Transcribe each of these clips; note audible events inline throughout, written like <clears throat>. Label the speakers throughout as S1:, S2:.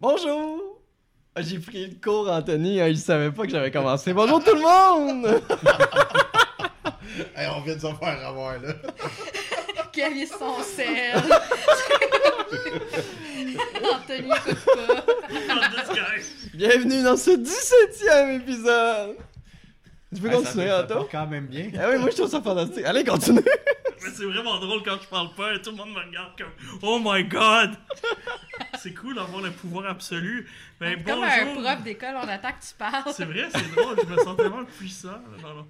S1: Bonjour! Ah, J'ai pris le cours, Anthony. hein, Je savais pas que j'avais commencé. Bonjour tout le monde!
S2: Hey, on vient de s'en faire avoir, là.
S3: Quel est son <laughs> sel? Anthony écoute pas.
S1: Bienvenue dans ce 17e épisode! Tu peux
S4: Ah, ça
S1: continuer,
S4: fait- ça
S1: Anto?
S4: part quand même bien.
S1: Ah oui, moi je trouve ça fantastique. Allez, continue!
S5: Mais c'est vraiment drôle quand je parle pas et tout le monde me regarde comme Oh my god! c'est cool d'avoir le pouvoir absolu. Mais
S3: Comme un
S5: bonjour!
S3: prof d'école, on attend que tu parles.
S5: C'est vrai, c'est drôle, je me sens tellement puissant. Pardon.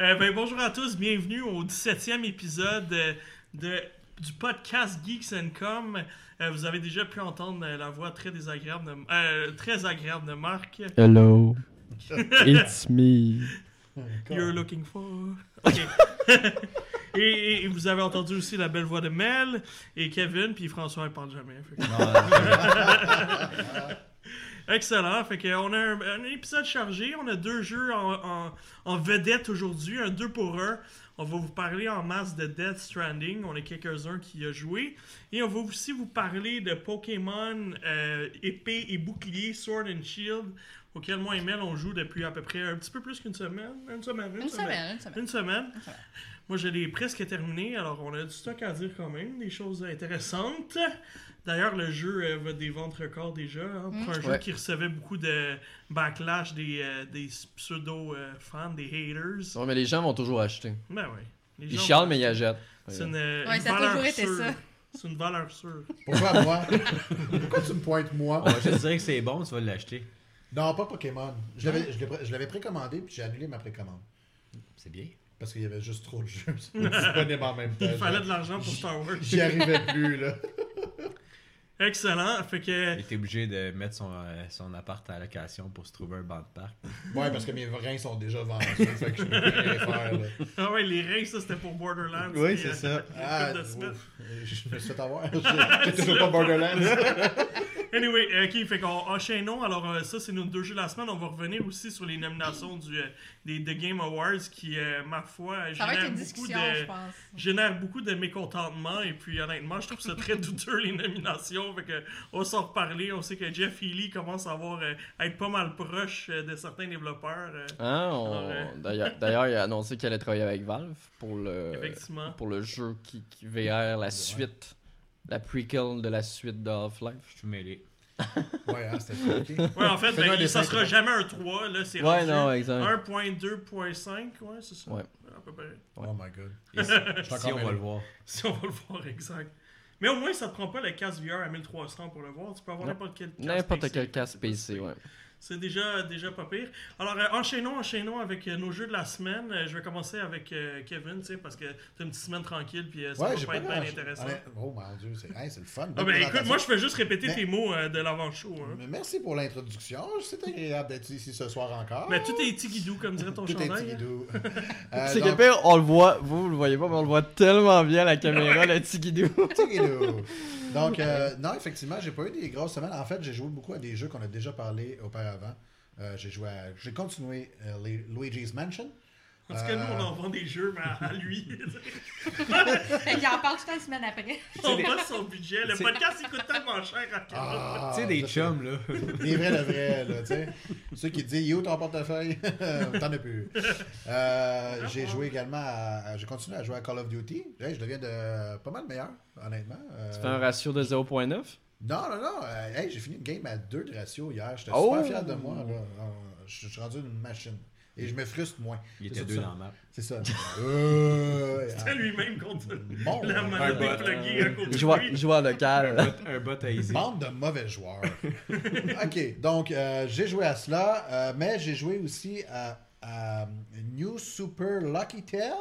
S5: Euh, ben, bonjour à tous, bienvenue au 17e épisode euh, de, du podcast Geeks and Com. Euh, vous avez déjà pu entendre euh, la voix très désagréable de, euh, très agréable de Marc.
S1: <laughs> Hello! It's me!
S5: You're looking for. Ok. <laughs> et, et- et vous avez entendu aussi la belle voix de Mel et Kevin, puis François, il parle jamais. fait que- <laughs> Excellent. Fait que on a un, un épisode chargé. On a deux jeux en, en- en vedette aujourd'hui, un 2 pour 1. On va vous parler en masse de Death Stranding. On est quelques-uns qui y a joué. Et on va aussi vous parler de Pokémon euh, épée et bouclier, Sword and Shield, auquel moi et Mel on joue depuis à peu près un petit peu plus qu'une semaine. Une semaine. Une,
S3: Une semaine, une semaine.
S5: Une semaine. Moi, je l'ai presque terminé, alors on a du stock à dire quand même, des choses intéressantes. D'ailleurs, le jeu euh, va des ventes records déjà, hein,
S3: Mm.
S5: pour un jeu
S1: Ouais.
S5: qui recevait beaucoup de backlash des, euh, des pseudo-fans, des haters.
S1: Non, mais les gens vont toujours acheter.
S5: Ben oui. Les
S1: Ils
S5: gens-
S1: chialent, mais ils achètent.
S5: C'est une, euh,
S3: Ouais,
S5: une
S3: ça a
S5: valeur
S3: toujours été
S5: sûre.
S3: ça.
S5: C'est une valeur sûre.
S2: Pourquoi <laughs> moi? Pourquoi tu me pointes moi?
S4: On va juste dire que c'est bon, tu vas l'acheter.
S2: Non, pas Pokémon. Je l'avais- je l'ai pré- je l'avais précommandé, puis j'ai annulé ma précommande.
S4: C'est bien.
S2: Parce qu'il y avait juste trop de jeux <laughs> disponibles en même temps.
S5: Il fallait de l'argent pour Star Wars.
S2: J'y arrivais plus, là.
S5: Excellent. Fait que...
S4: Il était obligé de mettre son, euh, son appart à location pour se trouver un banc de parc.
S2: Ouais, parce que mes reins sont déjà <laughs> vendus, fait que je peux plus rien faire, là.
S5: Ah ouais, les règles, ça, c'était pour Borderlands. puis, euh,
S2: Ah,
S5: de semaine.
S2: ouf. je me suis fait <laughs> avoir. J'ai j'ai toujours pas Borderlands.
S5: Anyway, euh, ok, fait qu'on enchaînons. Alors, euh, ça, c'est nos deux jeux de la semaine. On va revenir aussi sur les nominations du, euh, des The Game Awards qui, euh, ma foi,
S3: Ça va être
S5: génèrent
S3: une
S5: beaucoup,
S3: discussion, je
S5: de,
S3: pense.
S5: génèrent beaucoup de mécontentement. Et puis, honnêtement, je trouve ça très <laughs> douteux, les nominations. Fait que, on va s'en reparler. On sait que Jeff Healy commence à, avoir, euh, à être pas mal proche euh, de certains développeurs. euh,
S1: Hein? on-
S5: Ouais.
S1: D'ailleurs, d'ailleurs, il a annoncé qu'il allait travailler avec Valve pour le,
S5: Effectivement.
S1: pour le jeu qui, qui VR, la suite, la prequel de la suite de Half-Life.
S4: Je suis <laughs> mêlé.
S2: <laughs> Ouais, ah, c'était compliqué.
S5: Ouais, en fait,
S2: Fais-le
S5: ben,
S2: un
S5: il- ça
S2: dessin,
S5: sera
S2: toi.
S5: jamais un 3. Là, c'est
S1: Ouais,
S5: rendu
S1: non, exact.
S5: 1.2.5. Ouais, c'est ça.
S1: Ouais.
S5: À peu près.
S2: Oh my god.
S4: Et si,
S2: suis
S4: si
S2: encore
S4: on va
S2: mêlé.
S4: le voir.
S5: Si on va le voir, exact. Mais au moins, ça te prend pas le casque VR à 1300 pour le voir. Tu peux avoir
S1: Non.
S5: n'importe quel casque.
S1: N'importe
S5: PC.
S1: quel casque PC, ouais.
S5: C'est déjà, déjà pas pire. Alors, euh, enchaînons, enchaînons avec euh, nos jeux de la semaine. Euh, je vais commencer avec euh, Kevin, tu sais, parce que t'as une petite semaine tranquille, puis euh, ça
S2: Ouais,
S5: va
S2: j'ai
S5: pas
S2: pas
S5: être bien intéressant.
S2: grand- Oh mon dieu, c'est hey, c'est le fun.
S5: Ah ben écoute, moi je fais juste répéter
S2: Mais-
S5: tes mots euh, de l'avant-show. Hein.
S2: Mm. Mais Merci pour l'introduction. C'est agréable d'être ici ce soir encore.
S5: Mais tout est tigidou, comme dirait ton
S2: Tout est Euh,
S5: chandail. hein.
S2: tigidou.
S1: c'est que le pire, on le voit, vous, vous le voyez pas, mais on le voit tellement bien à la caméra, le petit <laughs> guidou.
S2: tigidou. Donc, euh, non, effectivement, j'ai pas eu des grosses semaines. En fait, j'ai joué beaucoup à des jeux qu'on a déjà parlé auparavant. Euh, j'ai joué à- J'ai continué euh, Lu- Luigi's Mansion.
S5: Parce que nous, on en vend des jeux, mais à,
S2: <laughs>
S5: à lui.
S3: Fait qu'il en parle tout le temps une semaine
S5: <laughs>
S3: après.
S5: on passe son budget. Le
S4: C'est-
S5: podcast, il coûte tellement cher à Kevin.
S2: Ah,
S4: tu sais, des
S2: je
S4: chums, là.
S2: Des vrais de vrais, là, tu sais. Ceux qui disent « Yo, ton portefeuille? » <laughs> T'en as plus. Euh, j'ai joué également à... à- J'ai continué à jouer à Call of Duty. Hey, je deviens de pas mal meilleur, honnêtement. Euh,
S1: Tu fais un ratio de 0.9?
S2: Non, non, non. euh, hey, j'ai fini une game à 2 de ratio hier. J'étais
S1: Oh!
S2: super fier de moi. Là. Euh, Je suis rendu une machine. Et je me frustre moins.
S4: Il
S2: C'est
S4: était
S2: ça,
S4: deux
S2: ça.
S4: dans la map.
S2: C'est ça. Euh,
S5: C'était lui-même contre
S2: Bon, ben,
S5: la
S2: un
S5: manette
S4: bot.
S1: Euh,
S5: dépluguée à côté de
S1: Joueur,
S5: lui.
S1: joueur
S3: Euh,
S1: local.
S4: Un bot à easy.
S2: Bande de mauvais joueurs. <laughs> ok, donc euh, j'ai joué à cela, euh, mais j'ai joué aussi à, à New Super Lucky Tail.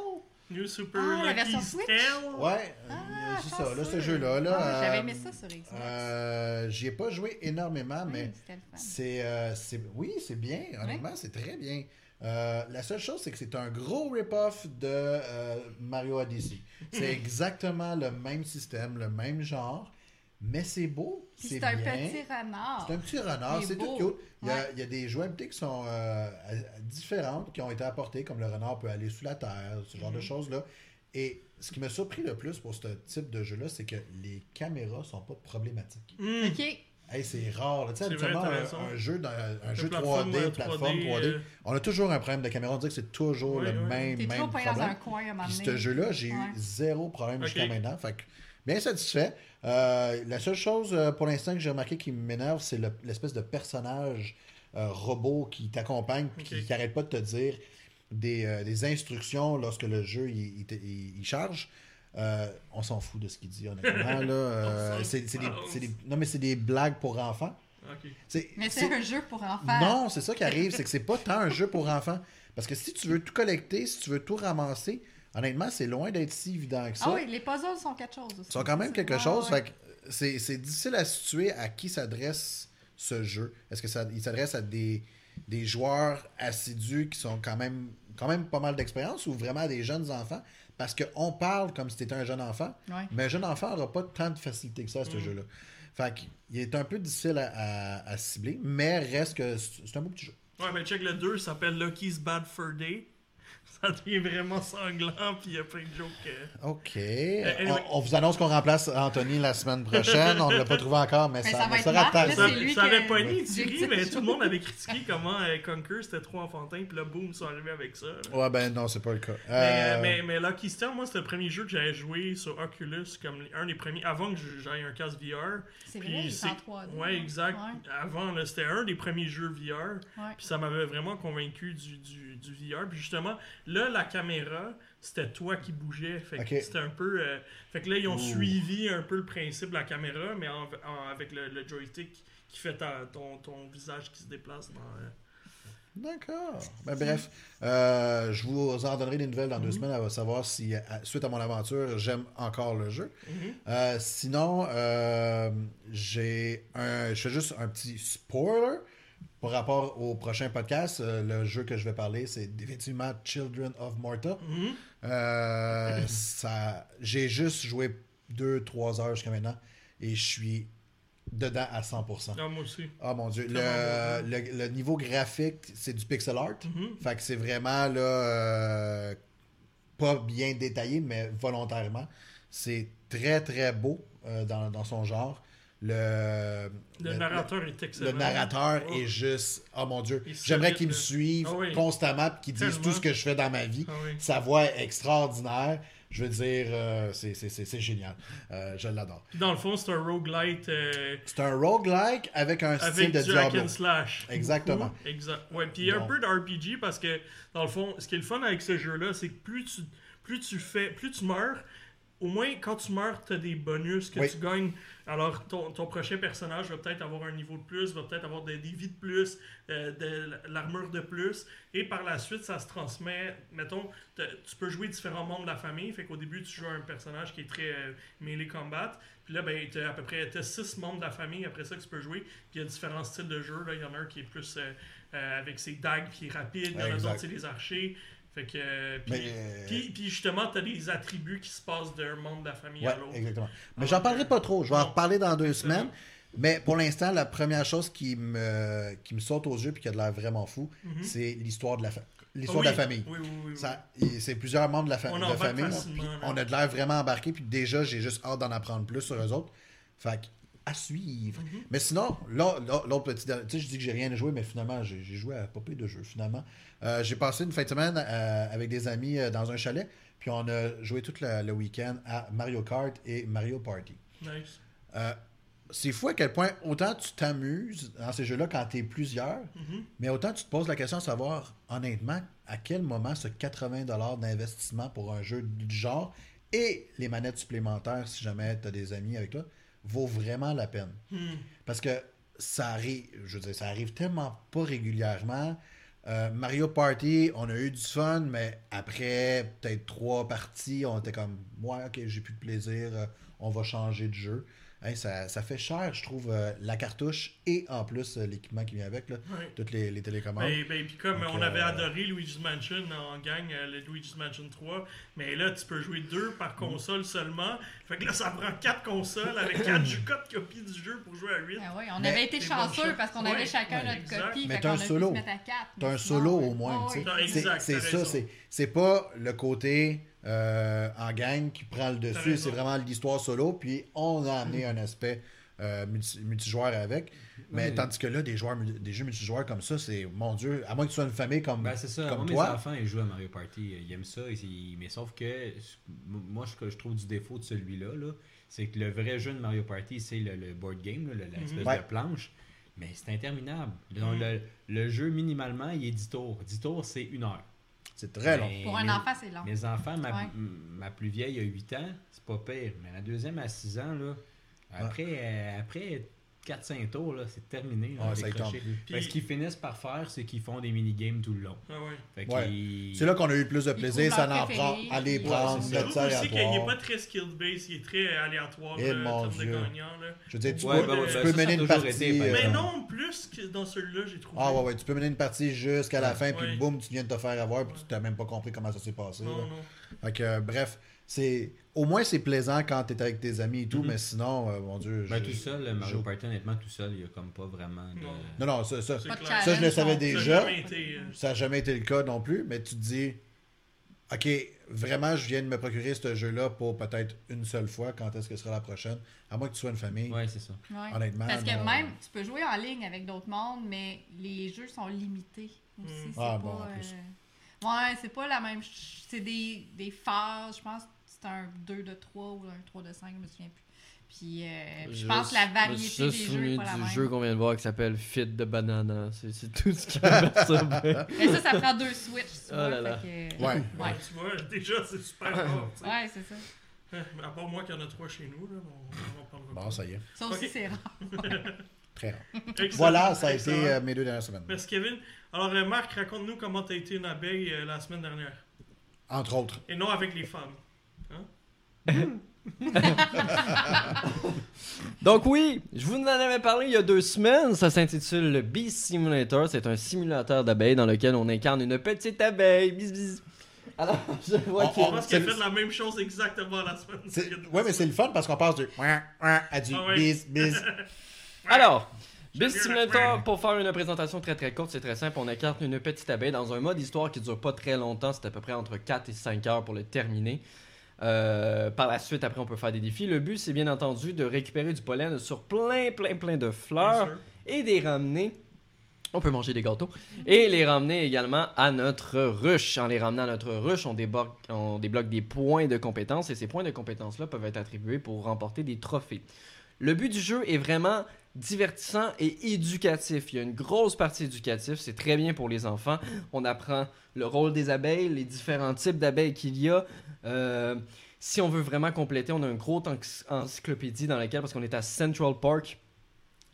S5: New Super
S3: Ah, la
S5: Lucky
S3: version Switch?
S5: Tale.
S2: Ouais, euh,
S3: Ah,
S2: c'est
S3: chanceux.
S2: ça, là, ce jeu-là. Là,
S3: Ah,
S2: euh,
S3: J'avais aimé ça sur Xbox.
S2: euh, J'y ai pas joué énormément, mais
S3: Oui, c'était le fun.
S2: c'est. euh, c'est- oui, c'est bien, honnêtement, c'est très bien. Euh, la seule chose, c'est que c'est un gros rip-off de euh, Mario
S3: <laughs>
S2: Odyssey. C'est exactement le même système, le même genre, mais c'est beau.
S3: Puis
S2: C'est
S3: c'est un
S2: bien.
S3: petit renard.
S2: C'est un petit renard,
S3: Il est
S2: c'est tout
S3: beau.
S2: cute. Il y, a,
S3: Ouais.
S2: il y a des jouabilités qui sont euh, à- différentes, qui ont été apportées, comme le renard peut aller sous la terre, ce genre de
S3: Mhm.
S2: choses-là. Et ce qui m'a surpris le plus pour ce type de jeu-là, c'est que les caméras sont pas problématiques.
S5: Hmm.
S3: Ok.
S2: Hey, c'est rare. là. Tu sais,
S5: C'est vrai,
S2: habituellement,
S5: t'as
S2: un,
S5: raison.
S2: un jeu, dans- un
S5: Le
S2: jeu 3D,
S5: plateforme, euh,
S2: plateforme
S5: 3D,
S2: 3D,
S5: euh,
S2: on a toujours un problème de caméra. On dirait que c'est toujours
S5: Ouais,
S2: le
S5: ouais.
S2: même,
S3: T'es
S2: même
S3: toujours pas
S2: problème.
S3: dans un coin à un moment
S2: Puis
S3: donné.
S2: ce jeu-là, j'ai
S3: Ouais.
S2: eu zéro problème
S5: Ok.
S2: jusqu'à maintenant. Fait que, bien satisfait. Euh, la seule chose euh, pour l'instant que j'ai remarqué qui m'énerve, c'est le- l'espèce de personnage euh, robot qui t'accompagne puis
S5: Ok.
S2: qui n'arrête pas de te dire des, euh, des instructions lorsque le jeu il, il te- il- il charge. Euh, on s'en fout de ce qu'il dit, honnêtement. là. Euh,
S5: On s'en
S2: c'est c'est des,
S5: fout.
S2: c'est des- non, mais c'est des blagues pour enfants.
S5: Ok.
S2: C'est-
S3: Mais
S2: c'est-
S3: c'est un jeu pour enfants.
S2: non, c'est ça qui arrive, c'est que c'est pas tant un jeu pour enfants. Parce que si tu veux tout collecter, si tu veux tout ramasser, honnêtement, c'est loin d'être si évident que ça.
S3: Ah oui, les puzzles sont quelque chose aussi.
S2: Ils sont quand même quelque
S3: Ouais,
S2: chose.
S3: ouais.
S2: fait que c'est, c'est difficile à situer à qui s'adresse ce jeu. Est-ce que ça, il s'adresse à des, des joueurs assidus qui sont quand même, quand même pas mal d'expérience ou vraiment à des jeunes enfants? Parce qu'on parle comme si t'étais un jeune enfant,
S3: Ouais. Mm.
S2: mais un jeune enfant n'aura pas tant de facilité que ça à ce jeu-là. Fait qu'il est un peu difficile à, à- à cibler, mais reste que c'est c'est un beau petit jeu.
S5: Ouais, mais check le 2, ça s'appelle Lucky's Bad Fur Day. <laughs> Ça devient vraiment sanglant, puis il y a plein de jokes. euh,
S2: OK.
S5: anyway.
S2: on, on vous annonce qu'on remplace Anthony la semaine prochaine. on ne l'a pas trouvé encore, mais,
S3: Mais
S2: ça,
S3: ça
S2: mais
S3: va
S2: ça
S3: être Marc,
S2: rappelle.
S3: là,
S5: Ça,
S3: c'est lui
S5: ça
S3: qui
S5: avait
S3: a-
S5: pogné,
S3: qui
S5: tu
S3: a
S5: ris,
S3: dit
S5: mais
S3: ça.
S5: tout le monde avait critiqué comment euh, Conquer c'était trop enfantin, puis là, boum, ils sont arrivés avec ça. là.
S2: Ouais, ben non, c'est pas le cas.
S5: Mais,
S2: Euh,
S5: mais, mais Lucky Star, moi, c'était le premier jeu que j'avais joué sur Oculus, comme un des premiers, avant que j'aille un casque VR.
S3: C'est
S5: Puis
S3: vrai, il est
S5: c'est-
S3: en 3D,
S5: Ouais,
S3: ouais.
S5: exact.
S3: Ouais.
S5: Avant, là, c'était un des premiers jeux VR.
S3: Ouais.
S5: Puis ça m'avait vraiment convaincu du, du, du VR. Puis justement, là, la caméra, c'était toi qui bougeais. Fait que
S2: Ok.
S5: c'était un peu. euh, Fait que là, ils ont suivi un peu le principe de la caméra, mais en- en- avec le, le joystick qui fait ta- ton, ton visage qui se déplace dans. euh,
S2: D'accord. Ben, bref, euh, je vous en donnerai des nouvelles dans deux
S5: Mhm.
S2: semaines. À savoir si, à- suite à mon aventure, j'aime encore le jeu.
S5: Mhm.
S2: Euh, sinon, euh, j'ai un, je fais juste un petit spoiler par rapport au prochain podcast. Euh, le jeu que je vais parler, c'est définitivement Children of Morta. Euh, ça, j'ai juste joué 2-3 heures jusqu'à maintenant et je suis dedans à 100%.
S5: Ah, moi aussi.
S2: Ah mon dieu, le,
S5: Vraiment
S2: le- le niveau graphique, c'est du pixel art.
S5: Mhm.
S2: Fait que c'est vraiment là euh, pas bien détaillé, mais volontairement. C'est très très beau euh, dans, dans son genre. Le,
S5: Le,
S2: le-
S5: narrateur est
S2: le
S5: excellent.
S2: narrateur
S5: Oh.
S2: est juste. Oh mon dieu,
S5: Il est
S2: j'aimerais
S5: solide,
S2: qu'il me
S5: là.
S2: suive
S5: Ah oui.
S2: constamment et qu'il dise
S5: Tellement.
S2: tout ce que je fais dans ma vie.
S5: Ah oui.
S2: Sa voix est extraordinaire. Je veux dire, euh, c'est- c'est c'est- c'est génial. Euh, je l'adore.
S5: Puis dans le fond, c'est un roguelite euh,
S2: C'est un roguelike avec un style
S5: avec
S2: de
S5: du hack
S2: Diablo.
S5: and slash.
S2: Exactement.
S5: Exact. Ouais, puis il y a un
S2: Bon.
S5: peu de RPG parce que dans le fond, ce qui est le fun avec ce jeu-là, c'est que plus tu, plus tu fais, plus tu meurs, au moins quand tu meurs, t'as des bonus que
S2: Oui.
S5: tu gagnes. Alors ton, ton prochain personnage va peut-être avoir un niveau de plus, va peut-être avoir des, des vies de plus, euh, de l'armure de plus, et par la suite ça se transmet. Mettons, t'as- tu peux jouer différents membres de la famille, fait qu'au début tu joues un personnage qui est très euh, melee combat, puis là, ben, t'as à peu près t'as six membres de la famille après ça que tu peux jouer. Puis il y a différents styles de jeu. là. Il y en a un qui est plus euh, euh, avec ses dagues qui est rapide. Il y en a
S2: Exact.
S5: d'autres, c'est les archers. Fait que. euh, puis,
S2: Mais-
S5: puis- puis justement, t'as des attributs qui se passent d'un membre de la famille
S2: Ouais,
S5: à l'autre.
S2: exactement. Mais
S5: Ah,
S2: j'en
S5: ouais.
S2: parlerai pas trop. Je vais en
S5: Non.
S2: reparler dans deux
S5: Exactement.
S2: semaines. Mais pour l'instant, la première chose qui me, qui me saute aux yeux et qui a de l'air vraiment fou, c'est l'histoire de la, fa- l'histoire
S5: Mhm. Ah
S2: de
S5: Hmm? oui,
S2: la famille.
S5: Oui, oui, oui. oui.
S2: Ça- et c'est plusieurs membres de la, fa-
S5: On
S2: de
S5: embarque
S2: famille.
S5: facilement,
S2: puis
S5: là.
S2: on a de l'air vraiment embarqué. Puis déjà, j'ai juste hâte d'en apprendre plus sur eux autres. Fait que, à suivre. Mais sinon, là, là, l'autre petit. Tu sais, je dis que j'ai rien joué, mais finalement, j'ai j'ai joué à pas peu de jeux, finalement. Euh, j'ai passé une fin de semaine euh, avec des amis euh, dans un chalet. Puis on a joué tout le, le week-end à Mario Kart et Mario Party.
S5: Nice.
S2: Euh, c'est fou à quel point autant tu t'amuses dans ces jeux-là quand t'es plusieurs, mais autant tu te poses la question de savoir, honnêtement, à quel moment ce 80$ d'investissement pour un jeu du genre et les manettes supplémentaires, si jamais t'as des amis avec toi, vaut vraiment la peine. Parce que ça arrive, je veux dire, ça arrive tellement pas régulièrement. Euh, Mario Party, on a eu du fun, mais après peut-être trois parties, on était comme, ouais, ok, j'ai plus de plaisir, euh, on va changer de jeu. Hein, ça, ça fait cher, je trouve, euh, la cartouche et en plus euh, l'équipement qui vient avec, là,
S5: Ouais.
S2: toutes les, les télécommandes.
S5: Ben, ben, puis comme
S2: Donc,
S5: on avait
S2: euh,
S5: adoré Luigi's Mansion en gang, euh, le Luigi's Mansion 3, mais là, tu peux jouer deux
S2: Mhm.
S5: par console seulement. Fait que là, ça prend quatre consoles
S2: <coughs>
S5: avec quatre jeux- quatre copies du jeu pour jouer à 8.
S3: Ah oui, on
S2: Mais-
S3: avait été
S5: Des
S3: chanceux
S5: bonnes
S3: parce qu'on
S5: choses.
S3: avait
S5: Ouais,
S3: chacun
S5: ouais,
S3: notre
S5: exact.
S3: copie.
S2: Mais
S3: fait
S2: t'as un
S3: qu'on a pu
S2: solo.
S3: se mettre à quatre.
S2: T'as
S4: Ah
S2: un
S3: Mais
S2: solo
S3: sinon,
S2: au moins,
S3: ouais,
S2: tu sais.
S3: ouais.
S5: Ah, exact,
S2: C'est- c'est
S5: t'as
S2: ça,
S5: raison.
S2: c'est, c'est pas le côté euh, en gang qui prend le
S5: T'as
S2: dessus,
S5: raison.
S2: c'est vraiment l'histoire solo, puis on a amené un aspect euh, euh, multi- multijoueur avec. Mais
S4: mais-
S2: tandis que là, des, joueurs, mul- des jeux multijoueurs comme ça, c'est mon Dieu, à moins que tu sois une famille comme,
S4: Ben, c'est ça.
S2: comme
S4: moi, mes
S2: toi.
S4: enfants, ils jouent à Mario Party. Ils aiment ça. ils- Mais sauf que, m- moi, ce que je trouve du défaut de celui-là, là, c'est que le vrai jeu de Mario Party, c'est le, le board game, là, le- l'espèce
S2: Ouais.
S4: de planche. Mais c'est interminable. Donc,
S5: Mhm.
S4: le, le jeu, minimalement, il est 10 tours. 10 tours, c'est une heure.
S2: C'est très long.
S4: Mais-
S3: Pour un
S4: mais-
S3: enfant, c'est long.
S4: Mes enfants, ma,
S3: Ouais.
S4: m- ma plus vieille a 8 ans, c'est pas pire. Mais la deuxième à 6 ans, là, après, euh, après 4-5 tours, là, c'est terminé. là,
S2: Ouais, ça y
S4: décroché.
S2: tombe.
S4: Fait que ce qu'ils finissent par faire, c'est qu'ils font des minigames tout le long.
S5: Ah ouais.
S4: Fait
S2: Ouais.
S4: qu'ils-
S2: C'est là qu'on a eu le plus de
S3: Ils
S2: plaisir,
S3: trouvent
S2: ça
S3: leur
S2: en prend.
S3: préféré,
S2: à les
S3: puis-
S2: prendre,
S4: Ouais, c'est
S5: Je
S2: mettre
S5: trouve
S2: ça
S5: aussi qu'il n'est pas
S2: aléatoire.
S5: très skill based, il est très aléatoire
S2: Eh,
S5: le
S2: mon
S5: terme
S2: Dieu.
S5: de gagnant. Là.
S2: Je veux dire, tu
S4: Ouais,
S2: peux,
S4: ben ouais,
S2: tu
S4: ben
S2: peux
S4: ça, ça
S2: mener
S4: a
S2: une
S4: toujours
S2: partie.
S4: été, ben-
S2: euh,
S5: Mais
S4: Euh,
S5: non plus que dans celui-là, j'ai trouvé.
S2: Ah ouais, ouais, tu peux mener une partie jusqu'à la fin,
S5: Ouais.
S2: puis boum, tu viens de te faire avoir, puis tu t'as même pas compris comment ça s'est passé. là.
S5: Non, non.
S2: Fait que, euh, bref, c'est au moins c'est plaisant quand t'es avec tes amis et tout, mais sinon, euh, mon Dieu.
S4: Mm-hmm. Ben,
S2: je-
S4: tout seul, le Mario
S2: je-
S4: Party, honnêtement, tout seul, il n'y a comme pas vraiment de.
S5: Non.
S2: Non, non, ça, ça,
S5: C'est
S3: Pas de
S5: clair.
S2: ça, je le
S3: challenge,
S2: savais
S3: non.
S5: Ça a
S2: déjà.
S5: jamais été, euh,
S2: Ça n'a jamais été le cas non plus, mais tu te dis, OK, vraiment, je viens de me procurer ce jeu-là pour peut-être une seule fois, quand est-ce que sera la prochaine, à moins que tu sois une famille.
S4: Ouais, c'est ça.
S3: Ouais.
S2: Honnêtement,
S3: Parce que
S2: non.
S3: même, tu peux jouer en ligne avec d'autres mondes, mais les jeux sont limités aussi.
S5: Mm.
S3: C'est
S2: Ah,
S3: pas,
S2: bon, en plus.
S3: euh, Ouais, c'est pas la même. ch- C'est des, des phases, je pense. que C'est un 2 de 3 ou un 3 de 5, je me souviens plus. Puis euh, je, pense que la variété
S1: Je me
S3: des
S1: suis
S3: jeux
S1: souvenu
S3: est pas la
S1: du
S3: même.
S1: jeu qu'on vient de voir qui s'appelle Fit de Banana. C'est c'est tout ce <laughs> qui a ça. ben.
S3: Mais ça, ça prend deux Switch, tu
S1: Oh
S3: vois,
S1: là là.
S3: fait que-
S2: Ouais.
S3: Ouais.
S5: Tu vois, déjà, c'est super fort. tu sais.
S3: Ouais, c'est ça.
S5: Euh, À part moi qui en a trois chez nous, là, on, on en parlera
S2: Bon, ça y est.
S3: Ça aussi,
S5: Ok.
S3: c'est rare.
S2: Très rare.
S5: pas. Excellent,
S2: Voilà, ça a été
S5: excellent.
S2: euh, mes deux dernières semaines.
S5: Merci Kevin. Alors euh, Marc, raconte-nous comment t'as été une abeille euh, la semaine dernière.
S2: Entre autres.
S5: Et non avec les femmes.
S1: Donc oui, je vous en avais parlé il y a deux semaines. Ça s'intitule le Bee Simulator. C'est un simulateur d'abeilles dans lequel on incarne une petite abeille. Bis bis. Alors, <laughs> je vois
S2: On-
S1: que...
S5: Je pense qu'elle
S2: c'est-
S5: fait la même chose exactement la semaine
S2: C'est-
S5: dernière.
S2: Ouais, mais c'est le fun parce qu'on passe du ouin, ouin à du
S5: Ah ouais.
S2: bis,
S3: <laughs>
S2: bis.
S1: Alors,
S5: J'ai
S1: Bill
S5: vu un
S1: Simulator,
S5: point.
S1: pour faire une présentation très très courte, c'est très simple. On écarte une petite abeille dans un mode histoire qui dure pas très longtemps. C'est à peu près entre 4 et 5 heures pour le terminer. Euh, par la suite, après, on peut faire des défis. Le but, c'est bien entendu de récupérer du pollen sur plein, plein, plein de fleurs
S5: Bien sûr.
S1: et des ramener. On peut manger des gâteaux. Et les ramener également à notre ruche. En les ramenant à notre ruche, on, débloque, on débloque des points de compétences et ces points de compétences-là peuvent être attribués pour remporter des trophées. Le but du jeu est vraiment divertissant et éducatif. Il y a une grosse partie éducative, c'est très bien pour les enfants. On apprend le rôle des abeilles, les différents types d'abeilles qu'il y a. Euh, si on veut vraiment compléter, on a une grosse enc- encyclopédie dans laquelle, parce qu'on est à Central Park,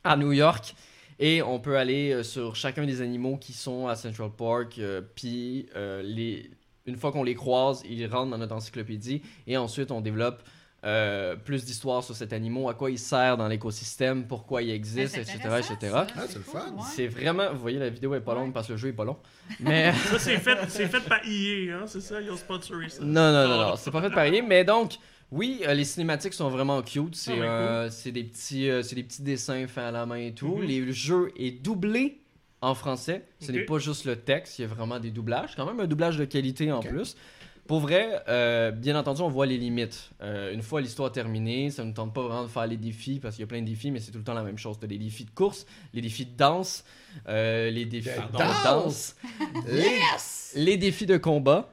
S1: à New York, et on peut aller euh, sur chacun des animaux qui sont à Central Park, euh, puis euh, les... une fois qu'on les croise, ils rentrent dans notre encyclopédie, et ensuite on développe euh, plus d'histoires sur cet animal, à quoi il sert dans l'écosystème, pourquoi il
S3: Mais
S1: existe,
S3: c'est
S1: etc.
S3: intéressant,
S1: etc.
S3: ça.
S2: Ah, c'est le
S3: cool,
S2: fun.
S3: ouais.
S1: C'est vraiment. Vous voyez, la vidéo est pas
S3: Ouais.
S1: longue parce que le jeu est pas long.
S3: <laughs>
S1: Mais.
S5: Ça c'est fait, c'est fait par EA, hein, c'est ça, ils ont sponsorisé ça. Ah,
S1: non, non, non, non, c'est pas fait de parier. Mais donc, oui, euh, les cinématiques sont vraiment cute. C'est
S5: Ah, ouais,
S1: euh, c'est des, petits, euh, c'est des petits dessins faits à la main et tout.
S5: Mhm.
S1: Les- le jeu est doublé en français. Ce
S5: Ok.
S1: n'est pas juste le texte, il y a vraiment des doublages. Quand même un doublage de qualité en plus. Pour vrai, euh, bien entendu, on voit les limites. Euh, une fois l'histoire terminée, ça ne tente pas vraiment de faire les défis parce qu'il y a plein de défis, mais c'est tout le temps la même chose. T'as les défis de course, les défis de danse, euh, les défis
S2: De
S1: pardon,
S2: danse! Yes!
S1: les défis de combat,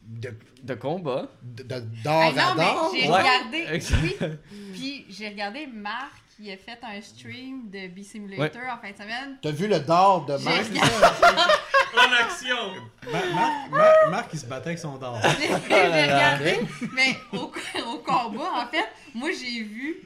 S2: De,
S1: de combat.
S2: de, de- d'or à
S3: Ah non,
S2: d'or.
S3: mais j'ai
S1: Ouais.
S3: regardé. Oui. Puis j'ai regardé Marc qui a fait un stream de B-Simulator en fin de semaine. <laughs>
S2: T'as vu le d'or de
S3: J'ai
S2: Marc?
S3: regardé-
S5: En action!
S4: Ma- Marc, Marc- Marc, il se battait avec son <laughs> dard.
S3: J'ai regardé,
S2: <laughs>
S3: mais au, au combat, en fait, moi j'ai vu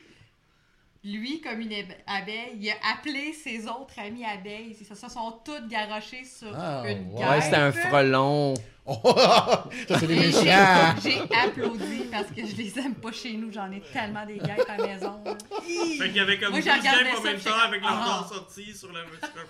S3: lui comme une abe- abeille. Il a appelé ses autres amis abeilles. Ils se se sont toutes garochées sur
S2: Ah,
S3: une
S2: ouais.
S3: guêpe.
S1: Ouais, c'était un frelon.
S2: ça, c'est des
S3: Et J'ai
S2: méchants.
S3: j'ai applaudi parce que je les aime pas chez nous. J'en ai tellement des guêpes à la maison. là.
S5: Fait qu'il y avait comme
S3: Moi,
S5: 12
S3: je regardais
S5: games
S3: ça,
S5: en même
S3: puis
S5: temps
S3: j'ai-
S5: avec leur
S3: Ah.
S5: dents sortie sur la sur le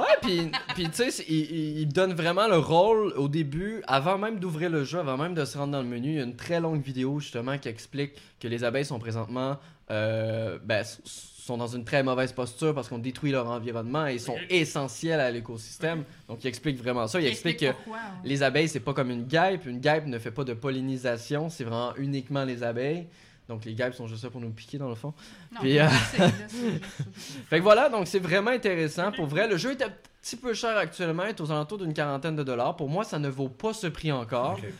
S1: <laughs> Ouais, puis puis, tu sais, c'est- il, il- il donne vraiment le rôle au début, avant même d'ouvrir le jeu, avant même de se rendre dans le menu. Il y a une très longue vidéo justement qui explique que les abeilles sont présentement. euh, ben, s- sont dans une très mauvaise posture parce qu'on détruit leur environnement et ils sont
S5: Ok. essentiels
S1: essentiels à l'écosystème. Donc, il explique vraiment ça. Il explique que
S3: pourquoi. hein.
S1: Les abeilles, c'est pas comme une guêpe. Une guêpe ne fait pas de pollinisation. C'est vraiment uniquement les abeilles. Donc les guêpes sont juste là pour nous piquer dans le fond.
S3: Non,
S1: Puis, euh, <laughs>
S3: c'est- là, c'est juste-
S1: Fait que voilà, donc c'est vraiment intéressant. Pour vrai, le jeu est un petit peu cher actuellement, il est aux alentours d'une quarantaine de dollars. Pour moi, ça ne vaut pas ce prix encore.
S4: Ok.
S1: <laughs>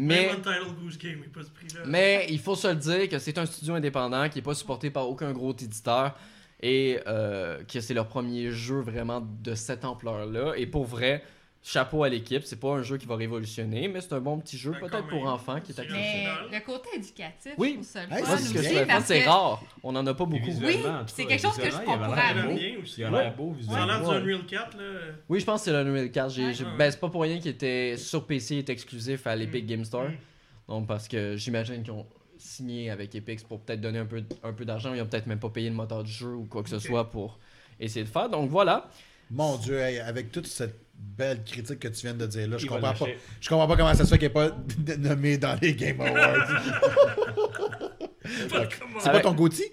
S1: Mais,
S5: Même Untitled Goose Game n'est pas ce prix-là.
S1: mais il faut se le dire que c'est un studio indépendant qui n'est pas supporté par aucun gros éditeur et euh, que c'est leur premier jeu vraiment de cette ampleur-là. Et pour vrai, chapeau à l'équipe, c'est pas un jeu qui va révolutionner, mais c'est un bon petit jeu,
S5: Ben,
S1: peut-être
S5: quand
S1: pour
S5: même.
S1: enfants qui est
S5: C'est
S1: accessible.
S3: Mais
S5: Exceptionnel.
S3: le côté éducatif,
S1: Oui.
S3: je trouve ça le
S2: Hey,
S3: fun
S1: Moi, c'est ce que je
S3: aussi,
S1: trouvais fun,
S3: parce
S1: c'est
S3: que-
S1: rare. On en a pas beaucoup.
S4: Visuellement, en
S3: c'est
S4: tout
S3: quelque
S4: cas,
S3: chose que je
S4: visuellement,
S3: comprends
S4: Il a
S5: Ça a
S4: l'air
S5: l'air
S4: beau.
S5: bien aussi.
S4: Il a
S1: Ouais.
S4: l'air beau
S5: Ça a
S4: visuellement.
S5: l'air du Unreal 4,
S1: <laughs>
S5: là.
S1: Oui, je pense que c'est l'Unreal 4. J'ai,
S3: Ouais.
S1: j'ai-
S5: Ouais.
S1: ben, c'est pas pour rien qu'il était sur PC et est exclusif à l'Epic
S5: Mm.
S1: Game Store.
S5: Mm.
S1: Donc, parce que j'imagine qu'ils ont signé avec Epic pour peut-être donner un peu, un peu d'argent. Ils ont peut-être même pas payé le moteur du jeu ou quoi que
S5: Ok.
S1: ce soit pour essayer de faire. Donc, voilà.
S2: <laughs> Mon Dieu, hey, avec toute cette belle critique que tu viens de dire là, je
S4: Il va
S2: comprends pas.
S4: lâcher.
S2: Je comprends pas comment ça se fait qu'il n'est pas <laughs> nommé dans les Game Awards.
S5: Pas de commande.
S2: C'est pas ton Gauthier?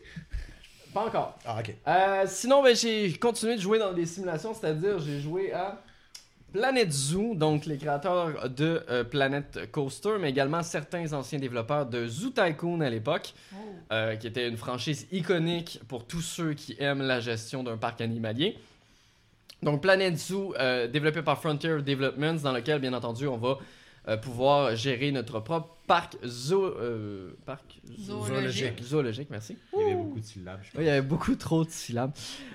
S1: Pas encore.
S2: Ah, ok.
S1: Euh, sinon, ben, j'ai continué de jouer dans des simulations, c'est-à-dire j'ai joué à Planet Zoo, donc les créateurs de euh, Planet Coaster, mais également certains anciens développeurs de Zoo Tycoon à l'époque.
S3: Oh.
S1: euh, qui était une franchise iconique pour tous ceux qui aiment la gestion d'un parc animalier. Donc Planet Zoo, euh, développé par Frontier Developments, dans lequel, bien entendu, on va euh, pouvoir gérer notre propre parc zoo... euh, parc zoo-
S3: Zoologique.
S1: Zoologique, merci.
S4: Il y avait beaucoup de syllabes. je
S1: Oui, il y avait beaucoup trop de syllabes.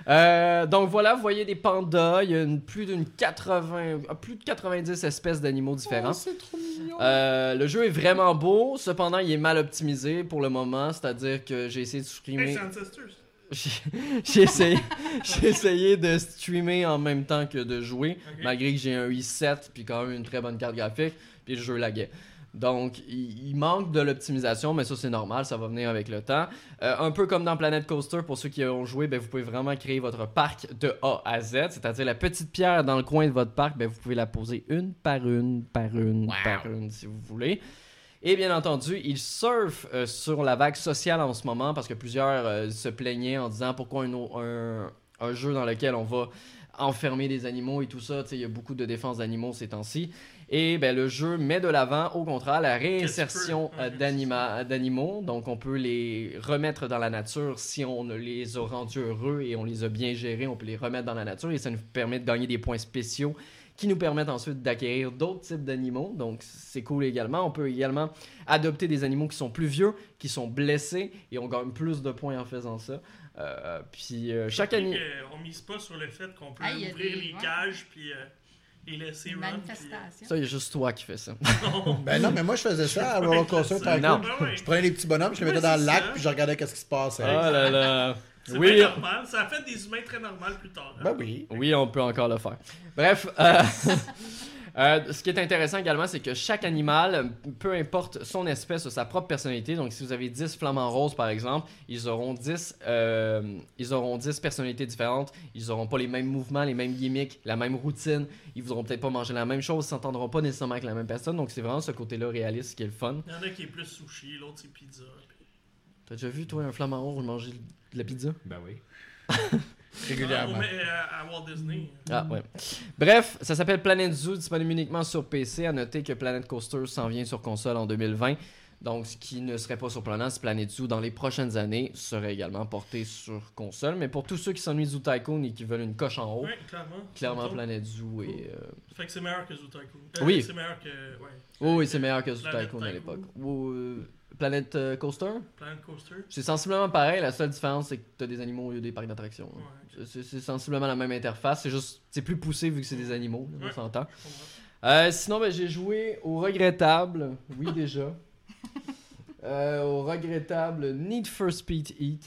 S1: Euh, donc voilà, vous voyez des pandas, il y a une- plus, d'une 80, ah, plus de 90 espèces d'animaux différents.
S2: Oh, c'est trop mignon.
S1: Euh, le jeu est vraiment beau, cependant il est mal optimisé pour le moment, c'est-à-dire que j'ai essayé de
S5: Hey,
S1: streamer,
S5: c'est Ancestors.
S1: j'ai <laughs> j'ai essayé, j'ai essayé de streamer en même temps que de jouer,
S5: Ok.
S1: malgré que j'ai un i7 puis quand même une très bonne carte graphique, puis le jeu laguait. Donc il, il manque de l'optimisation, mais ça c'est normal, ça va venir avec le temps. Euh, un peu comme dans Planet Coaster, pour ceux qui ont joué, ben, vous pouvez vraiment créer votre parc de A à Z, c'est-à-dire la petite pierre dans le coin de votre parc, ben, vous pouvez la poser une par une, par une, par une, si vous voulez. Et bien entendu, ils surfent euh, sur la vague sociale en ce moment parce que plusieurs euh, se plaignaient en disant pourquoi un, au- un- un jeu dans lequel on va enfermer des animaux et tout ça. Tu sais, Il y a beaucoup de défense d'animaux ces temps-ci. Et ben, le jeu met de l'avant, au contraire, la réinsertion
S5: Qu'est-ce que tu peux?
S1: euh, d'anima- d'animaux. Donc on peut les remettre dans la nature si on les a rendus heureux et on les a bien gérés. On peut les remettre dans la nature et ça nous permet de gagner des points spéciaux qui nous permettent ensuite d'acquérir d'autres types d'animaux. Donc c'est cool également. On peut également adopter des animaux qui sont plus vieux, qui sont blessés, et on gagne plus de points en faisant ça. Euh, puis euh, chaque
S5: Puis,
S1: année.
S5: euh, on mise pas sur le fait qu'on peut
S3: Ah, il y a
S5: ouvrir
S3: des-
S5: les
S3: ouais.
S5: cages puis euh, les laisser
S3: Une
S5: run.
S3: manifestation.
S1: Ça, il y a juste toi qui fais ça.
S5: puis, euh, <laughs> non.
S2: Ben non, mais moi, je faisais
S1: Ah,
S2: ça à Roller Coaster
S5: Ça,
S1: Non.
S2: Tycoon.
S5: ben ouais.
S2: Je prenais les petits bonhommes, je les
S5: Ouais,
S2: mettais dans le
S5: c'est
S2: lac,
S5: ça.
S2: puis je regardais qu'est-ce qui se passait.
S5: Ah.
S1: là là.
S5: C'est bien
S1: Oui,
S5: normal. Ça a fait des humains très normaux plus tard. hein.
S2: Ben oui.
S1: oui, on peut encore le faire. Bref, euh, <laughs> euh, ce qui est intéressant également, c'est que chaque animal, peu importe son espèce, a sa propre personnalité. Donc, si vous avez 10 flamants roses, par exemple, ils auront 10, euh, ils auront 10 personnalités différentes. Ils n'auront pas les mêmes mouvements, les mêmes gimmicks, la même routine. Ils voudront peut-être pas manger la même chose, ils s'entendront pas nécessairement avec la même personne. Donc, c'est vraiment ce côté-là réaliste qui est le fun.
S5: Il y en a qui est plus sushi, l'autre c'est pizza.
S1: T'as déjà vu, toi, un flamant rouge manger de la pizza?
S4: trouve. Ben oui.
S5: Ah,
S2: <laughs> Régulièrement.
S5: au- mais, euh, à Walt Disney.
S1: Ah ouais. Bref, ça s'appelle Planet Zoo, disponible uniquement sur PC. À noter que Planet Coaster s'en vient sur console en 2020. Donc, ce qui ne serait pas surprenant, si Planet Zoo, dans les prochaines années, serait également porté sur console. Mais pour tous ceux qui s'ennuient de Zoo Tycoon et qui veulent une coche en haut,
S5: Ouais, clairement.
S1: clairement
S5: Autres.
S1: Planet Zoo est. euh,
S5: Fait que c'est meilleur que Zootaiku.
S1: Oui.
S5: C'est meilleur que. Ouais.
S1: Oh, oui, c'est meilleur que Zoo
S5: Planet
S1: Tycoon à
S5: Tycoon.
S1: l'époque. Ou, euh, Planet euh, Coaster
S5: Planet Coaster.
S1: C'est sensiblement pareil. La seule différence, c'est que t'as des animaux au lieu des parcs d'attractions. hein.
S5: Ouais,
S1: C'est- C'est c'est sensiblement la même interface. C'est juste. C'est plus poussé vu que c'est des animaux, là, on
S5: Ouais.
S1: s'entend.
S5: je comprends.
S1: Euh, sinon, ben, j'ai joué au regrettable, oui déjà, Euh, au regrettable Need for Speed Heat.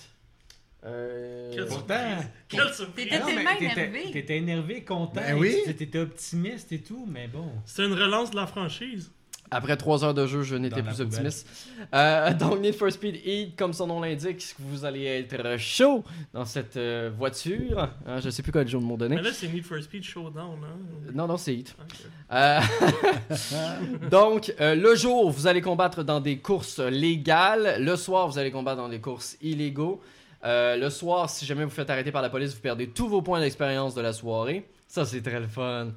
S1: Euh,
S5: Quel surprise.
S4: Pourtant,
S5: Quelle surprise.
S3: T'étais
S4: Non, mais
S3: tellement
S4: t'étais-
S3: énervé.
S4: T'étais énervé, content.
S2: Ben oui.
S4: tu- T'étais optimiste et tout, mais bon.
S5: C'était une relance de la franchise.
S1: Après trois heures de jeu, je n'étais
S4: Dans la
S1: plus
S4: poubelle.
S1: optimiste. Euh, <laughs> donc, Need for Speed Heat, comme son nom l'indique, vous allez être chaud dans cette euh, voiture. Hein, je sais plus quel jour de m'ont donné.
S5: Mais là, c'est Need for Speed Showdown, hein?
S1: Non, non, c'est Heat.
S5: Ok.
S1: Euh, <laughs> Donc, euh, le jour, vous allez combattre dans des courses légales. Le soir, vous allez combattre dans des courses illégaux. Euh, le soir, si jamais vous faites arrêter par la police, vous perdez tous vos points d'expérience de la soirée. Ça, c'est très le fun.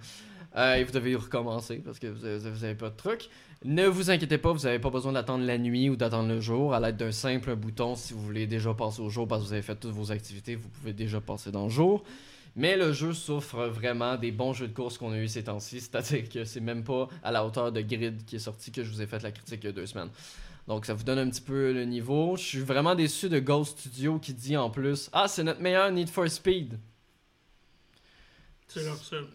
S1: Euh, et vous devez recommencer parce que vous n'avez pas de truc. Ne vous inquiétez pas, vous n'avez pas besoin d'attendre la nuit ou d'attendre le jour. À l'aide d'un simple bouton, si vous voulez déjà passer au jour parce que vous avez fait toutes vos activités, vous pouvez déjà passer dans le jour. Mais le jeu souffre vraiment des bons jeux de course qu'on a eu ces temps-ci, c'est-à-dire que c'est même pas à la hauteur de Grid qui est sorti que je vous ai fait la critique il y a deux semaines. Donc ça vous donne un petit peu le niveau. Je suis vraiment déçu de Ghost Studio qui dit en plus Ah, c'est notre meilleur Need for Speed.
S5: C'est leur seul.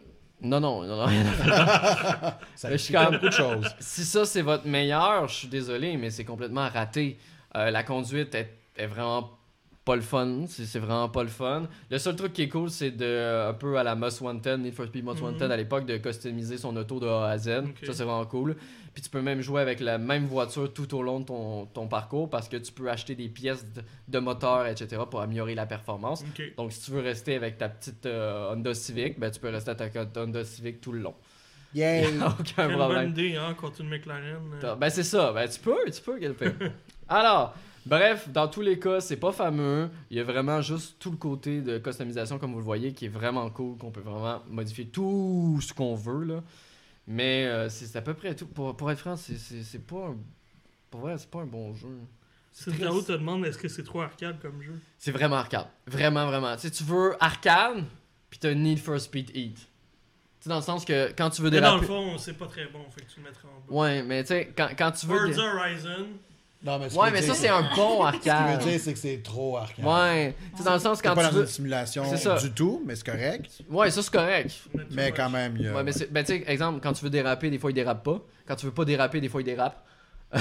S1: Non, non, non, non.
S2: Ça
S1: Mais je suis
S2: explique
S1: quand-
S2: beaucoup de choses.
S1: si ça c'est votre meilleur, je suis désolé, mais c'est complètement raté. Euh, la conduite est, est vraiment pas le fun. C'est c'est vraiment pas le fun. Le seul truc qui est cool, c'est de euh, un peu à la Most Wanted, Need for Speed Most
S5: Mhm.
S1: Wanted à l'époque, de customiser son auto de A à Z.
S5: Ok.
S1: Ça c'est vraiment cool. Puis tu peux même jouer avec la même voiture tout au long de ton, ton parcours parce que tu peux acheter des pièces de, de moteur, etc. pour améliorer la performance.
S5: Ok.
S1: Donc, si tu veux rester avec ta petite euh, Honda Civic, ben, tu peux rester avec ta Honda Civic tout le long.
S2: Yay!
S1: <laughs> Aucun
S5: Quelle bonne
S1: problème.
S5: idée, hein, contre une McLaren. euh.
S1: Ben, c'est ça. Ben, tu peux, tu peux, Galpin.
S5: <laughs>
S1: Alors, bref, dans tous les cas, c'est pas fameux. Il y a vraiment juste tout le côté de customisation, comme vous le voyez, qui est vraiment cool, qu'on peut vraiment modifier tout ce qu'on veut, là. Mais euh, c'est à peu près tout. Pour, pour être franc, c'est- c'est c'est pas un... Pour vrai, c'est pas un bon jeu.
S5: Cintao te demande est-ce que c'est trop arcade comme jeu.
S1: C'est vraiment arcade. Vraiment, vraiment. Si tu veux arcade, puis t'as Need for Speed Heat. Tu sais, dans le sens que quand tu veux
S5: Mais dans le
S1: déraper...
S5: fond, c'est pas très bon, fait que tu le mettras en bas.
S1: Ouais, mais tu sais, quand, quand tu veux...
S5: Forza
S1: dé-
S5: Horizon.
S2: Non, mais ce
S1: Ouais,
S2: que
S1: mais
S2: je
S1: ça,
S2: dis-
S1: c'est un bon
S2: <laughs> Ce que je veux
S1: arcade.
S2: dire, c'est que c'est trop arcade.
S1: Ouais. Tu sais, dans le sens,
S2: C'est
S1: quand
S2: pas
S1: tu
S2: dans
S1: veux...
S2: une simulation
S1: C'est ça.
S2: du tout, mais c'est correct.
S1: Ouais, ça, c'est correct.
S2: Mais quand même, il y a...
S1: Ouais, mais c'est- ben, tu sais, exemple, quand tu veux déraper, des fois, il dérape pas. Quand tu veux pas déraper, des fois, il dérape. <laughs>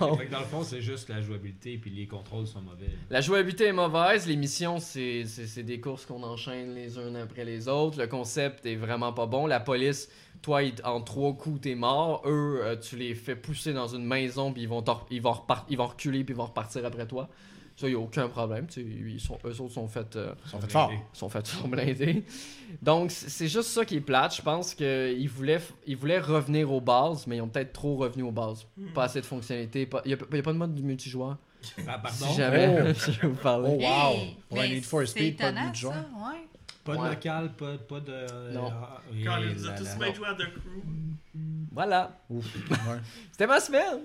S1: Donc...
S4: Fait que dans le fond, c'est juste la jouabilité puis les contrôles sont mauvais.
S1: La jouabilité est mauvaise, les missions, c'est c'est- c'est des courses qu'on enchaîne les unes après les autres, le concept est vraiment pas bon, la police, toi, ils- en trois coups, t'es mort, eux, euh, tu les fais pousser dans une maison, puis ils vont, t'en- ils vont, repart- ils vont reculer, puis ils vont repartir après toi. Ça, y a aucun problème, tu sais, ils sont, eux autres sont faits... euh,
S2: Ils sont faits fort.
S1: sont faits sont blindés. Donc, c- c'est juste ça qui est plate. Je pense qu'ils voulaient, f- ils voulaient revenir aux bases, mais ils ont peut-être trop revenu aux bases. Pas assez de fonctionnalités. pas- Il n'y a, pas de mode multijoueur.
S4: Ah, pardon?
S1: Si jamais
S2: Oh.
S1: <laughs> je vous parlais.
S2: Oh, wow!
S3: Hey,
S2: Pour un
S3: mais
S2: Need for
S3: c'est
S2: Speed, pas de
S3: étonnant,
S2: budget.
S3: ça, ouais.
S4: Pas de
S1: Ouais.
S4: local, pas, pas de.
S1: Non.
S4: Ah, eh
S5: Quand ils ont
S4: là
S5: tous
S4: là.
S5: bien joué à The Crew.
S1: Oh! Voilà.
S2: Ouf. Ouais.
S1: C'était ma semaine.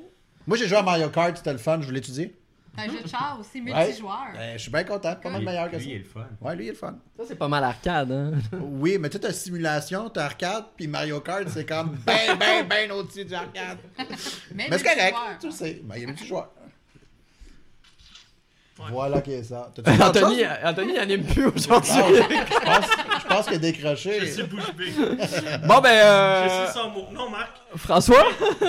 S2: Moi, j'ai joué à Mario Kart, c'était le fun, je voulais l'étudier.
S3: C'est un jeu de char aussi,
S2: Ouais.
S3: multijoueur.
S2: Ben, je suis bien content, pas mal
S4: Lui-
S2: meilleur que
S4: lui,
S2: ça.
S4: il est le fun.
S2: Ouais, lui, il est le fun.
S1: Ça, c'est pas mal arcade, hein?
S2: Oui, mais tu as simulation, t'as arcade, puis Mario Kart, c'est comme <laughs> ben, ben, ben au-dessus du arcade. Mais c'est correct,
S3: multijoueur.
S2: tu le sais. Mais il y a des petits joueurs.
S5: Ouais.
S2: Voilà qui est ça.
S1: <laughs>
S2: T'as-tu fait autre
S1: Anthony,
S2: chose?
S1: Anthony, il anime plus aujourd'hui.
S2: Non, je pense, je pense qu'il a décroché.
S5: Je
S2: <laughs>
S5: suis bouche bée.
S1: Bon, ben,
S5: Je
S1: euh,
S5: suis sans mots. Non, Marc.
S1: François?
S5: Oh,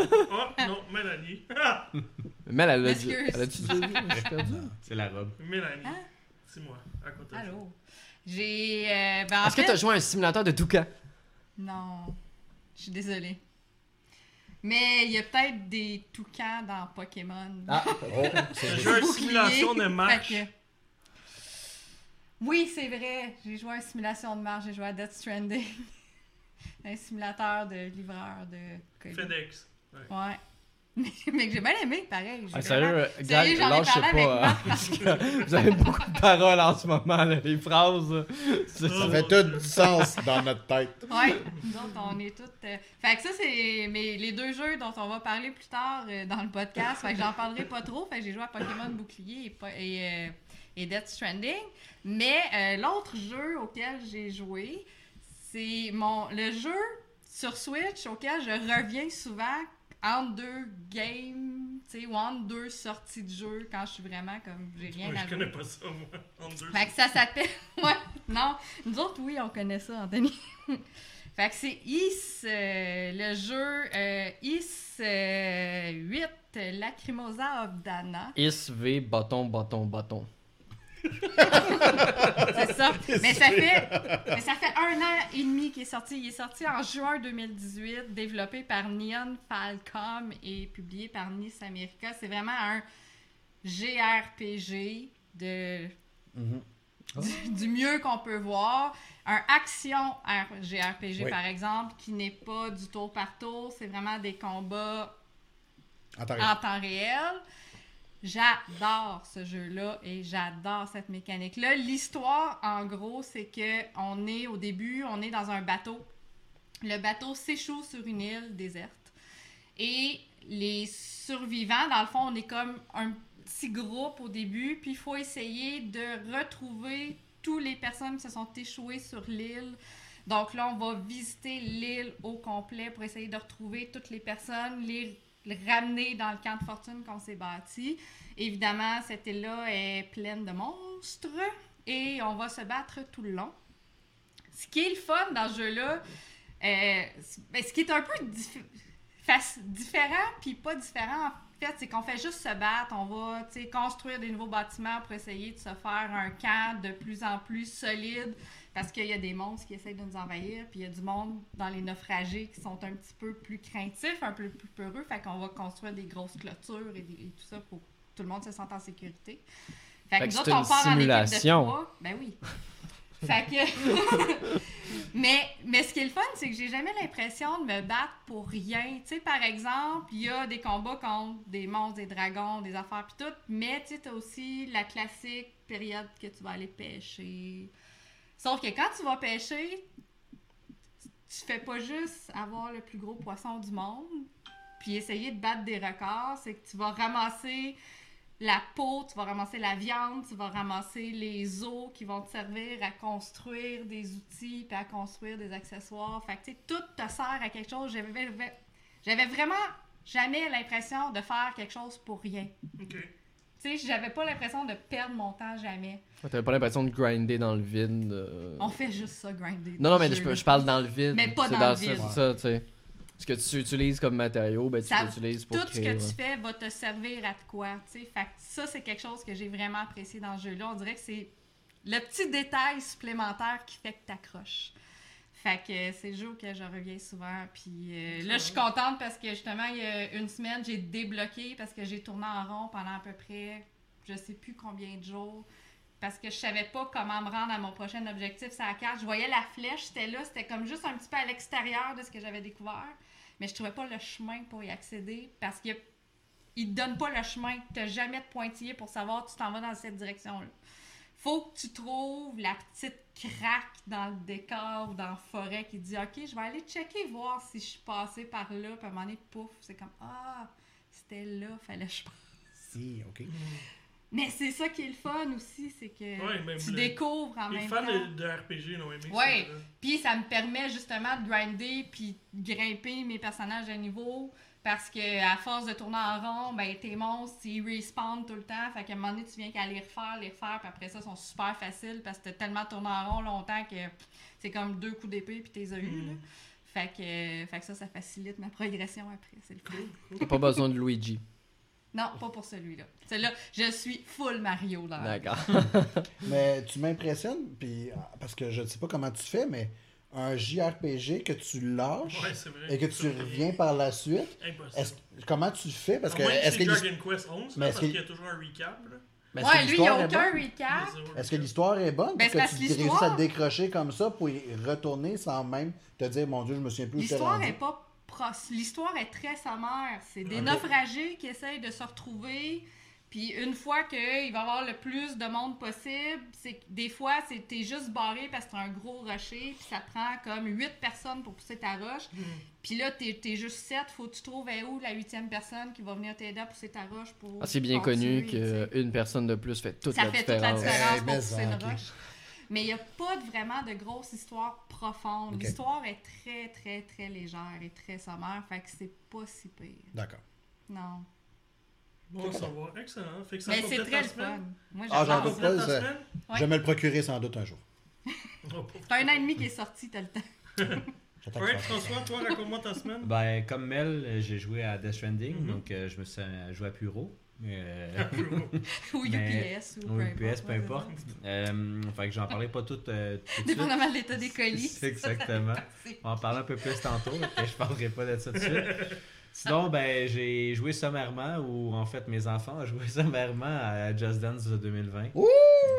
S5: non, Mélanie. <laughs> Ah,
S1: Mais elle, a dit.
S3: Excuse.
S1: Elle a dit. Je suis <laughs> perdu.
S4: C'est la robe.
S5: Mélanie.
S3: Hein?
S5: C'est moi. À côté. de toi.
S3: Allô? J'ai. euh, ben, en
S1: Est-ce que
S3: fait-
S1: t'as joué à un simulateur de Toucan?
S3: Non. Je suis désolée. Mais il y a peut-être des toucans dans Pokémon.
S2: Ah, oh,
S5: J'ai
S2: c'est
S5: joué à une
S3: Bouclier.
S5: simulation de match.
S3: Fait que- Oui, c'est vrai. J'ai joué à une simulation de marche. J'ai joué à Death Stranding. <laughs> un simulateur de livreur de colis.
S5: FedEx. Ouais.
S3: Ouais. <laughs> Mais, mais que j'ai bien aimé, pareil. J'ai
S1: Ah,
S3: vraiment-
S1: sérieux,
S3: Sérieux,
S1: Gag,
S3: j'en ai
S1: lâchez
S3: parlé avec
S1: pas. hein, <laughs> parce que vous avez beaucoup de paroles en ce moment, là, les phrases. euh, c'est-
S5: Oh.
S2: Ça fait tout du sens dans notre tête.
S3: Ouais, nous autres, on est toutes. euh, Fait que ça, c'est mes- les deux jeux dont on va parler plus tard euh, dans le podcast. Fait que j'en parlerai pas trop. Fait que j'ai joué à Pokémon Bouclier et, po- et, euh, et Death Stranding. Mais euh, l'autre jeu auquel j'ai joué, c'est mon le jeu sur Switch auquel je reviens souvent entre deux games, tu sais, ou entre deux sorties de jeu quand je suis vraiment comme j'ai rien
S5: Ouais,
S3: à Ben,
S5: je connais
S3: jouer.
S5: pas ça, moi. En deux.
S3: Fait que ça s'appelle. <laughs> ouais, non. Nous autres, oui, on connaît ça, Anthony. <laughs> fait que c'est Is, euh, le jeu euh, Is euh, 8, euh, Lacrimosa of Dana.
S1: SV, bâton, bâton, bâton.
S3: C'est ça. mais, ça fait, mais ça fait un an et demi qu'il est sorti. Il est sorti en juin 2018, développé par Neon Falcom et publié par Nice America. C'est vraiment un GRPG de
S2: Mhm.
S3: du- du mieux qu'on peut voir. Un action R- GRPG,
S2: Oui.
S3: par exemple, qui n'est pas du tour par tour, c'est vraiment des combats
S2: Attends,
S4: Ah.
S3: en temps réel. J'adore ce jeu-là et j'adore cette mécanique-là. L'histoire, en gros, c'est que on est au début, on est dans un bateau Le bateau s'échoue sur une île déserte. Et les survivants, dans le fond, on est comme un petit groupe au début, puis il faut essayer de retrouver toutes les personnes qui se sont échouées sur l'île. Donc là, on va visiter l'île au complet pour essayer de retrouver toutes les personnes, les les ramener dans le camp de fortune qu'on s'est bâti. Évidemment, cette île-là est pleine de monstres et on va se battre tout le long. Ce qui est le fun dans ce jeu-là, euh, c- ben, ce qui est un peu dif- fac- différent puis pas différent en fait, c'est qu'on fait juste se battre, on va tu sais, construire des nouveaux bâtiments pour essayer de se faire un camp de plus en plus solide parce qu'il y a des monstres qui essayent de nous envahir, puis il y a du monde dans les naufragés qui sont un petit peu plus craintifs, un peu plus peureux, fait qu'on va construire des grosses clôtures et, des- et tout ça pour que tout le monde se sente en sécurité.
S1: Fait
S3: Fait,
S1: que
S3: nous autres,
S1: c'est
S3: on
S1: une
S3: part en équipe de
S1: simulation.
S3: trois. Ben oui. fait que... <laughs> mais, mais ce qui est le fun, c'est que j'ai jamais l'impression de me battre pour rien. Tu sais, par exemple, il y a des combats contre des monstres, des dragons, des affaires pis tout, mais tu sais, t'as aussi la classique période que tu vas aller pêcher, Sauf que quand tu vas pêcher, tu fais pas juste avoir le plus gros poisson du monde, puis essayer de battre des records, c'est que tu vas ramasser la peau, tu vas ramasser la viande, tu vas ramasser les os qui vont te servir à construire des outils, puis à construire des accessoires. Fait que tu sais, tout te sert à quelque chose. J'avais j'avais vraiment jamais l'impression de faire quelque chose pour rien.
S5: Ok.
S3: Tu sais, j'avais pas l'impression de perdre mon temps jamais.
S1: T'avais pas l'impression de grinder dans le vide. euh.
S3: On fait juste ça, grinder.
S1: Non, non, mais
S3: Jeu,
S1: je,
S3: là.
S1: peux- je parle dans le vide.
S3: Mais pas
S1: C'est
S3: dans le
S1: ça,
S3: vide.
S1: C'est ça, tu sais. Ce que tu utilises comme matériau, ben, tu
S3: Ça-
S1: l'utilises pour
S3: tout ce
S1: créer.
S3: que
S1: ouais.
S3: tu fais va te servir à de quoi, tu sais. Fait que ça, c'est quelque chose que j'ai vraiment apprécié dans ce jeu-là. On dirait que c'est le petit détail supplémentaire qui fait que t'accroches. Fait que euh, c'est le jeu que je reviens souvent. Puis euh, là, je suis contente parce que justement, il y a une semaine, j'ai débloqué parce que j'ai tourné en rond pendant à peu près je sais plus combien de jours parce que je savais pas comment me rendre à mon prochain objectif sur la carte. Je voyais la flèche, c'était là, c'était comme juste un petit peu à l'extérieur de ce que j'avais découvert, mais je trouvais pas le chemin pour y accéder parce qu'il ne donne pas le chemin. Tu n'as jamais de pointillé pour savoir tu t'en vas dans cette direction-là. Faut que tu trouves la petite craque dans le décor ou dans la forêt qui dit OK, je vais aller checker, voir si je suis passé par là. Puis à un moment donné, pouf, c'est comme Ah, c'était là, fallait que je passe.
S2: Si, ok.
S3: Mais c'est ça qui est le fun aussi, c'est que
S5: Ouais, même
S3: tu
S5: le-
S3: découvres en
S5: Les
S3: même
S5: fans
S3: temps.
S5: de, de RPG n'ont aimé
S3: Ouais.
S5: ça, là.
S3: Puis ça me permet justement de grinder puis de grimper mes personnages à niveau parce que à force de tourner en rond, ben tes monstres ils respawnent tout le temps, fait qu'à un moment donné tu viens qu'à les refaire, les refaire, puis après ça ils sont super faciles parce que t'as tellement tourné en rond longtemps que pff, c'est comme deux coups d'épée puis t'es as eu.
S5: Mhm.
S3: là. Fait que, fait que ça, ça facilite ma progression après. C'est le cool.
S1: T'as pas besoin de Luigi.
S3: Non, pas pour celui-là. Celui-là, je suis full Mario là. <laughs>
S1: D'accord.
S2: Mais tu m'impressionnes, puis euh, parce que je ne sais pas comment tu fais, mais un JRPG que tu lâches
S5: Ouais, c'est vrai.
S2: et que tu reviens par la suite,
S5: Impossible.
S2: est-ce- comment tu fais Parce que
S4: Ah,
S5: Ouais,
S2: est-ce
S5: c'est
S2: que l'his-
S5: Dragon Quest 11
S2: Mais
S5: là,
S2: est-ce
S5: parce
S2: que-
S5: qu'il y a toujours un recap là.
S2: mais est-ce que
S3: Ouais, lui, il n'y
S2: l'histoire
S3: a
S2: est bonne?
S3: aucun recap.
S2: Est-ce que l'histoire est bonne? Parce
S3: Ben,
S2: que
S3: c'est
S2: tu
S3: parce que
S2: réussis à
S3: l'histoire-
S2: te décrocher comme ça pour y retourner sans même te dire, mon Dieu, je me souviens plus où j'étais
S3: L'histoire
S2: rendu.
S3: est pas proche. L'histoire est très sommaire. C'est des
S2: Ok.
S3: naufragés qui essayent de se retrouver. Puis une fois qu'il va y avoir le plus de monde possible, c'est que des fois, c'est t'es juste barré parce que t'as un gros rocher, puis ça prend comme huit personnes pour pousser ta roche. Puis là, t'es es juste sept, faut que tu trouves eh, où la huitième personne qui va venir t'aider à pousser ta roche pour.
S1: Ah, c'est bien
S3: continuer,
S1: connu
S3: tu sais
S1: qu'une personne de plus fait toute,
S3: ça
S1: la,
S3: fait toute la
S1: différence.
S3: différence
S2: Eh,
S3: pour
S2: mais
S3: pousser
S2: ça,
S3: une
S2: ok.
S3: roche. Mais il n'y a pas de- vraiment de grosse histoire profonde.
S2: Ok.
S3: L'histoire est très, très, très légère et très sommaire. Fait que c'est pas si pire.
S2: D'accord.
S3: Non.
S5: Bon, ça va, excellent. Fait que ça
S3: Mais
S5: va
S3: c'est
S5: peut-être
S3: très
S5: la
S3: le fun.
S5: semaine.
S3: Moi,
S2: Ah, j'en
S5: Ça va
S3: j'adore
S2: doute
S3: ça.
S2: pas.
S5: peut-être la
S2: c'est-
S5: semaine?
S3: Ouais.
S2: Je vais me le procurer sans doute un jour.
S5: Oh,
S3: T'as un an et demi qui est sorti, t'as le temps.
S2: J'attends que
S5: Ouais,
S2: ça sorte.
S5: François, toi, raconte-moi
S2: <laughs>
S5: ta semaine.
S4: Ben, comme Mel, euh, j'ai joué à Death Stranding,
S5: Mhm.
S4: donc euh, je me suis euh, joué à Puro. Euh,
S3: Ou
S4: Ben,
S3: UPS
S4: Mais-
S3: ou
S4: ou
S3: peu
S4: UPS, peu
S3: ouais,
S4: importe. Euh, fait que j'en parlais pas tout, euh, tout de suite.
S3: Dépendamment de l'état des colis.
S4: C'est
S3: ça, ça fait
S4: <laughs> exactement.
S3: passer.
S4: On en parle un peu plus tantôt, mais je parlerai pas de ça tout de suite.
S3: <laughs>
S4: Sinon, ben, j'ai joué sommairement, ou en fait, mes enfants ont joué <laughs> sommairement à Just Dance 2020.
S2: Ouh!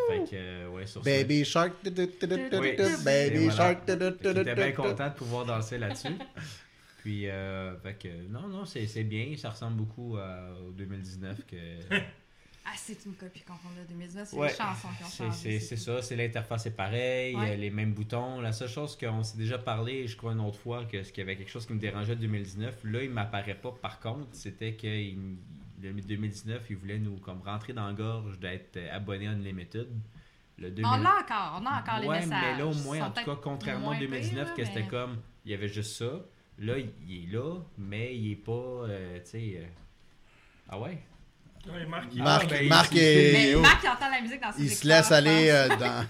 S4: Fait que, euh, ouais, sur ça.
S2: Baby Shark, tu, tu, tu, tu, tu,
S4: Oui,
S2: tu,
S4: et
S2: Baby
S4: voilà.
S2: Shark, tu, tu, tu, tu,
S4: J'étais bien
S2: tu, tu.
S4: content de pouvoir danser là-dessus. Puis, euh, fait que, non, non, c'est c'est bien. Ça ressemble beaucoup à- au 2019 que.
S3: Ah, c'est une copie confondue de 2019. C'est
S1: Ouais.
S3: les chansons qui ont
S4: C'est-
S3: changé.
S4: C'est c'est ça, c'est l'interface est pareille,
S3: Ouais.
S4: euh, les mêmes boutons. La seule chose qu'on s'est déjà parlé, je crois, une autre fois, que ce qu'il y avait quelque chose qui me dérangeait en 2019, là, il m'apparaît pas. Par contre, c'était que il- le 2019, il voulait nous comme rentrer dans la gorge d'être euh, abonné Unlimited. Le 2000
S3: On l'a encore, on a encore les
S4: Ouais,
S3: messages.
S4: mais là, au
S3: Ils
S4: moins,
S3: sont
S4: en tout cas,
S3: peut-être
S4: contrairement
S3: moins
S4: à 2019,
S3: pires,
S4: que c'était
S3: mais-
S4: comme, il y avait juste ça. Là, il- il est là, mais il est pas, euh, tu sais... euh, Ah ouais?
S5: Ouais, Marc, il-
S2: Marc,
S4: Ah, ben,
S2: Marc
S4: il-
S2: est-
S3: Mais
S2: oh,
S3: Marc, il entend la musique dans ses
S2: il se
S3: écouteurs,
S2: laisse aller
S3: je pense.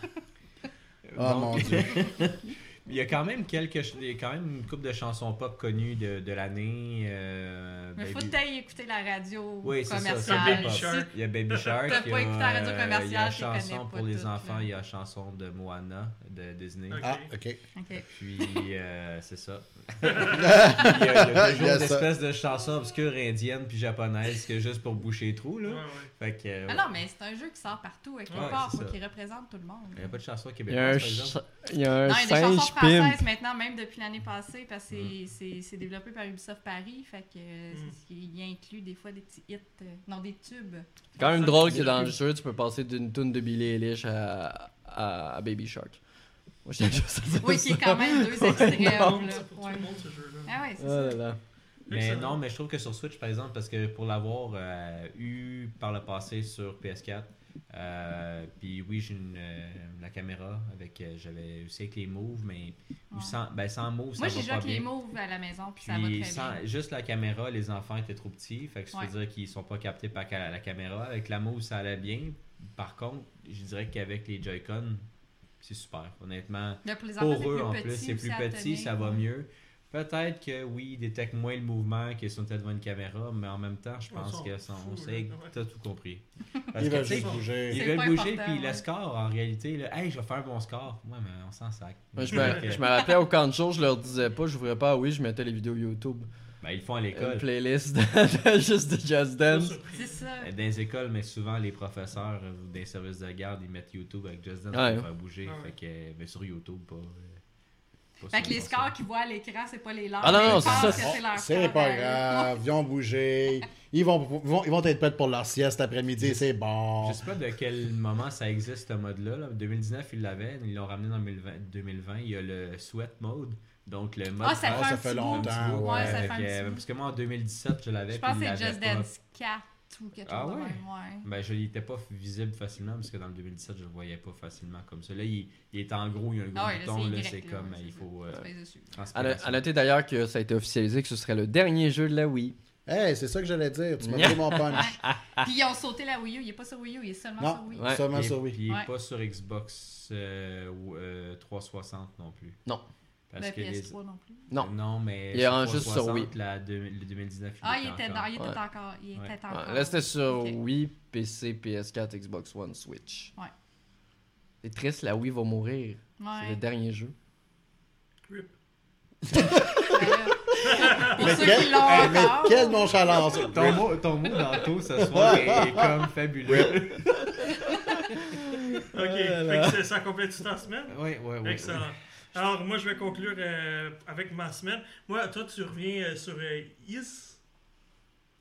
S2: euh, <laughs> dans. Oh
S4: Donc,
S2: mon dieu.
S4: Il y a quand même quelques, ch- il y a quand même une couple de chansons pop connues de, de l'année. euh,
S3: Mais
S4: Baby-
S3: faut que t'ailles écouter la radio
S4: Oui, c'est ça,
S3: commerciale.
S4: c'est Baby
S3: Si-
S5: Shark.
S4: Il y a Baby Shark.
S3: T'as pas
S4: il y a,
S3: écouté la radio
S4: euh,
S3: commerciale,
S4: Il y a la
S3: tu connais
S4: chanson
S3: pas
S4: pour les
S3: toutes,
S4: enfants,
S3: là.
S4: il y a la chanson de Moana de Disney.
S5: Ok.
S2: Ah, ok.
S3: Ok.
S4: Puis euh, c'est ça. il y a, il y a toujours
S2: Il y a
S4: une
S2: ça.
S4: espèce de chanson obscure indienne puis japonaise que juste pour boucher les trous là.
S5: Ouais, ouais.
S4: Fait que. euh,
S3: Ah non, mais c'est un jeu qui sort partout, à quelque
S4: Ouais,
S3: part,
S4: c'est
S3: faut
S4: ça. Eh ben,
S3: qu'il représente tout le monde.
S4: Il n'y a pas de chanson
S1: Il y a un,
S4: québécoise. par exemple.
S1: ch- il y a un
S3: Non, il y a des
S1: singe
S3: chansons
S1: pimp.
S3: françaises maintenant, même depuis l'année passée, parce que c'est-
S4: Hmm.
S3: c'est- c'est développé par Ubisoft Paris, fait que euh,
S5: Mm.
S3: c'est- il y inclut des fois des petits hits, euh, non, des tubes.
S4: <laughs>
S1: quand même drôle que dans le jeu, tu peux passer d'une toune de Billy Eilish à, à, à Baby Shark. Moi, je tiens juste à dire <laughs>
S3: Oui, qui est quand même
S4: <laughs>
S3: deux extrêmes. là.
S5: Non, c'est pour tout le
S3: Ouais.
S5: monde, ce jeu-là.
S3: Ah ouais, c'est
S1: ça. Ah là
S3: ça.
S1: là.
S4: Mais
S5: Excellent.
S4: non, mais je trouve que sur Switch, par exemple, parce que pour l'avoir euh, eu par le passé sur PS4, euh, puis oui, j'ai une, euh, la caméra avec, euh, j'avais aussi avec les moves, mais ou
S3: Ouais.
S4: sans, ben, sans moves, ça
S3: Moi,
S4: va
S3: j'ai joué
S4: pas
S3: avec les
S4: bien.
S3: moves à la maison, puis ça va très
S4: Puis sans-
S3: bien.
S4: juste la caméra, les enfants étaient trop petits, fait que ça veut dire qu'ils sont pas captés par ca- la caméra. Avec la move, ça allait bien. Par contre, je dirais qu'avec les Joy-Con, c'est super. Honnêtement,
S3: Là, pour les enfants,
S4: pour eux, en plus, c'est plus
S3: aussi à
S4: petit,
S3: tenir.
S4: ça va mieux. Peut-être que oui, ils détectent moins le mouvement que si on était devant une caméra, mais en même temps, je
S5: On
S4: pense
S5: s'en
S4: que
S5: fout,
S4: ça- on
S5: là,
S4: sait que
S5: ouais.
S4: t'as tout
S1: <laughs>
S4: compris. Parce
S2: Il
S4: que,
S2: va
S4: tu sais,
S2: juste bouger.
S4: ils
S3: C'est
S4: veulent
S3: pas
S4: bouger,
S3: important,
S4: puis le
S3: ouais.
S4: score, en réalité, là, hey, je vais faire un bon score. Ouais, mais on s'en sac. euh,
S1: Moi, je, me, je me rappelais au camp de jour, je leur disais pas, j'ouvrais pas, oui, je mettais les vidéos YouTube.
S4: Ben, ils le font à
S1: Une
S4: l'école.
S1: playlist de- de- juste de Just Dance.
S3: C'est ça.
S4: Dans les écoles, mais souvent, les professeurs euh, ou des services de garde, ils mettent YouTube avec Just Dance
S1: Ouais.
S4: pour faire bouger.
S5: Ouais.
S4: Fait que, mais sur YouTube, pas. euh, pas
S3: Fait
S4: sur
S3: que les
S4: console.
S3: scores qu'ils voient à l'écran, c'est pas les leurs.
S1: Ah non,
S3: mais
S1: non,
S3: ils
S1: c'est
S3: pensent
S1: ça.
S3: que c'est leur
S2: C'est
S3: score à
S2: pas
S3: eux.
S2: grave. Ils vont bouger. Ils vont, ils vont, ils vont être prêts pour leur sieste après-midi. C'est bon.
S4: Je sais pas de quel moment ça existe ce mode-là. là. 2019, ils l'avaient, ils l'ont ramené dans 2020, 2020. Il y a le sweat mode, donc le mode.
S3: Ah, ça
S2: Ah,
S3: fait,
S2: ça
S3: un
S2: fait
S3: petit bout.
S2: longtemps.
S4: Ouais,
S3: Ouais, ça fait
S4: fait
S3: un
S4: que-
S3: petit bout.
S4: parce que moi en 2017, je l'avais.
S3: Je pense que
S4: puis il
S3: c'est
S4: l'avait
S3: Just
S4: pas.
S3: Dance 4 ou quelque chose
S4: Ah
S3: de
S4: ouais?
S3: même, ouais.
S4: Ben, je n'étais pas visible facilement parce que dans le 2017, je le voyais pas facilement comme ça. Là, il, il est en gros, il y a un gros
S3: Ah ouais, là,
S4: bouton, là,
S3: Y,
S4: c'est
S3: là,
S4: comme,
S3: ouais,
S4: il
S3: c'est
S4: faut. euh,
S3: ça. Tu pèses dessus.
S1: À, no-
S4: transpiration.
S1: à noter d'ailleurs que ça a été officialisé que ce serait le dernier jeu de la Wii.
S2: Hey, c'est ça que j'allais dire. Tu m'as pris mon punch.
S3: Puis ils ont sauté la Wii U, il est pas sur Wii U, il est seulement
S2: Ah Non.
S3: sur Wii.
S1: Ouais.
S2: Seulement
S4: Et
S2: sur oui.
S4: puis, il est
S3: Ouais.
S4: pas sur Xbox euh, ou, euh, 360 non plus.
S1: Non.
S4: Parce
S3: Le
S4: que les- Euh,
S3: PS3 non plus.
S1: Non.
S4: mais.
S1: Il y a un
S4: sur
S1: juste sur
S4: 360,
S1: Wii.
S4: La, deux- le 2019.
S3: Ah, il
S4: l'était
S3: était,
S4: encore.
S3: dans, il était
S1: Ouais.
S3: encore. Il était
S4: Ouais.
S3: encore.
S1: Ouais, Là, c'était sur
S3: Ah. Ok.
S1: Wii, PC, PS4, Xbox One, Switch.
S3: Ouais.
S1: C'est triste, la Wii va mourir. C'est
S3: Ouais.
S1: le dernier jeu.
S5: Rip.
S3: Pour
S2: Mais
S3: ceux
S2: quel-
S3: qui l'ont
S2: Hey, mais
S3: encore.
S2: quelle nonchalance!
S4: Ton mot, ton mot d'Anto
S2: <laughs>
S4: ce soir est, est comme fabuleux.
S5: Ok,
S2: Euh,
S5: fait que c'est- ça complète toute ta semaine?
S4: <laughs> Ouais, ouais, ouais.
S5: Excellent. Alors, moi, je vais conclure euh, avec ma semaine. Moi, toi, tu reviens euh, sur euh, Is,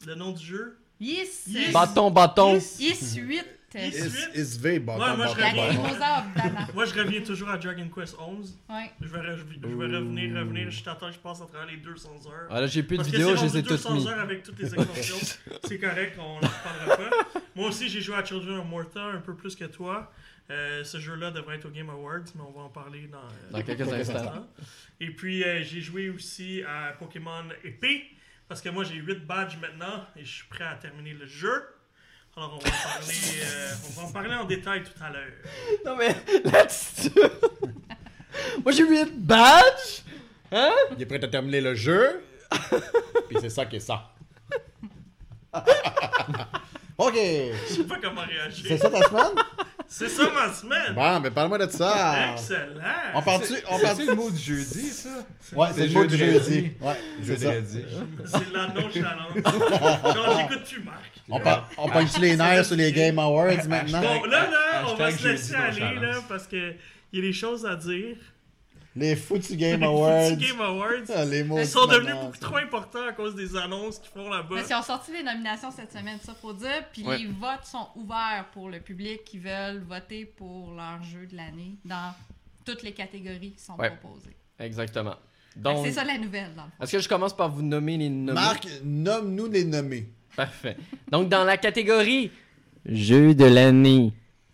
S5: le nom du jeu.
S3: Yes!
S5: Yes.
S1: Bâton, bâton!
S5: Yes.
S3: Yes 8!
S5: Yes.
S2: Is, is V, bon,
S5: Ouais,
S2: bon,
S5: moi,
S2: bon,
S5: je
S3: La
S2: bon,
S5: réponds.
S2: bon.
S3: Grimosard, évidemment.
S5: Moi, je reviens toujours à Dragon Quest 11.
S3: Ouais.
S5: Je vais, re- je vais revenir, revenir. Je t'attends, je passe à travers les 200 heures.
S1: Ah, là, j'ai plus de
S5: Parce que
S1: vidéos,
S5: c'est
S1: je les ai
S5: rendu
S1: toutes mis.
S5: heures avec toutes les extensions.
S1: <laughs>
S5: c'est correct, on n'en parlera pas. Moi aussi, j'ai joué à Children of Morta un peu plus que toi. Euh, ce jeu-là devrait être au Game Awards, mais on va en parler dans, euh,
S1: Dans quelques instants.
S5: Et puis, euh, j'ai joué aussi à Pokémon Épée, parce que moi, j'ai 8 badges maintenant et je suis prêt à terminer le jeu. Alors, on va en parler, euh, on va en, parler en détail tout à l'heure. <laughs>
S1: Non, mais <laughs> l'attitude! Moi, j'ai 8 badges! Hein?
S2: Il est prêt à terminer le jeu. Puis c'est ça qui est ça. <laughs> OK!
S5: Je sais pas comment réagir.
S2: C'est ça ta semaine?
S5: C'est ça ma semaine!
S2: Bon, mais parle-moi de ça!
S5: Excellent!
S2: Bah. On part-tu? On part
S4: le mot du jeudi, ça?
S2: Ouais,
S4: C'est
S2: c'est le mot du
S4: jeudi.
S2: jeudi. Ouais, c'est ça.
S4: Jeudi.
S5: C'est la nonchalance. Genre, j'écoute plus Marc.
S2: On, par-
S5: Ah,
S2: on pogne-tu les nerfs sur les Game
S5: <laughs>
S2: Awards maintenant?
S5: Bon, là, là, on va
S4: Hashtag
S5: se laisser
S4: jeudi
S5: aller,
S4: nonchalance.
S5: là, parce que il y a des choses à dire.
S2: Les foutus Game <laughs>
S5: Les
S2: Awards.
S5: petits Game Awards.
S2: <laughs> Ah, les mots.
S5: Ils sont devenus beaucoup trop importants à cause des annonces qu'ils font là-bas.
S3: Mais ils ont sorti les nominations cette semaine, ça faut dire. Puis
S1: Ouais.
S3: les votes sont ouverts pour le public qui veulent voter pour leur jeu de l'année dans toutes les catégories qui sont
S1: Ouais.
S3: proposées.
S1: Exactement.
S3: Fait que
S1: Donc,
S3: C'est ça la nouvelle, dans le fond.
S1: est-ce que je commence par vous nommer les nommés?
S2: Marc, nomme-nous les nommés.
S1: Parfait. Donc, dans la catégorie Jeu de l'année,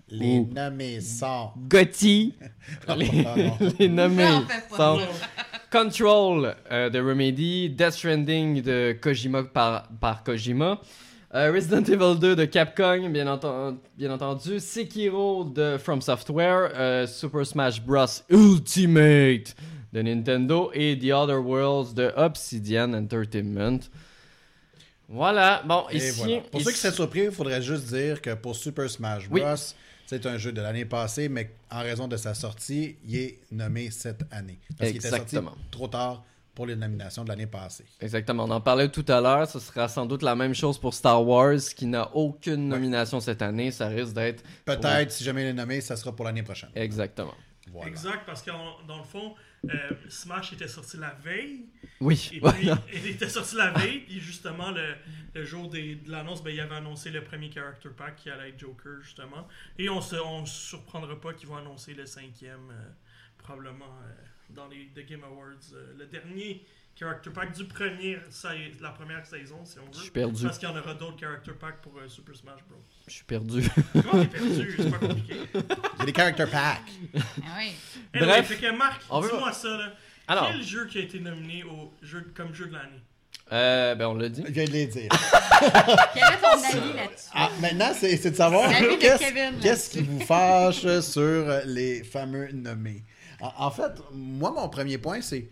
S2: Les
S1: Ouh.
S2: nommés sont.
S1: Gotti, les,
S2: <laughs> Ah, non.
S1: <laughs> les nommés
S3: Non, on fait pas
S1: sont
S3: ça.
S1: Control euh, de Remedy, Death Stranding de Kojima par, par Kojima, euh, Resident Evil 2 de Capcom, bien, enten- bien entendu, Sekiro de From Software, euh, Super Smash Bros. Ultimate de Nintendo et The Other Worlds de Obsidian Entertainment. Voilà, bon,
S2: Et
S1: ici...
S2: voilà. Pour ceux qui
S1: ici-
S2: seraient surpris, il faudrait juste dire que pour Super Smash Bros,
S1: Oui.
S2: c'est un jeu de l'année passée, mais en raison de sa sortie, il est nommé cette année. Parce qu'il était sorti
S1: Exactement.
S2: trop tard pour les nominations de l'année passée.
S1: Exactement, on en parlait tout à l'heure, ce sera sans doute la même chose pour Star Wars qui n'a aucune nomination cette année, ça risque d'être...
S2: Peut-être,
S1: Ouais.
S2: si jamais il est nommé, ça sera pour l'année prochaine.
S1: Exactement.
S2: Voilà.
S5: Exact, parce que dans le fond, euh, Smash était sorti la veille.
S1: Oui.
S5: Et puis,
S1: voilà.
S5: il était sorti la veille, puis justement, le, le jour des- de l'annonce, ben, il avait annoncé le premier character pack qui allait être Joker, justement. Et on se, on se surprendra pas qu'ils vont annoncer le cinquième, euh, probablement, euh, dans les The Game Awards. euh, le dernier character pack du premier, sai- la première saison, si on
S1: Je
S5: veut.
S1: suis perdu.
S5: Parce qu'il y en aura d'autres character packs pour euh, Super Smash Bros.
S1: Je suis
S2: <laughs>
S1: perdu.
S5: Comment t'es perdu?
S1: <laughs>
S5: C'est pas compliqué.
S2: Il y a des character packs.
S3: Ah oui.
S5: Anyway,
S1: Bref.
S5: fait que Marc,
S1: On veut-
S5: dis-moi ça, là.
S1: Alors,
S5: Quel jeu qui a été nominé au jeu, comme jeu de l'année?
S1: euh, ben on l'a dit.
S2: Je viens de les dire.
S3: Quel est ton avis là-dessus?
S2: Ah, maintenant, c'est c'est de savoir
S3: L'avis de Kevin,
S2: qu'est-ce
S3: là.
S2: qu'est-ce qui vous fâche sur les fameux nommés. En, en fait, moi, mon premier point, c'est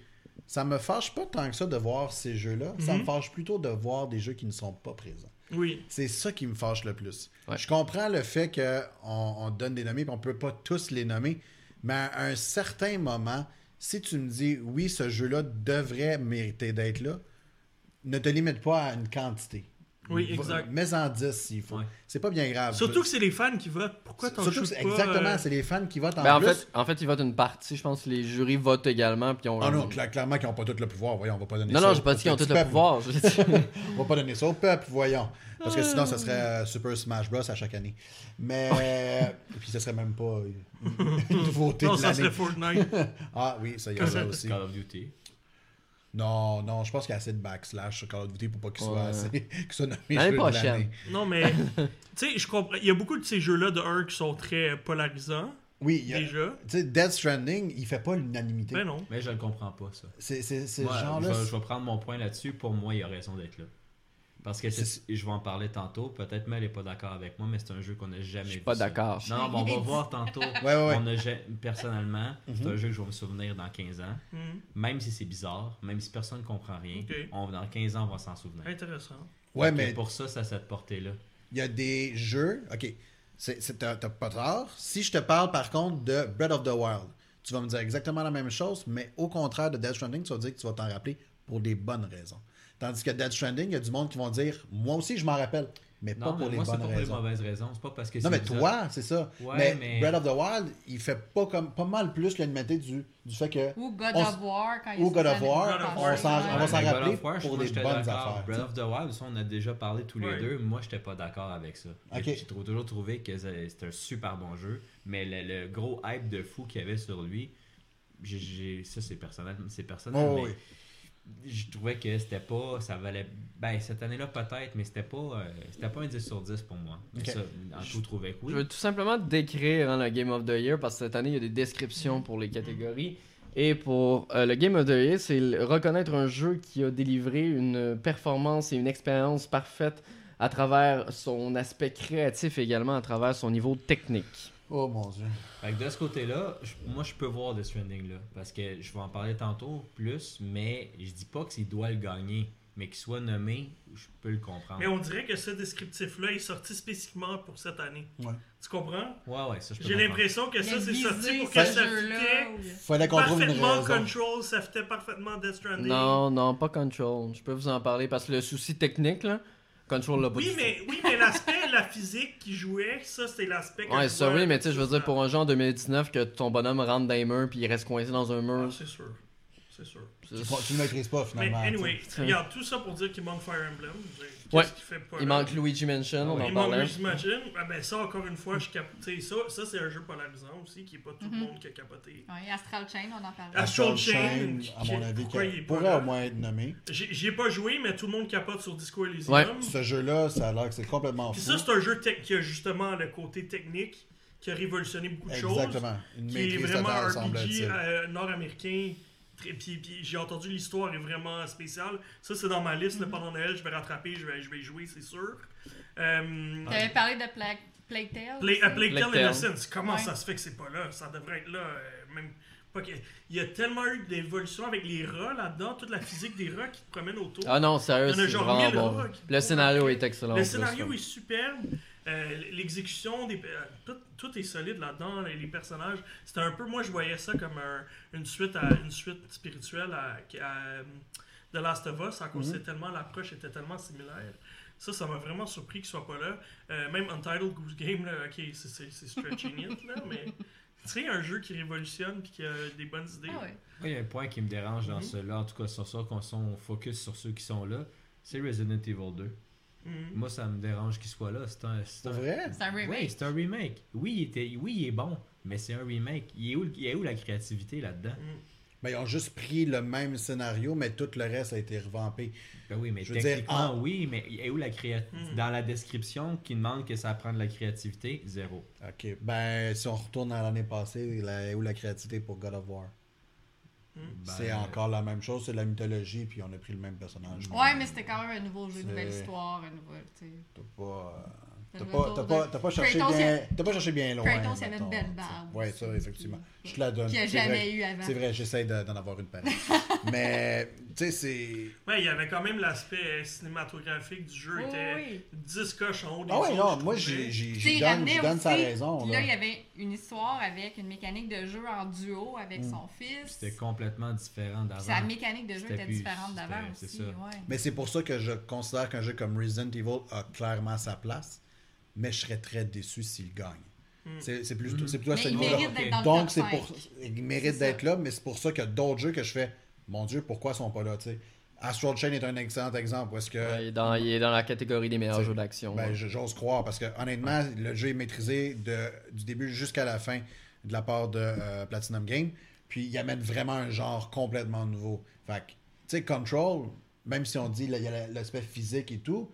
S2: ça me fâche pas tant que ça de voir ces jeux-là. Ça me fâche plutôt de voir des jeux qui ne sont pas présents.
S5: Oui.
S2: C'est ça qui me fâche le plus.
S1: Ouais.
S2: Je comprends le fait qu'on on donne des nommés et qu'on ne peut pas tous les nommer, mais à un certain moment, si tu me dis oui, ce jeu-là devrait mériter d'être là, ne te limite pas à une quantité.
S5: Oui,
S2: Va-
S5: exact.
S2: Mets en 10 s'il faut.
S4: Ouais.
S2: C'est pas bien grave.
S5: Surtout que c'est les fans qui votent. Pourquoi t'en
S2: Surtout que
S5: shootes
S2: c'est-
S5: pas
S2: exactement,
S5: euh,
S2: c'est les fans qui votent en
S1: Ben, en,
S2: plus.
S1: fait, en fait, ils votent une partie. Je pense que les jurys votent également. Puis on...
S2: Ah non, cla- clairement qu'ils n'ont pas tout le pouvoir. Voyons, on va pas donner
S1: non,
S2: ça.
S1: non, j'ai pas
S2: au-
S1: dit qu'ils
S2: au
S1: ont tout
S2: petit
S1: le
S2: peuple.
S1: pouvoir. J'ai dit-
S2: On va pas donner ça au peuple, voyons. Parce que sinon, ça serait euh, Super Smash Bros. à chaque année. Mais. Et puis, ça serait même pas euh,
S5: <laughs>
S2: une nouveauté
S5: Non,
S2: de
S5: ça serait
S2: l'année.
S5: Fortnite.
S2: <laughs> Ah oui, ça y a ça aussi.
S4: Call of Duty.
S2: Non, non, je pense qu'il y a assez de backslash sur Call of Duty pour pas qu'il soit
S1: Ouais.
S2: assez. <laughs> qu'il soit nommé
S1: L'année
S2: jeu de
S1: prochaine.
S2: l'année.
S5: non, mais. Tu sais, je comprends. Il y a beaucoup de ces jeux-là de 1 qui sont très polarisants.
S2: Oui, il y a- tu
S5: Déjà.
S2: sais, Death Stranding, il fait pas l'unanimité.
S5: Ben non.
S4: Mais je le comprends pas, ça.
S2: C'est c'est- c'est
S4: Moi,
S2: ce
S4: je,
S2: genre-là.
S4: vais, je vais prendre mon point là-dessus. Pour moi, il a raison d'être là. Parce que c'est- je vais en parler tantôt. Peut-être Mel n'est pas d'accord avec moi, mais c'est un jeu qu'on n'a jamais
S1: Je suis
S4: vu
S1: pas
S4: ça.
S1: d'accord.
S4: Non, mais on
S1: <laughs>
S4: va voir tantôt.
S2: Ouais, ouais, Mm-hmm. ouais.
S4: On a ja- personnellement, c'est un jeu que je vais me souvenir dans 15 ans.
S5: Hum,
S4: Même si c'est bizarre, même si personne ne comprend rien,
S5: Ok.
S4: on, dans 15 ans, on va s'en souvenir.
S5: Intéressant.
S2: Ouais,
S4: Fait que
S2: mais
S4: Pour ça, ça a cette portée-là.
S2: Il y a des jeux. Ok, c'est- c'est- t'as t'as pas tort. Si je te parle par contre de Breath of the Wild, tu vas me dire exactement la même chose, mais au contraire de Death Stranding, tu vas dire que tu vas t'en rappeler pour des bonnes raisons. Tandis que Death Stranding, il y a du monde qui vont dire Moi aussi, je m'en rappelle, mais pas
S4: Non,
S2: pour
S4: mais
S2: les
S4: moi, c'est
S2: bonnes
S4: pas pour les
S2: raisons.
S4: mauvaises raisons. C'est pas parce que
S2: non,
S4: c'est
S2: mais
S4: bizarre.
S2: toi, c'est ça.
S4: Ouais,
S2: mais,
S4: mais-
S2: Breath of the Wild, il fait pas comme pas mal plus l'humanité du, du fait que.
S3: Ou God
S2: on s-
S3: of War quand il
S2: ou
S3: est
S2: God of
S3: sorti
S2: War,
S3: l'année
S5: on
S3: passée.
S5: s'en-
S2: on va s'en
S4: Mais
S2: rappeler
S4: Breath of War,
S2: pour
S4: moi,
S2: des
S4: j'étais
S2: bonnes
S4: d'accord.
S2: affaires.
S4: Breath of the Wild, ça, on a déjà parlé tous les
S5: Ouais.
S4: deux. Moi, j'étais pas d'accord avec ça.
S2: Ok.
S4: J'ai- J'ai trou- toujours trouvé que ça- c'était un super bon jeu, mais le, le gros hype de fou qu'il y avait sur lui, j'ai- j'ai- ça, c'est personnel. C'est personnel,
S2: Oh,
S4: mais
S2: oui.
S4: je trouvais que c'était pas. Ça valait. Ben, cette année-là, peut-être, mais c'était pas, euh, c'était pas un 10 sur 10 pour moi. Mais
S2: Ok.
S4: ça, en tout, je trouvais cool.
S1: Je veux tout simplement décrire hein, le Game of the Year parce que cette année, il y a des descriptions pour les catégories. Et pour euh, le Game of the Year, c'est le- reconnaître un jeu qui a délivré une performance et une expérience parfaite à travers son aspect créatif également, à travers son niveau technique.
S2: Oh mon dieu.
S4: Fait que de ce côté-là, je- moi je peux voir de ce Stranding là parce que je vais en parler tantôt plus, mais je dis pas qu'il doit le gagner, mais qu'il soit nommé, je peux le comprendre.
S2: Ah.
S5: Mais on dirait que ce descriptif-là est sorti spécifiquement pour cette année.
S2: Ouais.
S5: Tu comprends?
S4: Ouais ouais, ça je peux
S5: J'ai
S4: comprendre.
S5: l'impression que ça, c'est
S3: Il a visé
S5: sorti pour que
S3: ce
S5: ça
S3: jeu-là,
S5: fitait
S3: ou-
S2: Fallait qu'on trouve une
S5: parfaitement
S2: raison.
S5: Control, ça fitait parfaitement Death Stranding.
S1: Non, non, pas Control. Je peux vous en parler parce que le souci technique, là, Control l'a pas
S5: Oui,
S1: du
S5: mais, oui, mais l'aspect, la physique qui jouait, ça, c'est l'aspect
S1: tout.
S5: que
S1: Ouais,
S5: je
S1: ça
S5: vois
S1: oui, mais tu sais, je veux dire,
S5: souvent.
S1: pour un jeu en 2019, que ton bonhomme rentre dans les murs puis il reste coincé dans un
S5: Ah,
S1: mur.
S5: c'est sûr. C'est sûr.
S1: c'est-
S2: Tu tu ne maîtrises pas
S5: Mais
S2: finalement.
S5: anyway,
S2: tu sais.
S5: regarde, tout ça pour dire qu'il manque Fire Emblem. Qu'est-ce
S1: Ouais.
S5: qui fait pas
S1: Il
S5: là?
S1: manque Luigi Mansion, on en
S5: hein. Il manque
S1: parlait.
S5: Luigi Mansion. Ah ben ça, encore une fois, je capte. tu sais, Ça, ça c'est un jeu polarisant aussi, qui est pas tout le monde qui a capoté.
S3: Ouais, Astral Chain, on en parlait.
S5: Astral
S2: Astral
S5: Chain,
S2: Chain,
S5: qui-
S2: à mon avis,
S5: pourquoi
S2: qui-
S5: il est pas
S2: pourrait
S5: là?
S2: au moins être nommé.
S5: J'ai j'ai pas joué, mais tout le monde capote sur Disco Elysium.
S1: Ouais.
S2: Ce jeu-là, ça a l'air que c'est complètement
S5: Puis
S2: fou.
S5: ça, c'est un jeu tech- qui a justement le côté technique, qui a révolutionné beaucoup de choses.
S2: Exactement. Une
S5: Qui est
S2: maîtrise
S5: vraiment
S2: totale,
S5: RPG
S2: semble-t-il.
S5: euh, nord-américain. Très- Puis, puis j'ai entendu l'histoire est vraiment spéciale. Ça, c'est dans ma liste. là, pendant Noël, je vais rattraper, je vais, je vais y jouer, c'est sûr. Euh,
S3: Tu avais parlé de Plague, Plague Tale.
S5: Play, à
S3: aussi.
S5: Plague Tale
S1: Plague Tale.
S5: Innocence, comment
S3: Ouais.
S5: ça se fait que c'est pas là Ça devrait être là. euh, même pas que- Il y a tellement eu d'évolution avec les rats là-dedans, toute la physique des rats qui te promènent autour.
S1: Ah non, sérieux,
S5: Il y en a
S1: c'est
S5: genre
S1: vraiment
S5: mille,
S1: bon.
S5: là, qui-
S1: Le scénario est excellent. en
S5: Le
S1: plus,
S5: scénario
S1: là.
S5: est superbe. euh, L'exécution, des euh, tout, tout est solide là-dedans. Les, les personnages, c'était un peu. Moi, je voyais ça comme un- une, suite à, une suite spirituelle à, à, euh, The Last of Us, à cause
S2: Mhm.
S5: c'est tellement l'approche était tellement similaire. Ça, ça m'a vraiment surpris qu'il soit pas là. Euh, même Untitled Goose Game, là, ok, c'est- c'est c'est stretching it,
S2: <laughs>
S5: là, mais tu sais, un jeu qui révolutionne puis qui a des bonnes idées.
S3: Ah ouais.
S4: Moi, il y a un point qui me dérange dans
S5: Mhm.
S4: cela, en tout cas sur ça, qu'on s'en focus sur ceux qui sont là, c'est Resident Evil 2.
S5: Mhm.
S4: Moi, ça me dérange qu'il soit là. C'est un.
S2: C'est vrai?
S3: C'est un remake.
S4: Oui, c'est un remake. Oui il, était... oui, il est bon, mais c'est un remake. Il est où, il est où la créativité là-dedans
S2: Mais ils ont juste pris le même scénario, mais tout le reste a été revampé.
S4: Ben oui, mais
S2: Je veux dire,
S4: techniquement,
S2: en-
S4: oui, mais il est où la créativité
S5: Mhm.
S4: Dans la description qui demande que ça prend de la créativité, zéro.
S2: OK. Ben, si on retourne à l'année passée, la, où la créativité pour God of War?
S5: Hmm.
S4: Ben,
S2: c'est encore la même chose, c'est de la mythologie, puis on a pris le même personnage.
S3: Ouais, mais c'était quand même un nouveau jeu, une
S2: C'est-
S3: nouvelle histoire, un nouveau. tu sais.
S2: T'as pas... euh,
S3: Le
S2: T'as pas,
S3: retour
S2: t'as
S3: de-
S2: pas, t'as pas cherché
S3: Kratos, il y a-
S2: bien, t'as pas cherché bien loin.
S3: Kratos, il y avait une
S2: mettons,
S3: belle
S2: tu sais.
S3: barbe
S2: Ouais,
S3: aussi,
S2: ça, effectivement.
S3: qui-
S2: Je te la donne.
S3: Qu'il n'y a
S2: C'est vrai
S3: jamais
S2: que-
S3: eu avant.
S2: C'est vrai, j'essaie de- d'en avoir une
S3: <laughs>
S2: pareille. mais, tu sais, c'est.
S5: Ouais, il y avait quand même l'aspect euh, cinématographique du jeu.
S3: Oui,
S5: était
S3: oui.
S5: 10 coches en haut des
S2: Ah ouais,
S5: autres,
S2: non,
S5: je
S2: moi,
S5: trouvais.
S2: j'ai- j'ai-
S3: Tu sais,
S2: j'y
S3: il
S2: donne,
S3: ramenait
S2: j'y donne sa
S3: aussi-
S2: raison.
S3: Là,
S2: Là.
S3: il y avait une histoire avec une mécanique de jeu en duo avec
S2: Hmm.
S3: son fils.
S4: C'était complètement différent
S3: Puis
S4: d'avant.
S3: Sa mécanique de jeu
S4: C'était
S3: était
S4: plus-
S3: différente d'avant
S4: c'était-
S3: aussi.
S4: c'est ça.
S3: ouais.
S2: Mais c'est pour ça que je considère qu'un jeu comme Resident Evil a clairement sa place, mais je serais très déçu s'il gagne. C'est c'est plus, c'est plutôt à
S3: Hmm. Mais
S2: ce
S3: il
S2: niveau-là.
S3: mérite d'être dans le
S2: Donc,
S3: top
S2: c'est
S3: 5.
S2: pour. Il mérite
S3: C'est ça.
S2: d'être là, mais c'est pour ça qu'il y a d'autres jeux que je fais. Mon Dieu, pourquoi ils sont pas là, tu sais? Astral Chain est un excellent exemple. Parce que.
S1: Ouais, il, est dans, il est dans la catégorie des meilleurs
S2: C'est-
S1: jeux d'action.
S2: Ben,
S1: ouais.
S2: je- j'ose croire, parce que honnêtement, le jeu est maîtrisé de, du début jusqu'à la fin de la part de euh, Platinum Game. Puis il amène vraiment un genre complètement nouveau. Fait que, tu sais, Control, même si on dit là, il y a la- l'aspect physique et tout,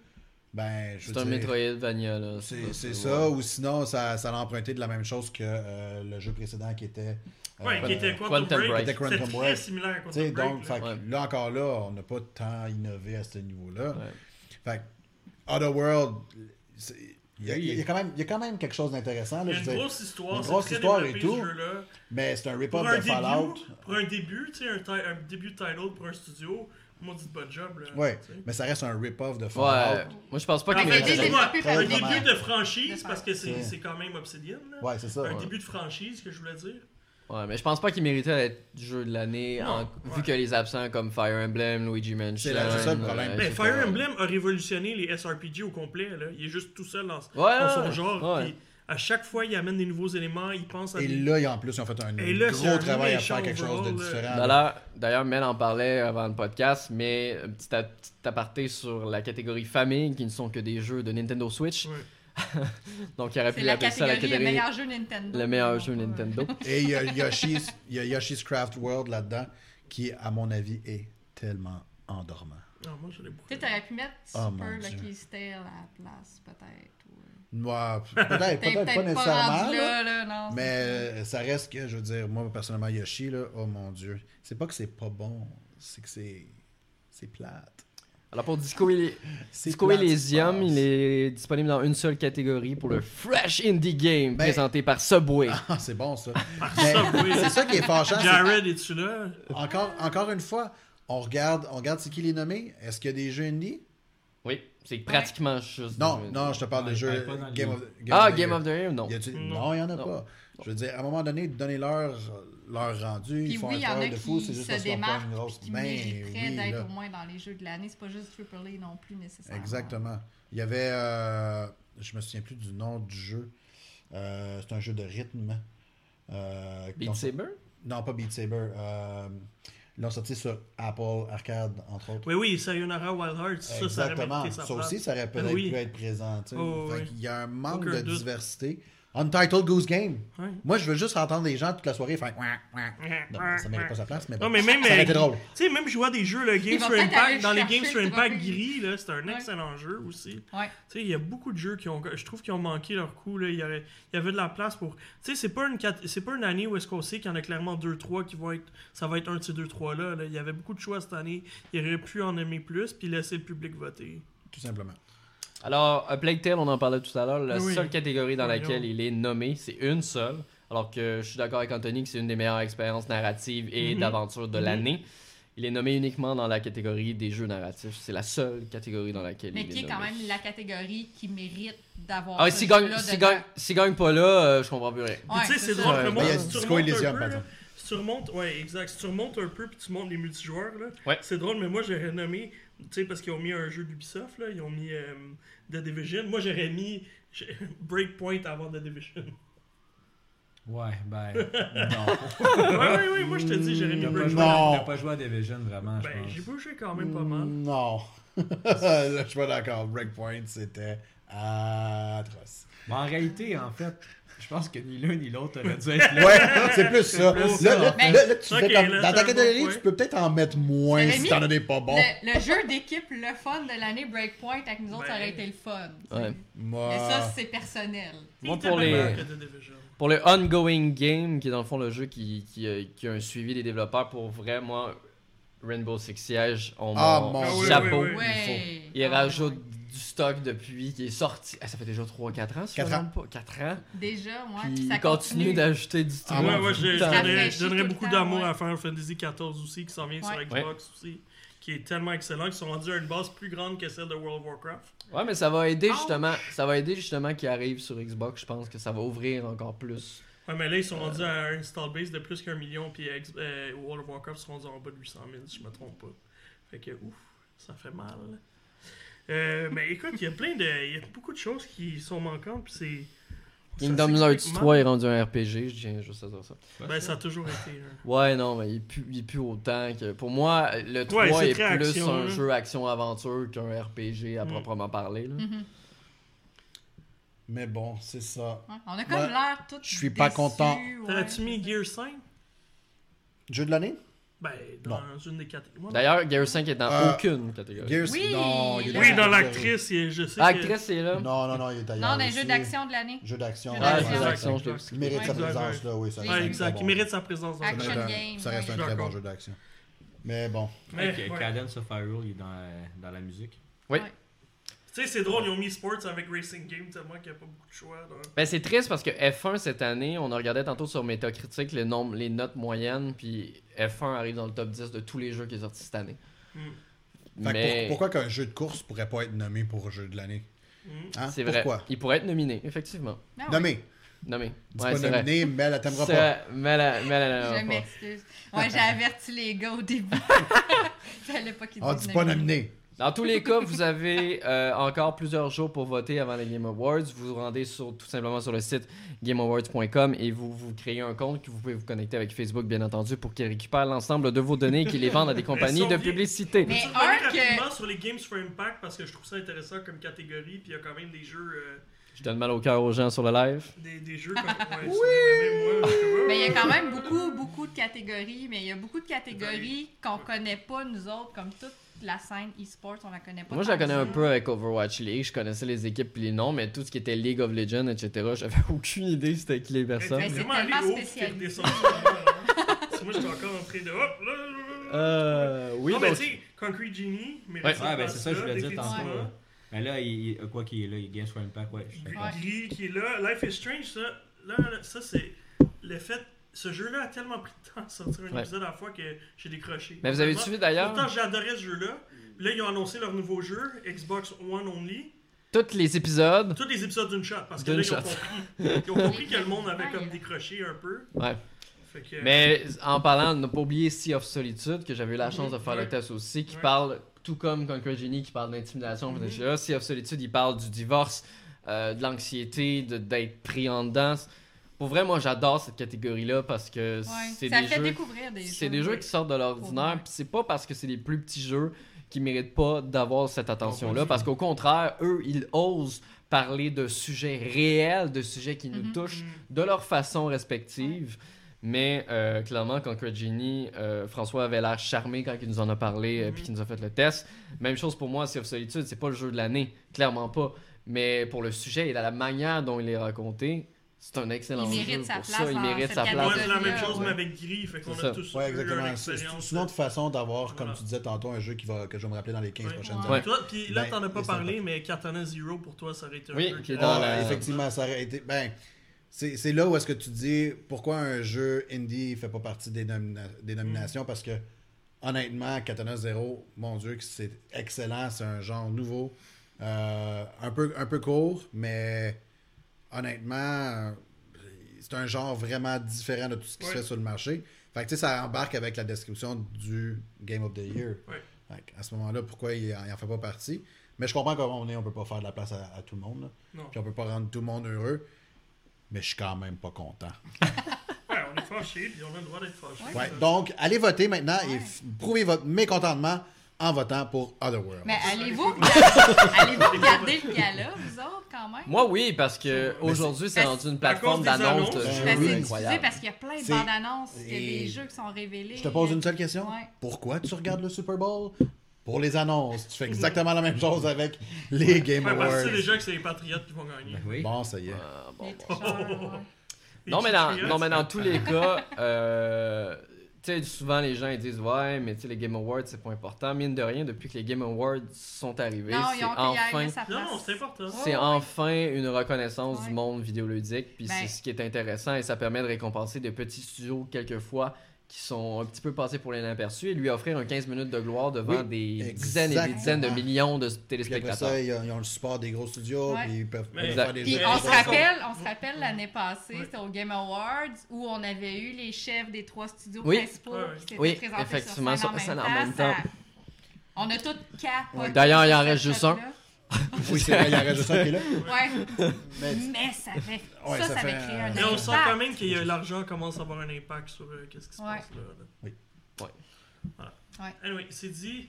S2: ben, je veux
S1: C'est un
S2: dire,
S1: Metroidvania. là,
S2: C'est c'est
S1: ouais.
S2: ça, ou sinon, ça, ça l'a emprunté de la même chose que euh, le jeu précédent qui était. euh,
S5: Ouais, qui
S2: euh,
S5: était Quantum,
S1: Quantum
S5: Break.
S1: Break.
S2: C'était Quantum
S5: C'était très
S2: Break.
S5: similaire à
S2: tu
S5: Quantum
S2: sais,
S5: Break.
S2: donc,
S5: là.
S2: fait que
S1: Ouais.
S2: là encore, là, on n'a pas tant innové à ce niveau-là.
S1: Ouais.
S2: Fait que Otherworld, c'est- il y, a-
S4: Oui.
S2: il y a quand même- il y a quand même quelque chose d'intéressant. là,
S5: Il y
S2: je
S5: a une
S2: veux dire.
S5: grosse histoire,
S2: une
S5: c'est
S2: grosse
S5: très
S2: histoire
S5: développé,
S2: et tout.
S5: ce jeu-là.
S2: Mais c'est un
S5: Pour
S2: rip-off
S5: un,
S2: de Fallout.
S5: début, pour un début, tu sais, un, ti- un début de title pour un studio, moi, dit bon job. Là,
S2: Ouais,
S5: tu sais.
S2: mais ça reste un rip-off de Fallout.
S1: Ouais. Moi, je pense pas
S5: En
S1: qu'il
S5: fait,
S3: était
S1: mérite.
S5: excuse-moi,
S3: développé par
S5: un
S2: Obsidian.
S5: début de franchise,
S3: Ouais.
S5: parce que c'est
S2: Ouais.
S5: c'est quand même Obsidian. Là.
S2: Ouais, c'est ça.
S5: un
S2: ouais.
S5: début de franchise, que je voulais dire.
S1: Ouais, mais je pense pas qu'il méritait d'être jeu de l'année
S5: Non,
S1: en-
S5: ouais.
S1: vu que les absents comme Fire Emblem, Luigi Mansion.
S2: C'est la- c'est ça le
S1: euh,
S2: problème.
S1: je
S5: Ben,
S1: sais
S5: Fire
S1: pas.
S5: Emblem a révolutionné les SRPG au complet. Là. Il est juste tout seul dans,
S1: Ouais,
S5: dans son
S1: ouais,
S5: genre.
S1: ouais.
S5: puis à chaque fois, il amène des nouveaux éléments, il pense à
S2: Et
S5: des-
S2: là, ils- en plus, ils ont fait un
S5: Et là, c'est un
S2: gros travail à
S5: méchant
S2: faire quelque chose de
S5: overall, là.
S2: différent.
S1: D'ailleurs, d'ailleurs, Mel en parlait avant le podcast, mais un petit, a- petit aparté sur la catégorie famille qui ne sont que des jeux de Nintendo Switch.
S5: Ouais.
S1: Donc il aurait
S3: C'est
S1: pu
S3: la
S1: l'appeler ça la
S3: catégorie, le
S1: catégorie
S3: meilleur jeu Nintendo.
S1: le meilleur
S3: Non,
S1: jeu
S3: pas-
S1: Nintendo.
S2: Et il y a Yoshi's, il y a Yoshi's Craft World là-dedans, qui, à mon avis, est tellement endormant.
S5: Non, Ah, moi, je l'ai beaucoup
S3: Tu sais, t'aurais pu mettre
S2: Oh,
S3: Super
S2: mon Dieu.
S3: Lucky's Tale à la place, peut-être. ou- euh,
S5: <laughs>
S2: Ouais, peut-être,
S3: T'es
S2: peut-être pas
S3: peut-être pas,
S2: nécessairement.
S3: rendu
S2: là.
S3: là, là, non.
S2: Mais euh, ça reste que, je veux dire, moi personnellement, Yoshi, là, oh mon dieu, c'est pas que c'est pas bon, c'est que c'est. C'est plate.
S1: Alors pour Disco, il est-
S2: C'est
S1: Disco
S2: plate,
S1: Elysium,
S2: je pense.
S1: il est disponible dans une seule catégorie pour le Fresh Indie Game
S2: Ben-
S1: présenté par Subway.
S2: Ah, c'est bon
S4: <laughs>
S2: ça. Mais
S5: Subway.
S2: c'est ça qui est fâchant. c'est-
S5: Jared, es-tu là?
S2: Encore, encore une fois, on regarde, on regarde c'est qui les nommé. Est-ce qu'il y a des jeux indie
S1: Oui, c'est pratiquement juste.
S2: Non,
S1: du-
S2: non, je te parle
S4: Non,
S2: de
S4: il
S2: jeux
S4: parle pas dans le
S2: Game of,
S4: livre.
S1: Ah, Game of the Year, non.
S2: Y a-tu-
S5: Non.
S2: Non, il n'y en a
S1: Non.
S2: pas. Je veux dire, à un moment donné, donnez-leur euh, leur rendu,
S3: Puis
S2: ils font
S3: oui, il y
S2: un
S3: en a
S2: travail de fou,
S3: qui
S2: c'est juste
S3: se
S2: parce qu'ils ont pas
S3: démarquent
S2: une grosse
S3: et qui
S2: Ben
S3: mériteraient
S2: oui, là.
S3: d'être au moins dans les jeux de l'année. C'est pas juste Triple A non plus nécessairement.
S2: Exactement. Il y avait, euh, je me souviens plus du nom du jeu. Euh, c'est un jeu de rythme. Euh, qu'ils ont
S1: Beat Saber?
S2: Non, pas Beat Saber. Euh, ils l'ont sorti sur Apple Arcade, entre autres.
S5: Oui, oui, Sayonara Wild Hearts, ça, ça aurait
S2: Exactement.
S5: mérité
S2: Ça,
S5: sa place.
S2: aussi, ça aurait peut-être
S5: Ben oui.
S2: pu être présent. tu sais.
S5: Oh,
S2: Fait
S5: oui.
S2: qu'il y a un manque
S5: Aucun
S2: de
S5: doute.
S2: diversité. Untitled Goose Game.
S5: Ouais.
S2: Moi, je veux juste entendre les gens toute la soirée faire. ouin, ouin. Non, ça mérite pas sa place, mais bon.
S5: Non, mais même,
S2: ça aurait
S5: euh,
S2: été drôle.
S5: Tu sais, même je vois des jeux, le Games
S3: va
S5: for
S3: peut-être aller
S5: Impact, dans les
S3: chercher
S5: Games for
S3: le
S5: Impact
S3: trophée.
S5: gris, là, c'est un
S3: Ouais.
S5: excellent jeu aussi.
S3: Ouais.
S5: Tu sais, il y a beaucoup de jeux qui ont, je trouve, qui ont manqué leur coup. Là. Il, y aurait- il y avait de la place pour. Tu sais, c'est pas une cat- c'est pas une année où est-ce qu'on sait qu'il y en a clairement 2-3 qui vont être. Ça va être un de ces 2-3 là, là. Il y avait beaucoup de choix cette année. Il aurait pu en aimer plus puis laisser le public voter.
S2: Tout simplement.
S1: Alors, A Plague Tale, on en parlait tout à l'heure, la
S5: Oui.
S1: seule catégorie dans
S5: Voyons.
S1: laquelle il est nommé, c'est une seule. Alors que je suis d'accord avec Anthony que c'est une des meilleures expériences narratives et
S5: Mhm.
S1: d'aventure de
S5: Mhm.
S1: l'année. Il est nommé uniquement dans la catégorie des jeux narratifs. C'est la seule catégorie dans laquelle
S3: Mais
S1: il est
S3: qui est
S1: nommé.
S3: quand même la catégorie qui mérite d'avoir.
S1: Ah,
S3: ce
S1: s'il gagne,
S3: jeu-là
S1: s'il
S3: dedans.
S1: gagne, s'il gagne pas là, euh, je comprends plus rien.
S3: Ouais,
S5: tu sais, c'est
S3: ça.
S5: drôle que
S1: Ouais,
S5: moi,
S1: ben, il y a
S5: si tu
S2: Disco
S5: remontes un
S2: Elysium,
S5: peu,
S2: par
S5: là,
S2: exemple.
S5: si tu remontes, ouais, exact. Si tu remontes un peu puis tu montes les multijoueurs, là,
S1: Ouais.
S5: c'est drôle, mais moi, j'aurais nommé, tu sais, parce qu'ils ont mis un jeu d'Ubisoft, là, ils ont mis euh, The Division. Moi, j'aurais mis j'ai- <laughs> Breakpoint avant The Division. <laughs>
S4: Ouais, ben. Non.
S5: ouais, ouais, ouais, moi, je te dis, j'aurais mis
S4: T'as pas,
S5: Breakpoint.
S4: joué
S2: Mm. Non.
S4: à- t'as pas joué à Division vraiment, je
S5: Ben,
S4: pense.
S5: j'ai bougé quand même pas
S1: Mm.
S5: mal.
S2: Non. Là, <laughs> je suis pas d'accord. Breakpoint, c'était atroce.
S4: Mais en réalité, en fait, je pense que ni l'un ni l'autre aurait
S5: <laughs>
S4: dû être là.
S2: Ouais, c'est plus ça.
S4: plus
S2: Là,
S4: ça.
S2: là,
S3: Mais-
S2: là, là, tu
S5: Ok,
S2: fais comme-
S5: là,
S2: dans
S5: c'est
S2: ta
S5: un bon
S2: catégorie,
S5: point.
S2: tu peux peut-être en mettre moins
S3: J'avais
S2: si
S3: mis
S2: t'en as des pas bons.
S3: Le, le jeu d'équipe, le fun de l'année Breakpoint avec nous autres, ça aurait
S5: Ben.
S3: été le fun. tu sais.
S1: Ouais.
S2: Moi,
S3: Mais ça, c'est personnel.
S1: Moi,
S5: Il était
S1: pour les-
S5: meilleur que The Division.
S1: Pour le ongoing game, qui est dans le fond le jeu qui, qui, euh, qui a un suivi des développeurs, pour vraiment Rainbow Six Siege, on
S2: Ah,
S1: mon
S2: mon
S5: Ah oui,
S1: chapeau.
S5: oui, oui.
S3: Ouais.
S1: Il
S3: Ah,
S1: rajoute
S3: ouais.
S1: du stock depuis qui est sorti. Ah, ça fait déjà 3-4 ans, si
S2: Quatre
S1: je me
S2: ans.
S1: trompe pas. 4 ans.
S3: Déjà, moi,
S1: Puis
S3: ça
S1: il continue d'ajouter du stock.
S2: Ah
S5: ouais,
S2: ouais,
S5: ouais, je, je
S1: Putain.
S5: donnerais, je
S3: Rafraîchit
S5: donnerais
S3: tout le
S5: beaucoup
S3: temps,
S5: d'amour
S3: ouais.
S5: à Final Fantasy XIV aussi, qui s'en vient sur
S3: Ouais.
S5: Xbox aussi, qui est tellement excellent, qu'ils sont rendus à une base plus grande que celle de World of Warcraft.
S1: Ouais, mais ça va aider
S3: Ouch.
S1: justement. Ça va aider justement qu'il arrive sur Xbox. Je pense que ça va ouvrir encore plus.
S5: Ouais, mais là, ils sont rendus à un install base de plus qu'un million, puis ex- euh, World of Warcraft sont rendus en bas de 800 000, si je me trompe pas. Fait que, ouf, ça fait mal. Euh, mais écoute, il y a plein de. Il y a beaucoup de choses qui sont manquantes, puis c'est. ça
S1: Kingdom
S5: s'explique
S1: Hearts
S5: mal.
S1: 3 est rendu un RPG. Je tiens juste à dire ça.
S5: Ben, ça a toujours été. hein.
S1: Ouais, non, mais il pue, il pue autant que. Pour moi, le 3
S5: c'est
S1: est plus
S5: très action,
S1: un
S5: là.
S1: jeu action-aventure qu'un RPG à
S5: Mm.
S1: proprement parler. là.
S2: mais bon, c'est ça.
S3: Ouais, On a comme
S2: Moi,
S3: l'air tout.
S2: je suis pas content.
S5: T'aurais-tu mis Gear 5
S2: Jeu de l'année?
S5: Ben, dans une des catégories.
S1: D'ailleurs, Gear 5 est dans
S2: Euh,
S1: aucune catégorie.
S2: Gears,
S3: Oui,
S2: non, il est
S5: Oui,
S3: là.
S5: dans l'actrice, il- je sais.
S1: Ah,
S5: que-
S1: Actrice est là.
S2: Non, non, non, il est ailleurs.
S3: Non, des
S2: aussi.
S3: jeux d'action de l'année.
S2: Jeu d'action.
S3: Jeu
S1: Ah,
S3: d'action.
S1: c'est
S2: ouais,
S1: l'action, je l'ai
S5: Ouais.
S1: vu.
S2: Il mérite sa
S5: Ouais, exact,
S2: présence, là, oui. Ça
S3: Ouais,
S2: reste
S5: Ouais,
S2: un
S5: exact.
S2: très
S5: Il
S2: bon
S5: mérite sa présence dans
S2: jeu.
S5: le
S3: Action
S5: jeu.
S2: Ça reste un-
S3: game,
S2: Ça reste
S5: ouais.
S2: un très bon
S5: D'accord.
S2: jeu d'action. Mais bon,
S5: Mais,
S4: Ok,
S5: ouais.
S4: Cadence of Hyrule, il est dans, euh, dans la musique.
S5: Tu sais, c'est drôle, ils ont mis sports avec Racing Game tellement qu'il n'y a pas beaucoup de choix. là.
S1: Ben, c'est triste parce que F1 cette année, on a regardé tantôt sur Metacritic les, nombres, les notes moyennes, puis F1 arrive dans le top 10 de tous les jeux qui est sorti cette année.
S5: Mm.
S2: Fait que
S1: Mais
S2: pour- pourquoi qu'un jeu de course pourrait pas être nommé pour jeu de l'année?
S5: Mm.
S2: Hein?
S1: c'est vrai,
S2: Pourquoi?
S1: il pourrait être nominé, effectivement.
S3: Ah ouais.
S2: Nommé.
S1: Nommé.
S2: Dis
S1: Ouais,
S2: pas
S1: c'est vrai.
S2: nominé, mais elle t'aimera
S1: C'est
S2: pas.
S1: vrai, mais la- mais la- la- la-
S3: Je
S1: la-
S3: m'excuse.
S2: <laughs>
S3: Ouais, j'ai averti les gars au début. J'allais pas qu'ils
S2: On
S3: disent
S2: dit Ah, pas
S3: nominé.
S2: nominé.
S1: Dans tous les cas, vous avez euh, encore plusieurs jours pour voter avant les Game Awards. Vous vous rendez sur, tout simplement sur le site gameawards.com et vous vous créez un compte que vous pouvez vous connecter avec Facebook, bien entendu, pour qu'ils récupèrent l'ensemble de vos données et qu'ils les vendent à des compagnies
S5: sont
S1: de
S5: vieux.
S1: publicité.
S3: Mais
S5: Je vais
S3: un
S5: revenir
S3: que-
S5: rapidement sur les Games for Impact parce que je trouve ça intéressant comme catégorie. Puis il y a quand même des jeux, euh,
S1: Je donne mal au cœur aux gens sur le live.
S5: des, des jeux comme. Ouais, oui!
S3: Mais
S5: euh,
S3: il y a quand même beaucoup, beaucoup de catégories, mais il y a beaucoup de catégories qu'on connaît pas, nous autres, comme toute la scène e-sport, on la connaît pas.
S1: Moi, je la
S3: tant que
S1: connais un
S3: ça.
S1: peu avec Overwatch League. Je connaissais les équipes puis les noms, mais tout ce qui était League of Legends, etc., <laughs> j'avais aucune idée c'était qui les personnes.
S3: Mais c'est tellement spécialisé.
S5: hein. Parce que moi, j'étais encore en train de. Hop, là, là, là, là.
S1: Euh, oui,
S5: non, mais
S1: donc...
S5: tu sais, Concrete Genie. Mais
S1: Ouais.
S4: Ah, ben c'est ça, je voulais dire
S3: définitivement.
S4: tantôt. là. Mais là, il, il- quoi qu'il est là, il gagne sur Impact, ouais. je suis d'accord.
S3: Ouais.
S5: Gris qui est là. Life is Strange, ça, là, là, ça c'est le fait. Ce jeu-là a tellement pris de temps à sortir un
S1: Ouais.
S5: épisode à la fois que j'ai décroché.
S1: Mais vous avez
S5: Vraiment.
S1: suivi d'ailleurs
S5: Pourtant, j'adorais ce jeu-là.
S2: Mm.
S5: Puis Là, ils ont annoncé leur nouveau jeu, Xbox One Only.
S1: tous les épisodes.
S5: Tous les épisodes d'une shot, parce que
S1: D'une
S5: là, ils ont
S1: shot.
S5: compris. Ils ont compris que le monde avait comme décroché un peu.
S1: Ouais.
S5: Fait Fait que-
S1: Mais en parlant, ne pas oublier Sea of Solitude, que j'avais eu la chance de faire le
S5: Ouais.
S1: test aussi, qui
S5: Ouais.
S1: parle, tout comme Concrete Genie, qui parle d'intimidation,
S5: Mhm.
S3: Mm-hmm.
S1: puis de choses là, Sea of Solitude, il parle du divorce, euh, de l'anxiété, de- d'être pris en dedans. Pour vrai, moi, j'adore cette catégorie-là parce que
S3: Ouais.
S1: c'est
S3: Ça
S1: des
S3: fait
S1: jeux...
S3: découvrir des jeux.
S1: C'est des jeux qui sortent de l'ordinaire,
S3: Ouais.
S1: puis c'est pas parce que c'est des plus petits jeux qui méritent pas d'avoir cette attention-là, parce qu'au contraire, eux, ils osent parler de sujets réels, de sujets qui nous
S3: Mhm.
S1: touchent
S5: Mm.
S1: de leur façon respective. Mais euh, clairement, Concrete Genie, euh, François avait l'air charmé quand il nous en a parlé et
S5: Mhm.
S3: Mm-hmm.
S1: puis qu'il nous a fait le test. Même chose pour moi, Sea of Solitude, c'est pas le jeu de l'année, clairement pas. Mais pour le sujet et la la manière dont il est raconté, c'est un excellent
S3: Il
S1: jeu.
S3: mérite sa
S1: pour
S3: place
S1: ça, il
S3: dans
S1: mérite
S3: cette
S1: sa
S5: Ouais,
S1: place.
S3: catégorie. euh.
S5: c'est la même
S3: Ouais.
S5: chose, mais avec gris. Fait qu'on
S1: C'est
S5: a
S1: ça.
S5: tous
S2: Ouais,
S5: eu une
S2: exactement. C'est
S5: expérience.
S2: c'est une autre façon d'avoir, comme
S5: Voilà.
S2: tu disais tantôt, un jeu qui va, que je vais me rappeler dans les 15
S5: Ouais.
S2: prochaines
S3: Ouais.
S2: années.
S1: Ouais.
S5: Toi, puis là,
S2: Ben,
S5: t'en as pas
S2: c'est
S5: parlé, mais Katana Zero, pour toi, ça aurait été un
S1: Oui,
S5: jeu
S1: qui est
S5: que-
S1: dans
S2: Ah,
S1: la-
S2: Effectivement, ça aurait été. Ben, c'est c'est là où est-ce que tu dis pourquoi un jeu indie fait pas partie des, nomina- des
S5: Mm.
S2: nominations parce que honnêtement, Katana Zero, mon dieu, que c'est excellent, c'est un genre nouveau, Euh, un peu un peu court, mais honnêtement, c'est un genre vraiment différent de tout ce qui se
S5: Ouais.
S2: fait sur le marché. Fait que tu sais, ça embarque avec la description du Game of the Year.
S5: Ouais.
S2: Fait que, à ce moment-là, pourquoi il n'en fait pas partie? Mais je comprends comment on est, on peut pas faire de la place à, à tout le monde. là.
S5: Non.
S2: Puis on peut pas rendre tout le monde heureux. Mais je suis quand même pas content.
S5: Ouais, on est fâchés, puis on a le droit d'être fâchés.
S3: Ouais.
S2: Ouais, donc, allez voter maintenant et
S3: Ouais.
S2: f- prouvez votre mécontentement en votant pour Otherworld.
S3: Mais
S5: Ça,
S3: allez-vous
S5: c'est-
S3: regarder- allez-vous regarder le gala, vous autres, quand même?
S1: Moi, oui, parce que aujourd'hui, c'est
S3: parce-
S1: rendu une
S5: à cause
S1: plateforme
S5: des
S1: d'annonces de
S5: annonces,
S2: c'est
S1: jeux
S2: oui,
S3: Parce que c'est diffusé
S1: incroyables.
S3: parce qu'il y a plein de
S2: C'est-
S3: bandes annonces. Il y a
S2: Et-
S3: des jeux qui sont révélés.
S2: Je te pose une seule question.
S3: Ouais.
S2: Pourquoi tu regardes le Super Bowl? Pour les annonces. Tu fais exactement la même chose avec les Game
S5: Ouais, parce que tu sais
S2: Awards.
S5: déjà que c'est les Patriotes qui vont gagner.
S4: Ben oui.
S2: Bon, ça y est.
S1: Ah, bon,
S3: Les
S1: bon.
S3: tricheurs, ouais.
S5: Les
S1: Non mais, dans,
S5: Patriots,
S1: non, mais dans tous les cas, euh, tu sais, souvent les gens ils disent Ouais, mais tu sais, les Game Awards, c'est pas important. Mine de rien, depuis que les Game Awards sont arrivés,
S3: Non,
S1: c'est
S3: ils ont
S1: enfin,
S3: payé sa place.
S5: Non, non, c'est important.
S1: c'est enfin une reconnaissance
S3: Ouais.
S1: du monde vidéoludique. Puis
S3: Ben.
S1: c'est ce qui est intéressant et ça permet de récompenser des petits studios, quelquefois, qui sont un petit peu passés pour l'inaperçu et lui offrir un 15 minutes de gloire devant
S2: Oui,
S1: des dizaines et des dizaines de
S2: exactement.
S1: millions de
S2: Puis après
S1: téléspectateurs.
S2: ça, ils ont, ils ont le support des gros studios.
S3: Ouais.
S2: Puis ils peuvent ils
S5: Mais-
S2: peuvent faire des
S3: Puis
S2: jeux.
S3: on
S5: Ouais.
S3: se rappelle, on se rappelle l'année passée,
S5: Ouais.
S3: c'était au Game Awards où on avait eu les chefs des trois studios
S1: Oui.
S3: principaux
S5: Ouais, ouais.
S3: qui s'étaient
S1: Oui,
S3: présentés
S1: effectivement,
S3: sur
S1: sur
S3: scène en
S1: scène en
S3: même
S1: même
S3: temps. Ça- On a tout capoté.
S2: Ouais.
S1: D'ailleurs, il en
S3: sur
S1: reste
S3: cette
S1: juste un.
S3: shot-là.
S2: Oui, c'est vrai, il y aurait juste ça qui est là.
S3: Ouais,
S2: Mais
S3: <laughs> mais ça avait
S2: Ouais,
S3: ça,
S2: ça
S3: ça avait
S2: fait
S3: créé
S2: un-
S3: un
S5: Mais on
S3: impact.
S5: sent quand même que euh, l'argent commence à avoir un impact sur euh, qu'est-ce qui se
S3: Ouais.
S5: passe là. là.
S2: Oui.
S1: Ouais.
S5: Voilà.
S3: Ouais.
S5: Anyway, c'est dit.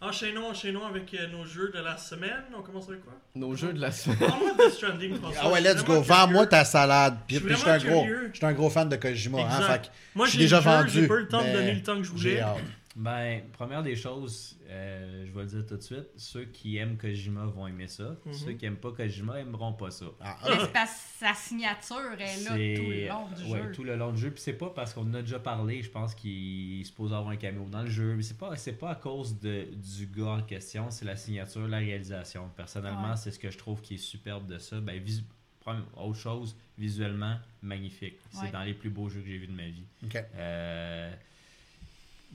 S5: Enchaînons, enchaînons avec euh, nos jeux de la semaine. On commence avec quoi
S1: Nos jeux
S2: <laughs>
S1: de la semaine.
S5: Parle-moi de Death Stranding, François.
S2: Ah ouais,
S5: Je suis
S2: let's go.
S5: vraiment
S2: Vends-moi
S5: curieux.
S2: ta salade.
S5: Je
S2: Puis,
S5: suis
S2: puis je suis
S5: vraiment
S2: un gros,
S5: curieux.
S2: je suis un gros fan de Kojima. Hein,
S5: Exact.
S2: fait que
S5: Moi,
S2: je
S5: j'ai
S2: l'ai déjà
S5: le jeu,
S2: vendu.
S5: J'ai pas eu le temps
S2: mais
S5: de donner le temps que je
S2: j'ai
S5: voulais.
S2: hâte.
S4: Ben, première des choses, euh, je vais le dire tout de suite, ceux qui aiment Kojima vont aimer ça.
S5: Mhm.
S4: Ceux qui aiment pas Kojima aimeront pas ça.
S2: Ah,
S3: Mais c'est parce que sa signature est là
S4: C'est-
S3: tout le long du
S4: ouais,
S3: jeu.
S4: tout le long du jeu. Puis c'est pas parce qu'on en a déjà parlé, je pense qu'il se pose avoir un caméo dans le jeu. Mais c'est pas, c'est pas à cause de, du gars en question, c'est la signature, la réalisation. Personnellement,
S3: Ouais.
S4: c'est ce que je trouve qui est superbe de ça. Ben, visu- première- autre chose, visuellement, magnifique.
S3: Ouais.
S4: C'est dans les plus beaux jeux que j'ai vus de ma vie.
S2: OK.
S4: Euh,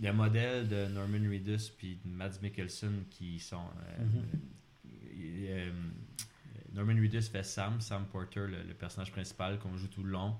S4: le modèle de Norman Reedus puis de Mads Mikkelsen qui sont. euh,
S2: Mhm.
S4: euh, euh, Norman Reedus fait Sam, Sam Porter, le, le personnage principal qu'on joue tout le long.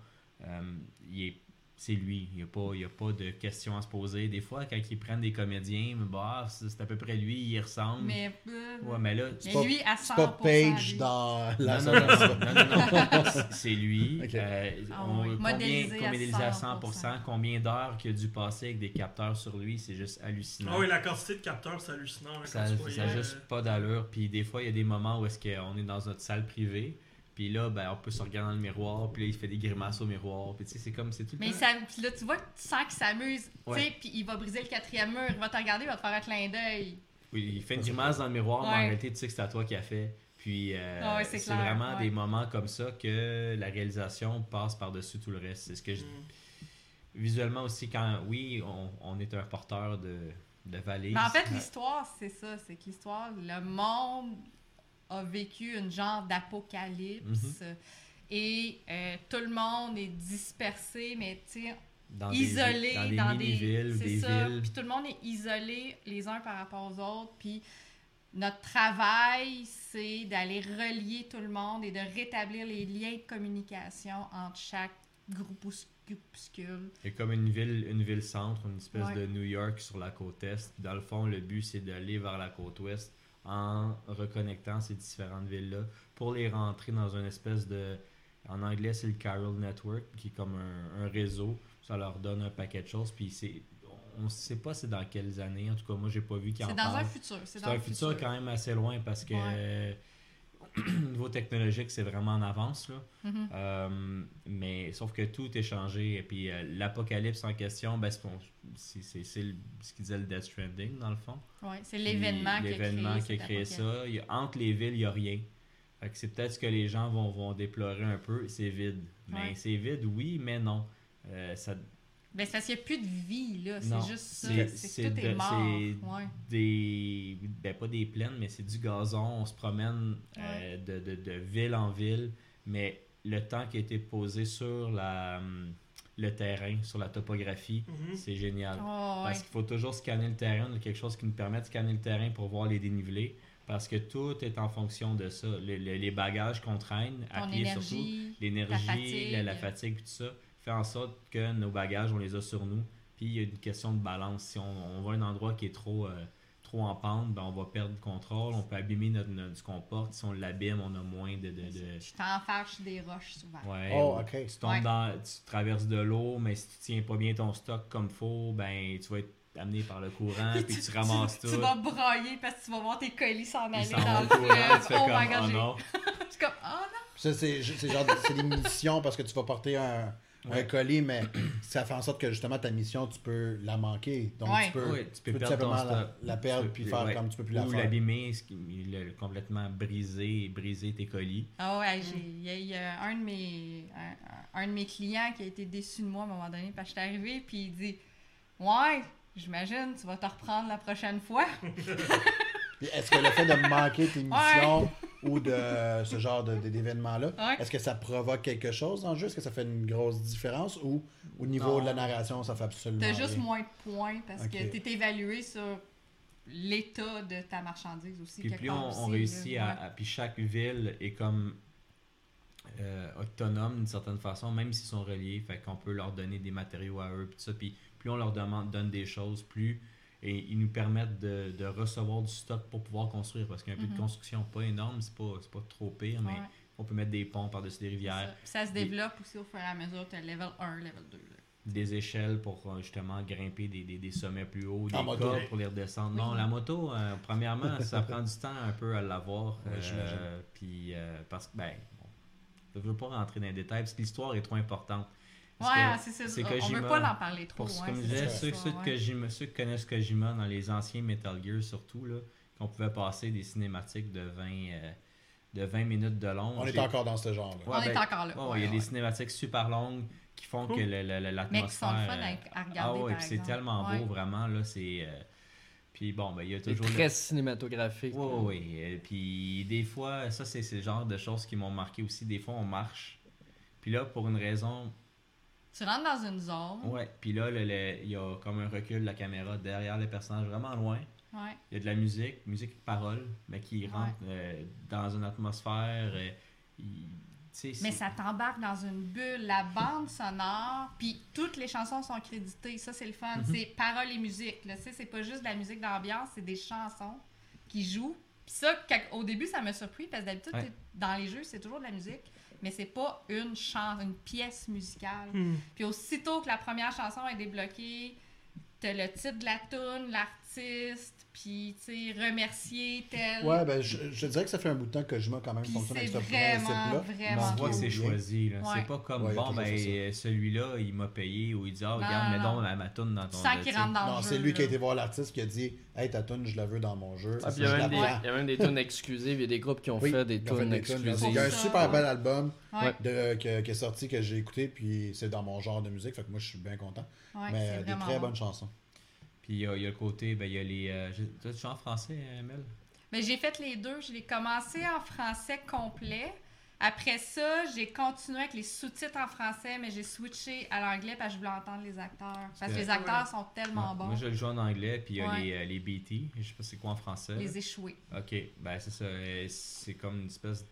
S4: Euh, il est- c'est lui, il n'y a, pas- il y a pas de questions à se poser. Des fois, quand ils prennent des comédiens, bah, c'est c'est à peu près lui, il y ressemble.
S3: Mais, euh,
S4: Ouais, mais là,
S3: mais
S2: pas-
S3: lui, à
S2: C'est
S3: 100%.
S2: pas Page
S3: lui.
S2: dans
S4: non,
S2: la
S4: non,
S2: salle.
S4: non, non, non, non, non. C'est lui.
S2: Ok.
S4: Euh,
S3: Ah
S4: on-
S3: oui.
S4: combien,
S3: Modélisé à
S4: combien à 100%,
S3: 100%,
S4: combien d'heures qu'il a dû passer avec des capteurs sur lui, c'est juste hallucinant.
S5: Ah oui, la quantité de capteurs, c'est hallucinant. là,
S4: ça
S5: quand tu
S4: ça
S5: voyais,
S4: a
S5: euh,
S4: juste pas d'allure. Puis des fois, il y a des moments où est-ce qu'on est dans notre salle privée. Puis là, ben, on peut se regarder dans le miroir. Puis là, il fait des grimaces au miroir. Puis tu sais, c'est comme, c'est tout le
S3: Mais
S4: temps-
S3: ça, puis là, tu vois que tu sens qu'il s'amuse. tu
S4: Ouais.
S3: sais, Puis il va briser le quatrième mur, il va te regarder, il va te faire un clin d'œil.
S4: Oui, il fait une grimace dans le miroir, mais en
S3: Ouais.
S4: réalité, tu sais que c'est à toi qui a fait. Puis euh,
S3: Ah ouais, c'est
S4: c'est
S3: clair,
S4: vraiment
S3: ouais.
S4: des moments comme ça que la réalisation passe par-dessus tout le reste. C'est ce que je
S5: mm.
S4: visuellement aussi, quand oui, on, on est un porteur de, de valise.
S3: Mais Ben, en fait,
S4: Ouais.
S3: l'histoire, c'est ça. C'est que l'histoire, le monde a vécu une genre d'apocalypse.
S4: Mhm.
S3: Et euh, tout le monde est dispersé, mais tu sais,
S4: dans des-
S3: isolé
S4: dans des, mini-villes,
S3: c'est
S4: des
S3: ça.
S4: villes.
S3: Puis tout le monde est isolé les uns par rapport aux autres. Puis notre travail, c'est d'aller relier tout le monde et de rétablir les liens de communication entre chaque groupus- groupuscule.
S4: Il y a comme une ville, une ville centre, une espèce
S3: Ouais.
S4: de New York sur la côte est. Dans le fond, le but c'est d'aller vers la côte ouest en reconnectant ces différentes villes-là pour les rentrer dans une espèce de. En anglais, c'est le Carol Network, qui est comme un, un réseau. Ça leur donne un paquet de choses. Puis c'est, on ne sait pas c'est dans quelles années. En tout cas, moi, j'ai pas vu qu'ils en
S3: C'est dans un
S4: parlent.
S3: futur. C'est
S4: C'est
S3: dans
S4: un
S3: le
S4: futur,
S3: futur.
S4: quand même assez loin parce que <clears throat> euh, niveau technologique, c'est vraiment en avance. Là.
S3: Mhm.
S4: Euh, mais sauf que tout est changé. Et puis euh, l'apocalypse en question, ben, c'est, bon, c'est- c'est- c'est le- ce qu'il disait le Death Stranding dans le fond.
S3: Ouais, c'est
S4: Puis
S3: l'événement qui a créé,
S4: l'événement qui a
S3: cet
S4: créé
S3: apocalypse.
S4: ça. Il y a- entre les villes, il n'y a rien. Fait que c'est peut-être ce que les gens vont, vont déplorer un peu. C'est vide. Mais
S3: Ouais.
S4: c'est vide, oui, mais non. Euh, ça,
S3: Ben, c'est parce qu'il n'y a plus de vie, là.
S4: Non,
S3: C'est juste ça.
S4: c'est-
S3: C'est
S4: c'est
S3: que tout est
S4: de-
S3: mort.
S4: c'est-
S3: Ouais.
S4: des ben pas des plaines mais c'est du gazon on se promène euh, de, de- de ville en ville mais le temps qui a été posé sur la hum, le terrain sur la topographie
S5: Mhm.
S4: c'est génial
S3: Oh, ouais.
S4: parce qu'il faut toujours scanner le terrain on a quelque chose qui nous permet de scanner le terrain pour voir les dénivelés parce que tout est en fonction de ça Le- le- les bagages qu'on traîne à
S3: Ton
S4: pied surtout
S3: énergie.
S4: l'énergie,
S3: La
S4: la
S3: fatigue.
S4: fatigue, la, fatigue puis tout ça, fait en sorte que nos bagages, on les a sur nous. Puis il y a une question de balance. Si on, on va à un endroit qui est trop, euh, trop en pente, ben on va perdre le contrôle, on peut abîmer notre, notre- ce qu'on porte. Si on l'abîme, on a moins de. de, de-
S3: Je t'enfarche des roches souvent.
S4: Ouais,
S2: Oh,
S4: ou
S2: ok.
S4: Tu tombes
S3: Ouais.
S4: dans, tu traverses de l'eau, mais si tu tiens pas bien ton stock comme faut, ben tu vas être amené par le courant, <laughs> hein, puis tu ramasses
S3: <laughs> tu,
S4: tout.
S3: tu vas brailler parce que tu vas voir tes colis s'en
S4: ils
S3: aller
S4: s'en
S3: dans
S4: vont
S3: le
S4: au
S3: fleuve.
S4: courant, tu fais
S3: Oh my
S4: comme
S3: god,
S4: oh
S3: j'ai-
S4: non.
S3: je suis comme, oh non.
S2: Ça, c'est ju- c'est genre c'est des missions parce que tu vas porter un, un
S4: Ouais.
S2: colis, mais ça fait en sorte que justement ta mission, tu peux la manquer. Donc
S3: Ouais.
S2: tu peux,
S4: Oui, tu peux
S2: tout
S4: perdre ton
S2: simplement la,
S4: stock.
S2: la perdre
S4: Tu peux-
S2: puis faire
S4: ouais.
S2: comme tu peux plus la
S4: Ou
S2: faire.
S4: l'abîmer, ce qui- le- complètement briser, briser tes colis.
S3: Ah ouais, j'ai- il y a- il y a un de, mes, un, un de mes clients qui a été déçu de moi à un moment donné parce que j'étais arrivée, puis il dit Ouais, j'imagine, tu vas te reprendre la prochaine fois.
S2: Puis Est-ce que le fait de manquer tes missions ou de ce genre de- de- d'événements-là,
S3: Ouais.
S2: est-ce que ça provoque quelque chose dans le jeu? Est-ce que ça fait une grosse différence ou au niveau
S4: Non.
S2: de la narration, ça fait absolument
S3: T'as
S2: rien?
S3: juste moins de points parce
S2: Ok.
S3: que t'es évalué sur l'état de ta marchandise aussi.
S4: Puis
S3: quelque
S4: plus
S3: part
S4: on, on
S3: aussi,
S4: réussit
S3: là.
S4: à, à- Puis chaque ville est comme euh, autonome d'une certaine façon, même s'ils sont reliés. Fait qu'on peut leur donner des matériaux à eux. Puis, tout ça. puis plus on leur demande, donne des choses, plus et ils nous permettent de, de recevoir du stock pour pouvoir construire. Parce qu'il y a un peu
S3: Mhm.
S4: de construction, pas énorme, c'est pas, c'est pas trop pire,
S3: Ouais,
S4: mais
S3: ouais,
S4: on peut mettre des ponts par-dessus des
S3: c'est
S4: rivières.
S3: ça. Puis ça se développe aussi au fur et à mesure. T'as level 1, level 2. là.
S4: des échelles pour euh, justement grimper des, des, des sommets plus hauts, des
S2: En moto.
S4: cordes pour les redescendre. Non, la moto, euh, premièrement, ça prend du temps un peu à l'avoir.
S2: Ouais,
S4: euh,
S2: j'imagine.
S4: puis euh, parce que, ben, on ne veut pas rentrer dans les détails parce que l'histoire est trop importante. Parce
S3: Ouais, ah,
S4: que
S3: c'est ça.
S4: c'est
S3: on- On
S4: Kojima.
S3: veut pas l'en parler trop.
S4: pour
S3: ouais,
S4: comme je
S3: c'est
S4: disais,
S3: ça,
S4: ceux,
S3: ça,
S4: ceux de
S3: ouais.
S4: Kojima- ceux qui connaissent Kojima dans les anciens Metal Gear surtout, là, qu'on pouvait passer des cinématiques de 20, euh, de 20 minutes de long.
S2: On est
S4: J'ai-
S2: encore dans ce genre-là.
S4: Ouais,
S3: on est
S4: ben,
S3: encore là.
S4: ouais, ouais, il y a des cinématiques super longues qui font que
S5: Cool.
S4: le- le- le-
S3: Mais
S4: l'atmosphère...
S3: qui sont le fun
S4: euh,
S3: à, à regarder.
S4: ah oui,
S3: par
S4: puis c'est
S3: exemple.
S4: tellement
S3: Ouais.
S4: beau, vraiment, là, c'est... euh, Puis bon, ben, il y a
S1: C'est
S4: toujours...
S1: très cinématographique.
S4: Oui, oui, oui. euh, Puis des fois, ça, c'est c'est le genre de choses qui m'ont marqué aussi. Des fois, on marche. Puis là, pour une raison...
S3: Tu rentres dans une zone.
S4: Ouais. Puis là, le- le- il y a comme un recul de la caméra derrière les personnages, vraiment loin.
S3: Ouais.
S4: Il y a de la musique, musique de parole, mais qui
S3: Ouais.
S4: rentre euh, dans une atmosphère... euh, il- tu sais,
S3: Mais
S4: c'est-
S3: ça t'embarque dans une bulle, la bande sonore, puis toutes les chansons sont créditées. Ça, c'est le fun.
S2: Mhm.
S3: C'est paroles et musique. Là. Tu sais, c'est pas juste de la musique d'ambiance, c'est des chansons qui jouent. Puis ça, quand- au début, ça m'a surpris parce que d'habitude,
S4: Ouais.
S3: t'es- dans les jeux, c'est toujours de la musique, mais c'est pas une chanson, une pièce musicale.
S5: Hmm.
S3: Puis aussitôt que la première chanson est débloquée, t'as le titre de la tune, l'artiste, puis tu sais, remercier tel.
S2: Ouais, ben, je, je dirais que ça fait un bout de temps que Kojima quand même
S3: Puis
S2: fonctionne
S3: c'est
S2: avec ce
S3: vraiment,
S2: principe-là.
S3: vraiment
S4: On voit que
S3: cool.
S4: c'est choisi. là.
S3: Ouais.
S4: C'est pas comme,
S2: Ouais, il y a
S4: bon,
S2: toujours
S4: ben,
S2: ça.
S4: euh, celui-là, il m'a payé, ou il dit, ah, regarde,
S3: non,
S4: mets
S3: non.
S4: donc ma, ma toune dans
S3: Tu
S4: ton.
S3: sens qu'il
S4: tu sais.
S3: rentre dans
S2: Non,
S3: le jeu.
S2: c'est lui qui a
S3: là.
S2: été voir l'artiste qui a dit Hey, ta tune, je la veux dans mon jeu.
S1: Ah,
S2: Ça,
S1: puis il y a
S2: je
S1: même des,
S2: la prends.
S3: Ouais.
S1: il y a même des tunes exclusives, il y a des groupes qui ont
S2: Oui,
S1: fait des
S2: ils ont fait
S1: tunes
S2: des tunes, là. Il
S1: exclusives.
S2: y a un
S3: Ça,
S2: super
S3: ouais.
S2: bel album
S3: Ouais,
S1: Ouais.
S2: de, que- qui est sorti, que j'ai écouté, puis c'est dans mon genre de musique, fait que moi je suis bien content.
S3: ouais,
S2: mais
S3: c'est
S2: euh, des
S3: vraiment
S2: très
S3: bon.
S2: bonnes chansons.
S4: Puis il y, a- il y a le côté, ben, il y a les. euh, je- toi, tu chantes en français, hein, Mel
S3: Mais j'ai fait les deux. Je l'ai commencé en français complet. Après ça, j'ai continué avec les sous-titres en français, mais j'ai switché à l'anglais parce que je voulais entendre les acteurs. Parce que
S4: que-
S3: les acteurs sont tellement
S4: Ouais.
S3: bons.
S4: Moi, je le joue en anglais, puis il y a
S3: Ouais.
S4: les, euh, les BT, je sais pas c'est quoi en français.
S3: Les échoués.
S4: Ok, ben, c'est ça. euh, C'est comme une espèce.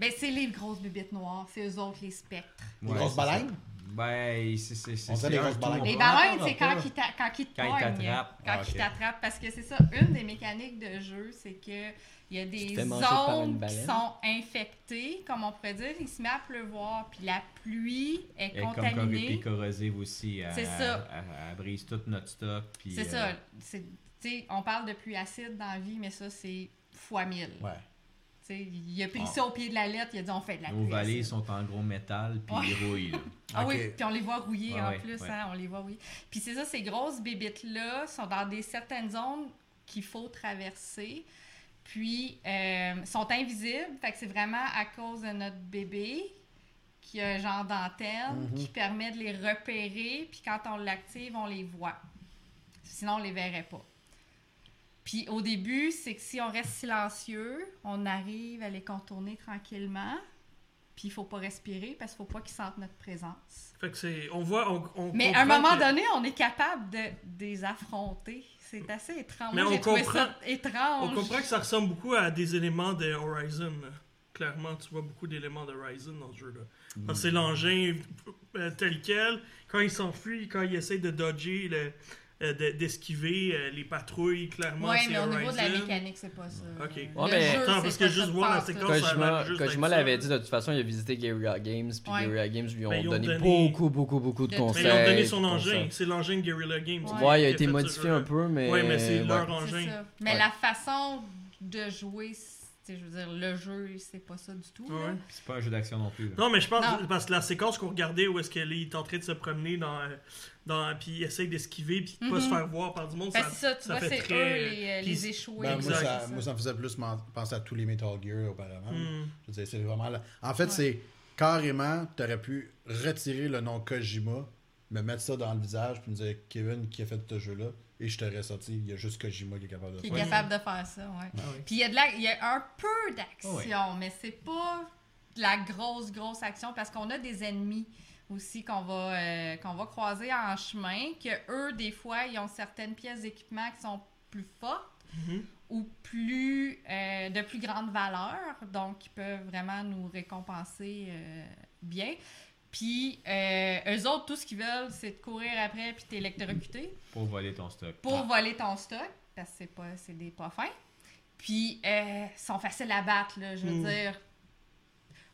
S3: Ben, c'est les grosses bibites noires, c'est eux autres les spectres.
S2: Des
S4: Ouais,
S2: grosses
S4: c'est ça.
S2: baleines?
S4: Ben, c'est- c'est c'est-
S2: On dirait
S4: c'est
S2: des
S4: un
S2: grosses
S4: tout.
S2: baleines.
S3: Les
S2: On
S3: baleines,
S2: n'entendra
S3: c'est quand
S2: pas.
S3: ils t'a- quand ils te
S4: Quand ils
S3: pognent,
S4: t'attrapent.
S3: Quand
S2: Ah,
S3: ils
S2: ok.
S3: t'attrapent. Parce que c'est ça, une des mécaniques de jeu, c'est que il y a
S1: Tu te
S3: des
S1: fais manger par une
S3: zones qui
S1: baleine.
S3: sont infectées, comme on pourrait dire, il se met à pleuvoir, puis la pluie est
S4: Et comme
S3: contaminée.
S4: corrupée, corrosive aussi. elle-
S3: C'est ça.
S4: Elle, elle brise tout notre stock. puis,
S3: C'est
S4: euh,
S3: ça. c'est- tu sais, on parle de pluie acide dans la vie, mais ça, c'est fois mille.
S2: Ouais.
S3: Tu sais, Il a pris
S2: Ah.
S3: ça au pied de la lettre, il a dit on fait de la
S4: Nos
S3: pluie.
S4: vallées
S3: acide.
S4: sont en gros métal, puis
S3: Ouais.
S4: ils rouillent. là.
S3: Ah
S2: Ok.
S3: oui, puis on les voit rouiller
S4: Ouais,
S3: en
S4: ouais,
S3: plus,
S4: ouais.
S3: hein, on les voit rouiller. Puis c'est ça, ces grosses bébites-là sont dans des certaines zones qu'il faut traverser. Puis euh, sont invisibles, fait que c'est vraiment à cause de notre bébé qui a un genre d'antenne
S5: Mm-hmm.
S2: Mhm.
S3: qui permet de les repérer, puis quand on l'active, on les voit. Sinon, on les verrait pas. Puis au début, c'est que si on reste silencieux, on arrive à les contourner tranquillement. Puis il faut pas respirer parce qu'il faut pas qu'ils sentent notre présence.
S5: Fait que c'est. On voit. On, on
S3: Mais à un
S5: comprend
S3: moment
S5: que-
S3: donné, on est capable de les affronter. C'est assez étrange.
S5: Mais on
S3: J'ai trouvé
S5: comprend-
S3: ça étrange.
S5: On comprend que ça ressemble beaucoup à des éléments de Horizon. là. Clairement, tu vois beaucoup d'éléments de Horizon dans ce jeu-là. Quand
S1: Mm.
S5: c'est l'engin euh, tel quel, quand il s'enfuit, quand il essaie de dodger, le- euh, de- d'esquiver euh, les patrouilles, clairement,
S3: Ouais,
S5: c'est
S3: mais au
S5: Horizon.
S3: niveau de la mécanique, c'est pas ça.
S5: Ok.
S3: Le
S1: Ouais, mais-
S3: jeu,
S5: Attends,
S3: c'est pas
S5: parce que
S3: ça
S5: juste
S3: de
S5: voir la
S3: base, là.
S5: séquence, ça a
S1: Kojima,
S5: l'air juste
S1: Kojima
S5: d'être ça.
S1: l'avait dit, de toute façon, il a visité Guerrilla Games, puis
S3: Ouais.
S1: Guerrilla Games lui ont,
S5: Mais ils ont
S1: donné,
S5: donné-
S1: beaucoup, beaucoup, beaucoup de
S3: Mais ils ont
S5: Mais
S1: conseils.
S5: ils ont donné son
S1: puis
S5: engin.
S1: conseils.
S5: C'est l'engin de Guerrilla Games.
S3: Ouais.
S5: qui
S1: Ouais, il a
S5: fait
S1: été
S5: ce
S1: modifié
S5: jeu-là.
S1: un peu, mais.
S5: Ouais, mais c'est
S1: ouais.
S5: leur
S3: C'est
S5: engin.
S3: ça. Mais
S1: Ouais.
S3: la façon de jouer, c'est- je veux dire, le jeu, c'est pas ça du tout. là.
S5: Ouais.
S4: C'est pas un jeu d'action non plus. là.
S5: Non, mais je pense,
S3: Non.
S5: parce que la séquence qu'on regardait où est-ce qu'elle est en train de se promener dans. euh, dans puis il essaie d'esquiver, puis de pas
S3: Mhm.
S5: se faire voir par du monde,
S3: Parce
S5: ça,
S3: que ça, tu
S5: ça
S3: vois,
S5: fait
S3: c'est
S5: très.
S3: eux les, euh,
S5: puis-
S3: les échoués.
S2: Ben, moi,
S5: exact.
S2: ça,
S3: c'est ça.
S2: moi, ça me faisait plus man- penser à tous les Metal Gear auparavant.
S5: Hmm.
S2: Je veux dire, c'est vraiment là. En fait,
S3: Ouais.
S2: c'est carrément, tu aurais pu retirer le nom Kojima, me mettre ça dans le visage, puis me dire Kevin qui a fait ce jeu-là, et je t'aurais sorti. Il y a juste Kojima qui est capable de
S3: Qui est
S2: faire. ça.
S3: capable de faire ça, ouais.
S5: oui.
S3: Puis il y a de la- il y a un peu d'action,
S4: Ouais.
S3: mais c'est pas de la grosse, grosse action parce qu'on a des ennemis aussi qu'on va, euh, qu'on va croiser en chemin, que eux, des fois, ils ont certaines pièces d'équipement qui sont plus fortes
S5: Mhm.
S3: ou plus euh, de plus grande valeur, donc ils peuvent vraiment nous récompenser euh, bien. Puis euh, eux autres, tout ce qu'ils veulent, c'est de courir après puis t'électrocuter
S4: Pour voler ton stock. Ah,
S3: pour voler ton stock, parce que c'est pas c'est des pas fins. Puis euh, sont faciles à battre, là, je veux
S4: Hmm.
S5: Mm.
S3: dire.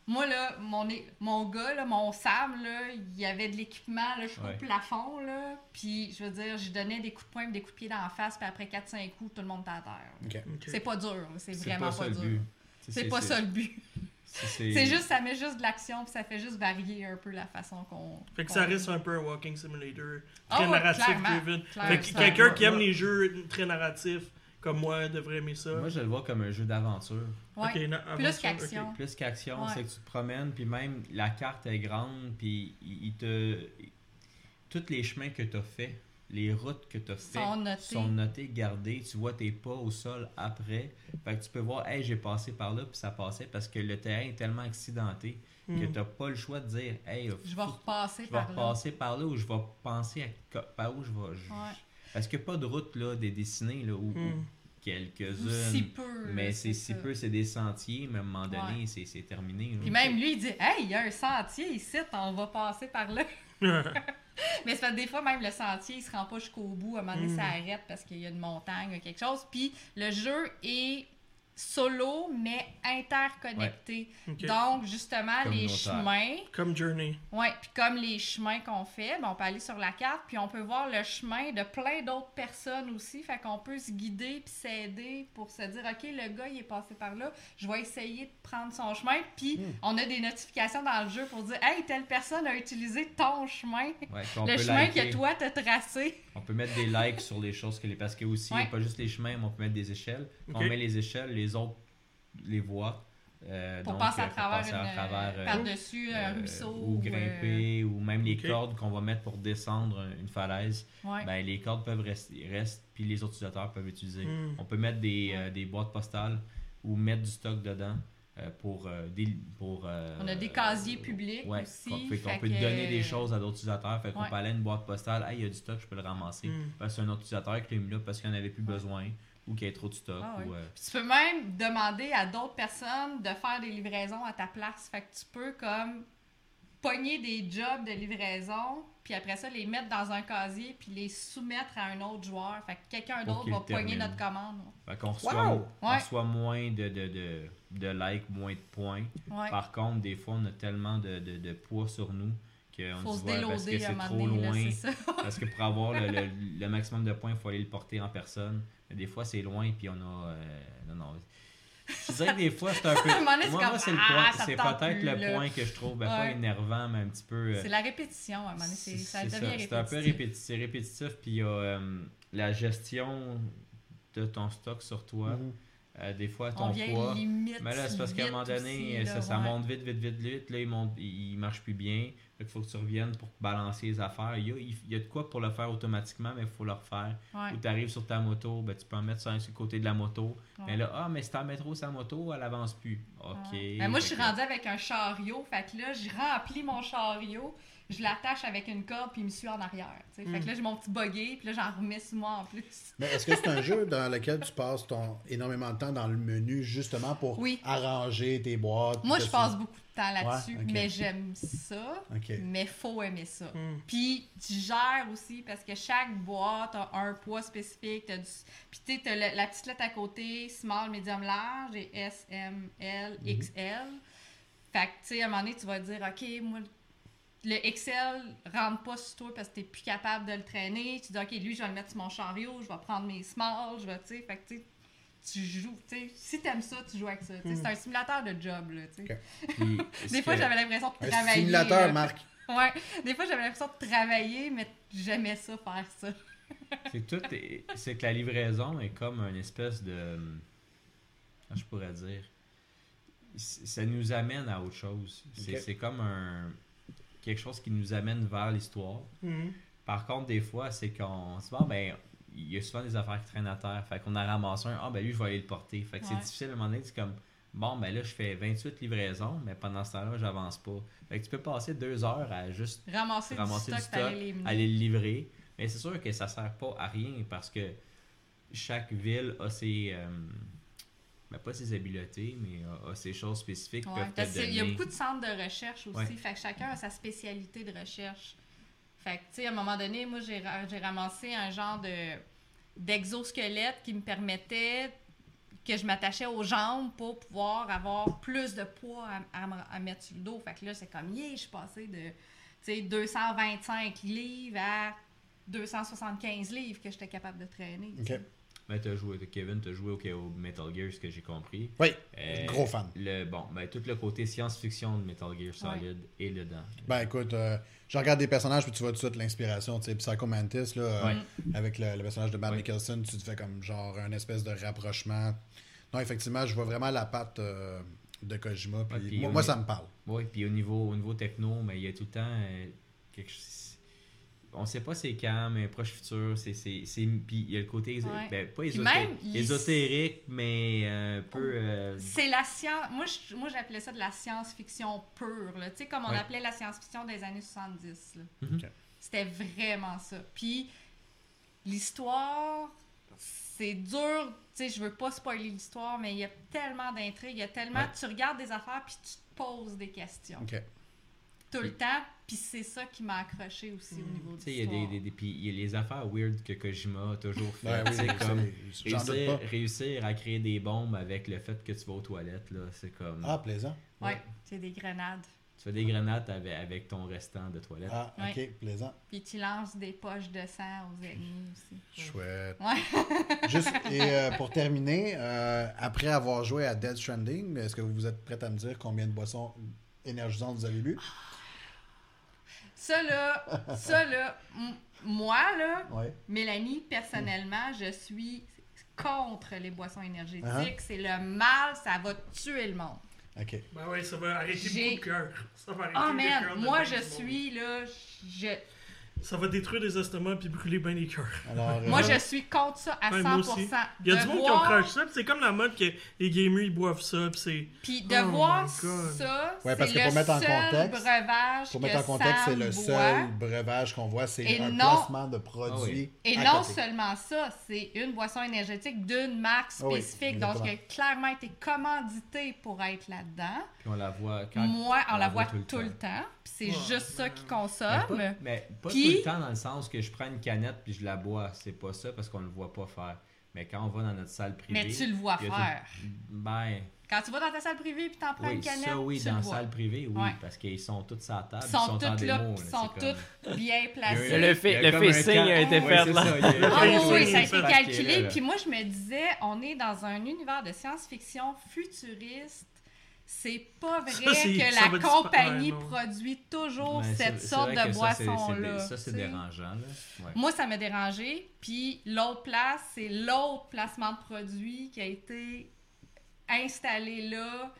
S3: Moi, là, mon, é- mon gars, là, mon sable, là, il y avait de l'équipement là, jusqu'au
S4: Ouais.
S3: plafond. Là, puis, je veux dire, je donnais des coups de poing puis des coups de pied dans la face, puis après 4-5 coups, tout le monde est à terre. là.
S2: Ok.
S5: Ok.
S3: C'est pas dur, là, c'est
S4: C'est
S3: vraiment
S4: pas
S3: pas,
S4: ça le
S3: dur.
S4: but.
S3: C'est pas ça le but.
S4: C'est
S3: C'est juste, ça met juste de l'action, puis ça fait juste varier un peu la façon qu'on.
S5: Fait que
S3: qu'on-
S5: ça reste un peu un Walking Simulator.
S3: Ah
S5: Très
S3: ouais,
S5: narratif,
S3: clairement,
S5: driven.
S3: clairement.
S5: Fait que
S3: Clairement.
S5: quelqu'un qui aime les jeux très narratifs, comme moi, devrait aimer ça.
S4: Moi, je le vois comme un jeu d'aventure.
S3: Ouais.
S5: Ok, na-
S3: Plus
S5: aventure,
S3: qu'action.
S5: ok.
S4: Plus qu'action,
S3: Ouais.
S4: c'est que tu te promènes, puis même la carte est grande, puis il il te. Tous les chemins que tu as fait, les routes que tu as fait
S3: Sont notées.
S4: sont notées, gardées. Tu vois tes pas au sol après. Fait que tu peux voir, hey, j'ai passé par là, puis ça passait parce que le terrain est tellement accidenté que
S5: Hmm.
S4: tu pas le choix de dire, hey,
S3: Je vais repasser
S4: je vais
S3: par là.
S4: repasser par là ou je vais penser à co- par où je vais. je-
S3: Ouais.
S4: Parce qu'il n'y a pas de route là, des dessinées là, ou, ou
S5: Hmm.
S3: Ou Si
S4: quelques-unes.
S3: peu. là,
S4: Mais c'est si
S3: Mm, ça.
S4: peu, c'est des sentiers, mais à un moment donné,
S3: Ouais.
S4: c'est c'est terminé. là.
S3: Puis même lui, il dit Hey, il y a un sentier ici, on va passer par là. <laughs> Mais c'est parce que des fois, même le sentier, il se rend pas jusqu'au bout. À un moment donné,
S5: Mm.
S3: ça arrête parce qu'il y a une montagne ou quelque chose. Puis le jeu est solo, mais interconnecté.
S5: Ok.
S3: Donc, justement, les
S4: Communautaire.
S3: chemins.
S5: <laughs> Comme Journey.
S3: Ouais, puis comme les chemins qu'on fait, ben, on peut aller sur la carte, puis on peut voir le chemin de plein d'autres personnes aussi. Fait qu'on peut se guider puis s'aider pour se dire, OK, le gars, il est passé par là, je vais essayer de prendre son chemin. Puis
S4: Hmm.
S3: on a des notifications dans le jeu pour dire, Hey, telle personne a utilisé ton chemin.
S4: Ouais, qu'on
S3: le
S4: peut
S3: chemin
S4: liker.
S3: que toi t'as tracé.
S4: On peut mettre des likes sur les choses que les. Parce que aussi,
S3: Ouais.
S4: il y a pas juste les chemins, mais on peut mettre des échelles. Quand
S5: Ok.
S4: on met les échelles, les autres les voient. euh,
S3: Pour
S4: donc,
S3: passer
S4: euh,
S3: à
S4: faut
S3: travers,
S4: passer à
S3: une-
S4: travers, euh,
S3: par-dessus un
S4: euh,
S3: ruisseau.
S4: Ou grimper, ou même les
S5: Ok.
S4: cordes qu'on va mettre pour descendre une falaise.
S3: euh, ouais.
S4: Ben, les cordes peuvent rester, restent, puis les autres utilisateurs peuvent utiliser.
S5: Hmm.
S4: On peut mettre des, euh, des boîtes postales ou mettre du stock dedans euh, pour. euh, des, pour euh,
S3: On a des casiers publics
S4: ouais,
S3: aussi,
S4: qu'on- fait qu'on
S3: fait
S4: peut
S3: que-
S4: donner des choses à d'autres utilisateurs. Fait qu'on
S3: Ouais.
S4: peut aller à une boîte postale, Ah, il y a du stock, je peux le ramasser.
S5: Mm.
S4: Parce que c'est un autre utilisateur qui l'a mis là parce qu'il n'en avait plus besoin. ou qu'il y ait trop de stock.
S3: Ah ouais.
S4: ou, euh,
S3: Puis tu peux même demander à d'autres personnes de faire des livraisons à ta place. Fait que tu peux comme pogner des jobs de livraison, puis après ça, les mettre dans un casier, puis les soumettre à un autre joueur. Fait que quelqu'un d'autre
S4: Pour qu'il
S3: va
S4: le termine.
S3: pogner notre commande.
S4: fait qu'on reçoit,
S2: Wow!
S4: on
S3: Ouais.
S4: reçoit moins de, de, de, de likes, moins de points.
S3: Ouais.
S4: Par contre, des fois, on a tellement de, de, de poids sur nous qu'on
S3: Faut
S4: se
S3: se
S4: dit ouais, parce que
S3: déloader à un
S4: c'est
S3: moment
S4: trop
S3: donné, là,
S4: loin.
S3: c'est ça.
S4: <laughs> parce que pour avoir le, le- le maximum de points, il faut aller le porter en personne. Mais des fois, c'est loin, puis on a. euh, non, non. Je dirais que des fois,
S3: <laughs>
S4: c'est un peu.
S3: À un moment donné, c'est
S4: moi, moi,
S3: comme,
S4: c'est le
S3: Ah,
S4: point.
S3: ça
S4: c'est
S3: me tente
S4: peut-être
S3: plus,
S4: le
S3: là.
S4: point que je trouve ben, pas
S3: Ouais.
S4: énervant, mais un petit peu. euh,
S3: C'est la répétition, à un moment donné. c'est- Ça devient
S4: ça,
S3: répétitif.
S4: C'est un peu répétitif. C'est répétitif, puis il y a euh, la gestion de ton stock sur toi.
S2: Mhm.
S4: Euh, des fois, ton
S3: On vient
S4: poids.
S3: limite.
S4: Mais là, c'est parce qu'à un moment donné, ça, ça monte vite, vite, vite, vite. Là, il, monte, il il marche plus bien. il faut que tu reviennes pour balancer les affaires. Il y a, il y a de quoi pour le faire automatiquement, mais il faut le refaire. Ou tu arrives sur ta moto, ben, tu peux en mettre sur un sur le côté de la moto. Mais là, ah, mais si t'en mets trop sa moto, elle avance plus. OK.
S3: Ouais.
S2: Ah.
S3: Ben, moi, je suis
S4: Fait que-
S3: rendue avec un chariot. Fait que là, je remplis mon chariot, je l'attache avec une corde, puis il me suit en arrière. tu sais. Fait
S5: Mm.
S3: que
S4: Hmm.
S3: là, j'ai mon petit buggy, puis là, j'en remets sur moi en plus.
S2: Mais est-ce que c'est un jeu dans lequel tu passes ton énormément de temps dans le menu justement pour
S3: Oui.
S2: arranger tes boîtes?
S3: Moi,
S2: que
S3: je
S2: tu-
S3: passe beaucoup de temps là-dessus,
S2: Ouais, ok.
S3: mais j'aime ça.
S2: Ok.
S3: Mais faut aimer ça.
S5: Hmm.
S3: Puis tu gères aussi parce que chaque boîte a un poids spécifique. t'as du... Puis tu sais, t'as le- la petite lettre à côté, small, medium, large et S, M, L,
S2: Mhm.
S3: XL. Fait que tu sais, à un moment donné, tu vas dire, OK, moi, le XL rentre pas sur toi parce que t'es plus capable de le traîner. Tu dis, OK, lui, je vais le mettre sur mon chariot, je vais prendre mes small, je vais, tu sais, fait que tu sais, tu joues, tu sais, si t'aimes ça, tu joues avec ça. tu sais.
S5: Mm.
S3: C'est un simulateur de job, là, tu sais.
S2: Hmm. Ok.
S4: Puis,
S3: <laughs>
S4: est-ce
S3: Des fois,
S4: que-
S3: j'avais l'impression de
S2: Un
S3: travailler.
S2: simulateur,
S3: là.
S2: Marc.
S3: Ouais, des fois j'avais l'impression de travailler, mais j'aimais ça faire ça.
S4: C'est tout. est- C'est que la livraison est comme une espèce de. Comment je pourrais dire. C- Ça nous amène à autre chose. C'est
S2: Ok.
S4: c'est comme un. Quelque chose qui nous amène vers l'histoire.
S5: Hmm.
S4: Par contre, des fois, c'est qu'on se dit, bon, ben, il y a souvent des affaires qui traînent à terre. Fait qu'on a ramassé un, ah, ben lui, je vais aller le porter. Fait que c'est
S3: Ouais.
S4: difficile à un moment donné, c'est comme, bon, ben là, je fais 28 livraisons, mais pendant ce temps-là, j'avance pas. Fait que tu peux passer deux heures à juste
S3: Ramasser,
S4: ramasser
S3: du
S4: du
S3: stock, fallait
S4: stock,
S3: les mener.
S4: aller le livrer. Mais c'est sûr que ça sert pas à rien parce que chaque ville a ses. euh, ben, pas ses habiletés, mais a, a ses choses spécifiques.
S3: Ouais,
S4: peuvent te
S3: parce qu'il y a
S4: donner.
S3: beaucoup de centres de recherche aussi.
S4: Ouais.
S3: Fait que chacun a sa spécialité de recherche. Fait que, tu sais, à un moment donné, moi, j'ai ra- j'ai ramassé un genre de d'exosquelette qui me permettait que je m'attachais aux jambes pour pouvoir avoir plus de poids à, à me- à mettre sur le dos. Fait que là, c'est comme, yeah, je suis passée de, tu sais, 225 livres à 275 livres que j'étais capable de traîner. tu
S2: Ok.
S3: sais.
S4: Ben, t'as joué, Kevin, t'as joué au, au Metal Gear, ce que j'ai compris.
S2: Oui,
S4: Euh,
S2: gros fan.
S4: Le, bon, ben, tout le côté science-fiction de Metal Gear Solid est dedans.
S2: Ben écoute, euh, je regarde des personnages puis tu vois tout de suite l'inspiration, tu sais, Psycho Mantis là, euh,
S4: Ouais.
S2: avec le, le personnage de Matt
S4: Ouais.
S2: Nicholson, tu te fais comme genre un espèce de rapprochement. Non, effectivement, je vois vraiment la patte euh, de Kojima puis
S4: Ouais, puis
S2: moi,
S4: on
S2: moi,
S4: est-
S2: ça me parle.
S4: Oui, puis au niveau, au niveau techno, mais il y a tout le temps euh, quelque chose. On sait pas c'est quand, mais proche futur, c'est. c'est- c'est- Puis il y a le côté. éso-
S3: Ouais.
S4: Ben, pas
S3: Puis
S4: ésoté-
S3: même, il-
S4: ésotérique, mais euh, un peu. euh,
S3: C'est la science. Moi, je- moi j'appelais ça de la science-fiction pure. là. Tu sais, comme on
S4: Ouais.
S3: appelait la science-fiction des années 70. là.
S4: Mhm.
S2: Ok.
S3: C'était vraiment ça. Puis, l'histoire, c'est dur. Tu sais, je veux pas spoiler l'histoire, mais il y a tellement d'intrigues. Il y a tellement.
S4: Ouais.
S3: Tu regardes des affaires, puis tu te poses des questions.
S2: Ok.
S3: Tout le temps. Puis, c'est ça qui m'a accroché aussi au niveau
S4: Mm. Tu
S3: de
S4: sais, il y a des,
S3: l'histoire.
S4: des, des- puis il y a les affaires weird que Kojima a toujours fait.
S2: Ouais, oui,
S4: tu sais, comme
S2: c'est- j'en doute
S4: réussir,
S2: pas.
S4: réussir à créer des bombes avec le fait que tu vas aux toilettes, là, c'est comme.
S2: Ah, plaisant.
S3: Ouais, c'est des grenades.
S4: Tu fais des grenades avec, avec ton restant de toilette.
S2: Ah, ok,
S3: Ouais.
S2: plaisant.
S3: Puis, tu lances des poches de sang aux ennemis aussi.
S2: Chouette.
S3: Ouais. <laughs>
S2: Juste, et euh, pour terminer, euh, après avoir joué à Dead Stranding, est-ce que vous êtes prête à me dire combien de boissons énergisantes vous avez bu?
S3: Ça, là, ça, là, m- moi, là,
S2: Ouais.
S3: Mélanie, personnellement, je suis contre les boissons énergétiques.
S2: Uh-huh.
S3: C'est le mal, ça va tuer le monde.
S2: OK.
S5: Ben ouais, ça va arrêter
S3: J'ai-
S5: beaucoup de cœur. Ça va arrêter
S3: Oh
S5: le
S3: man,
S5: cœur de
S3: moi je
S5: bien du monde.
S3: suis là, je
S5: Ça va détruire les estomacs puis brûler bien les cœurs.
S2: Alors, euh,
S3: Moi, je suis contre ça à
S5: Ouais,
S3: 100%.
S5: moi aussi. Il y a
S3: De
S5: du monde qui ont
S3: voir-
S5: crash ça, puis c'est comme la mode que les gamers ils boivent ça, puis c'est.
S3: Puis de
S5: Oh my
S3: voir
S5: God.
S3: ça,
S2: Ouais, parce
S3: c'est
S2: que pour
S3: le
S2: mettre en
S3: seul
S2: contexte-
S3: breuvage
S2: pour mettre en
S3: que
S2: contexte, c'est
S3: Sam
S2: le
S3: boit.
S2: seul breuvage qu'on voit, c'est
S3: Et
S2: un
S3: non-
S2: placement de produits.
S5: Ah
S3: Et
S2: à
S3: non
S2: côté.
S3: seulement ça, c'est une boisson énergétique d'une marque
S2: Ah oui,
S3: spécifique, donc
S2: exactement.
S3: qui a clairement été commanditée pour être là-dedans.
S4: Puis on la voit quand.
S3: Moi, on la voit tout le, temps, puis c'est
S5: Ouais,
S3: juste ça
S5: ouais.
S3: qu'ils
S4: Mais
S3: consomment.
S4: Ben, pas, mais pas
S3: Ah, Puis-
S4: tout le temps dans le sens que je prends une canette puis je la bois. C'est pas ça parce qu'on le voit pas faire. Mais quand on va dans notre salle privée.
S3: Mais tu le vois
S4: il y a
S3: faire.
S4: tout- Ben,
S3: Quand tu vas dans ta salle privée puis t'en prends
S4: oui,
S3: une canette,
S4: ça oui,
S3: tu
S4: dans
S3: le
S4: la
S3: vois.
S4: salle privée, oui,
S3: Ouais.
S4: parce qu'ils sont tous à la table,
S3: Ils
S4: ils
S3: sont
S4: en
S3: toutes
S4: démo.
S3: là,
S4: là,
S3: puis ils
S4: c'est
S3: sont
S4: comme-
S3: toutes bien
S4: <laughs> Il y a
S3: placées.
S4: eu-
S1: Le fait-
S4: il y a
S1: le
S4: comme un
S1: fait-signe
S4: camp-
S1: a été
S4: Oui,
S1: fait,
S4: c'est
S1: là.
S4: ça, il y a <laughs> eu un
S3: Ah oui,
S5: Oui,
S3: oui,
S5: c'est
S3: ça a
S5: une
S3: été
S5: fac
S4: qui est
S3: calculé.
S4: là.
S3: Puis moi, je me disais, on est dans un univers de science-fiction futuriste. C'est pas vrai
S5: Ça, c'est-
S3: que
S5: ça
S3: la
S5: va disparaître,
S3: compagnie
S5: non.
S3: produit toujours
S4: Mais
S3: cette
S4: Ben, c'est-
S3: sorte
S4: c'est vrai
S3: de
S4: que ça, c'est- c'est
S3: boisson-là.
S4: dé- Ça, c'est
S3: tu sais.
S4: dérangeant. Là. Ouais.
S3: Moi, ça m'a dérangé. Puis l'autre place, c'est l'autre placement de produit qui a été installé là.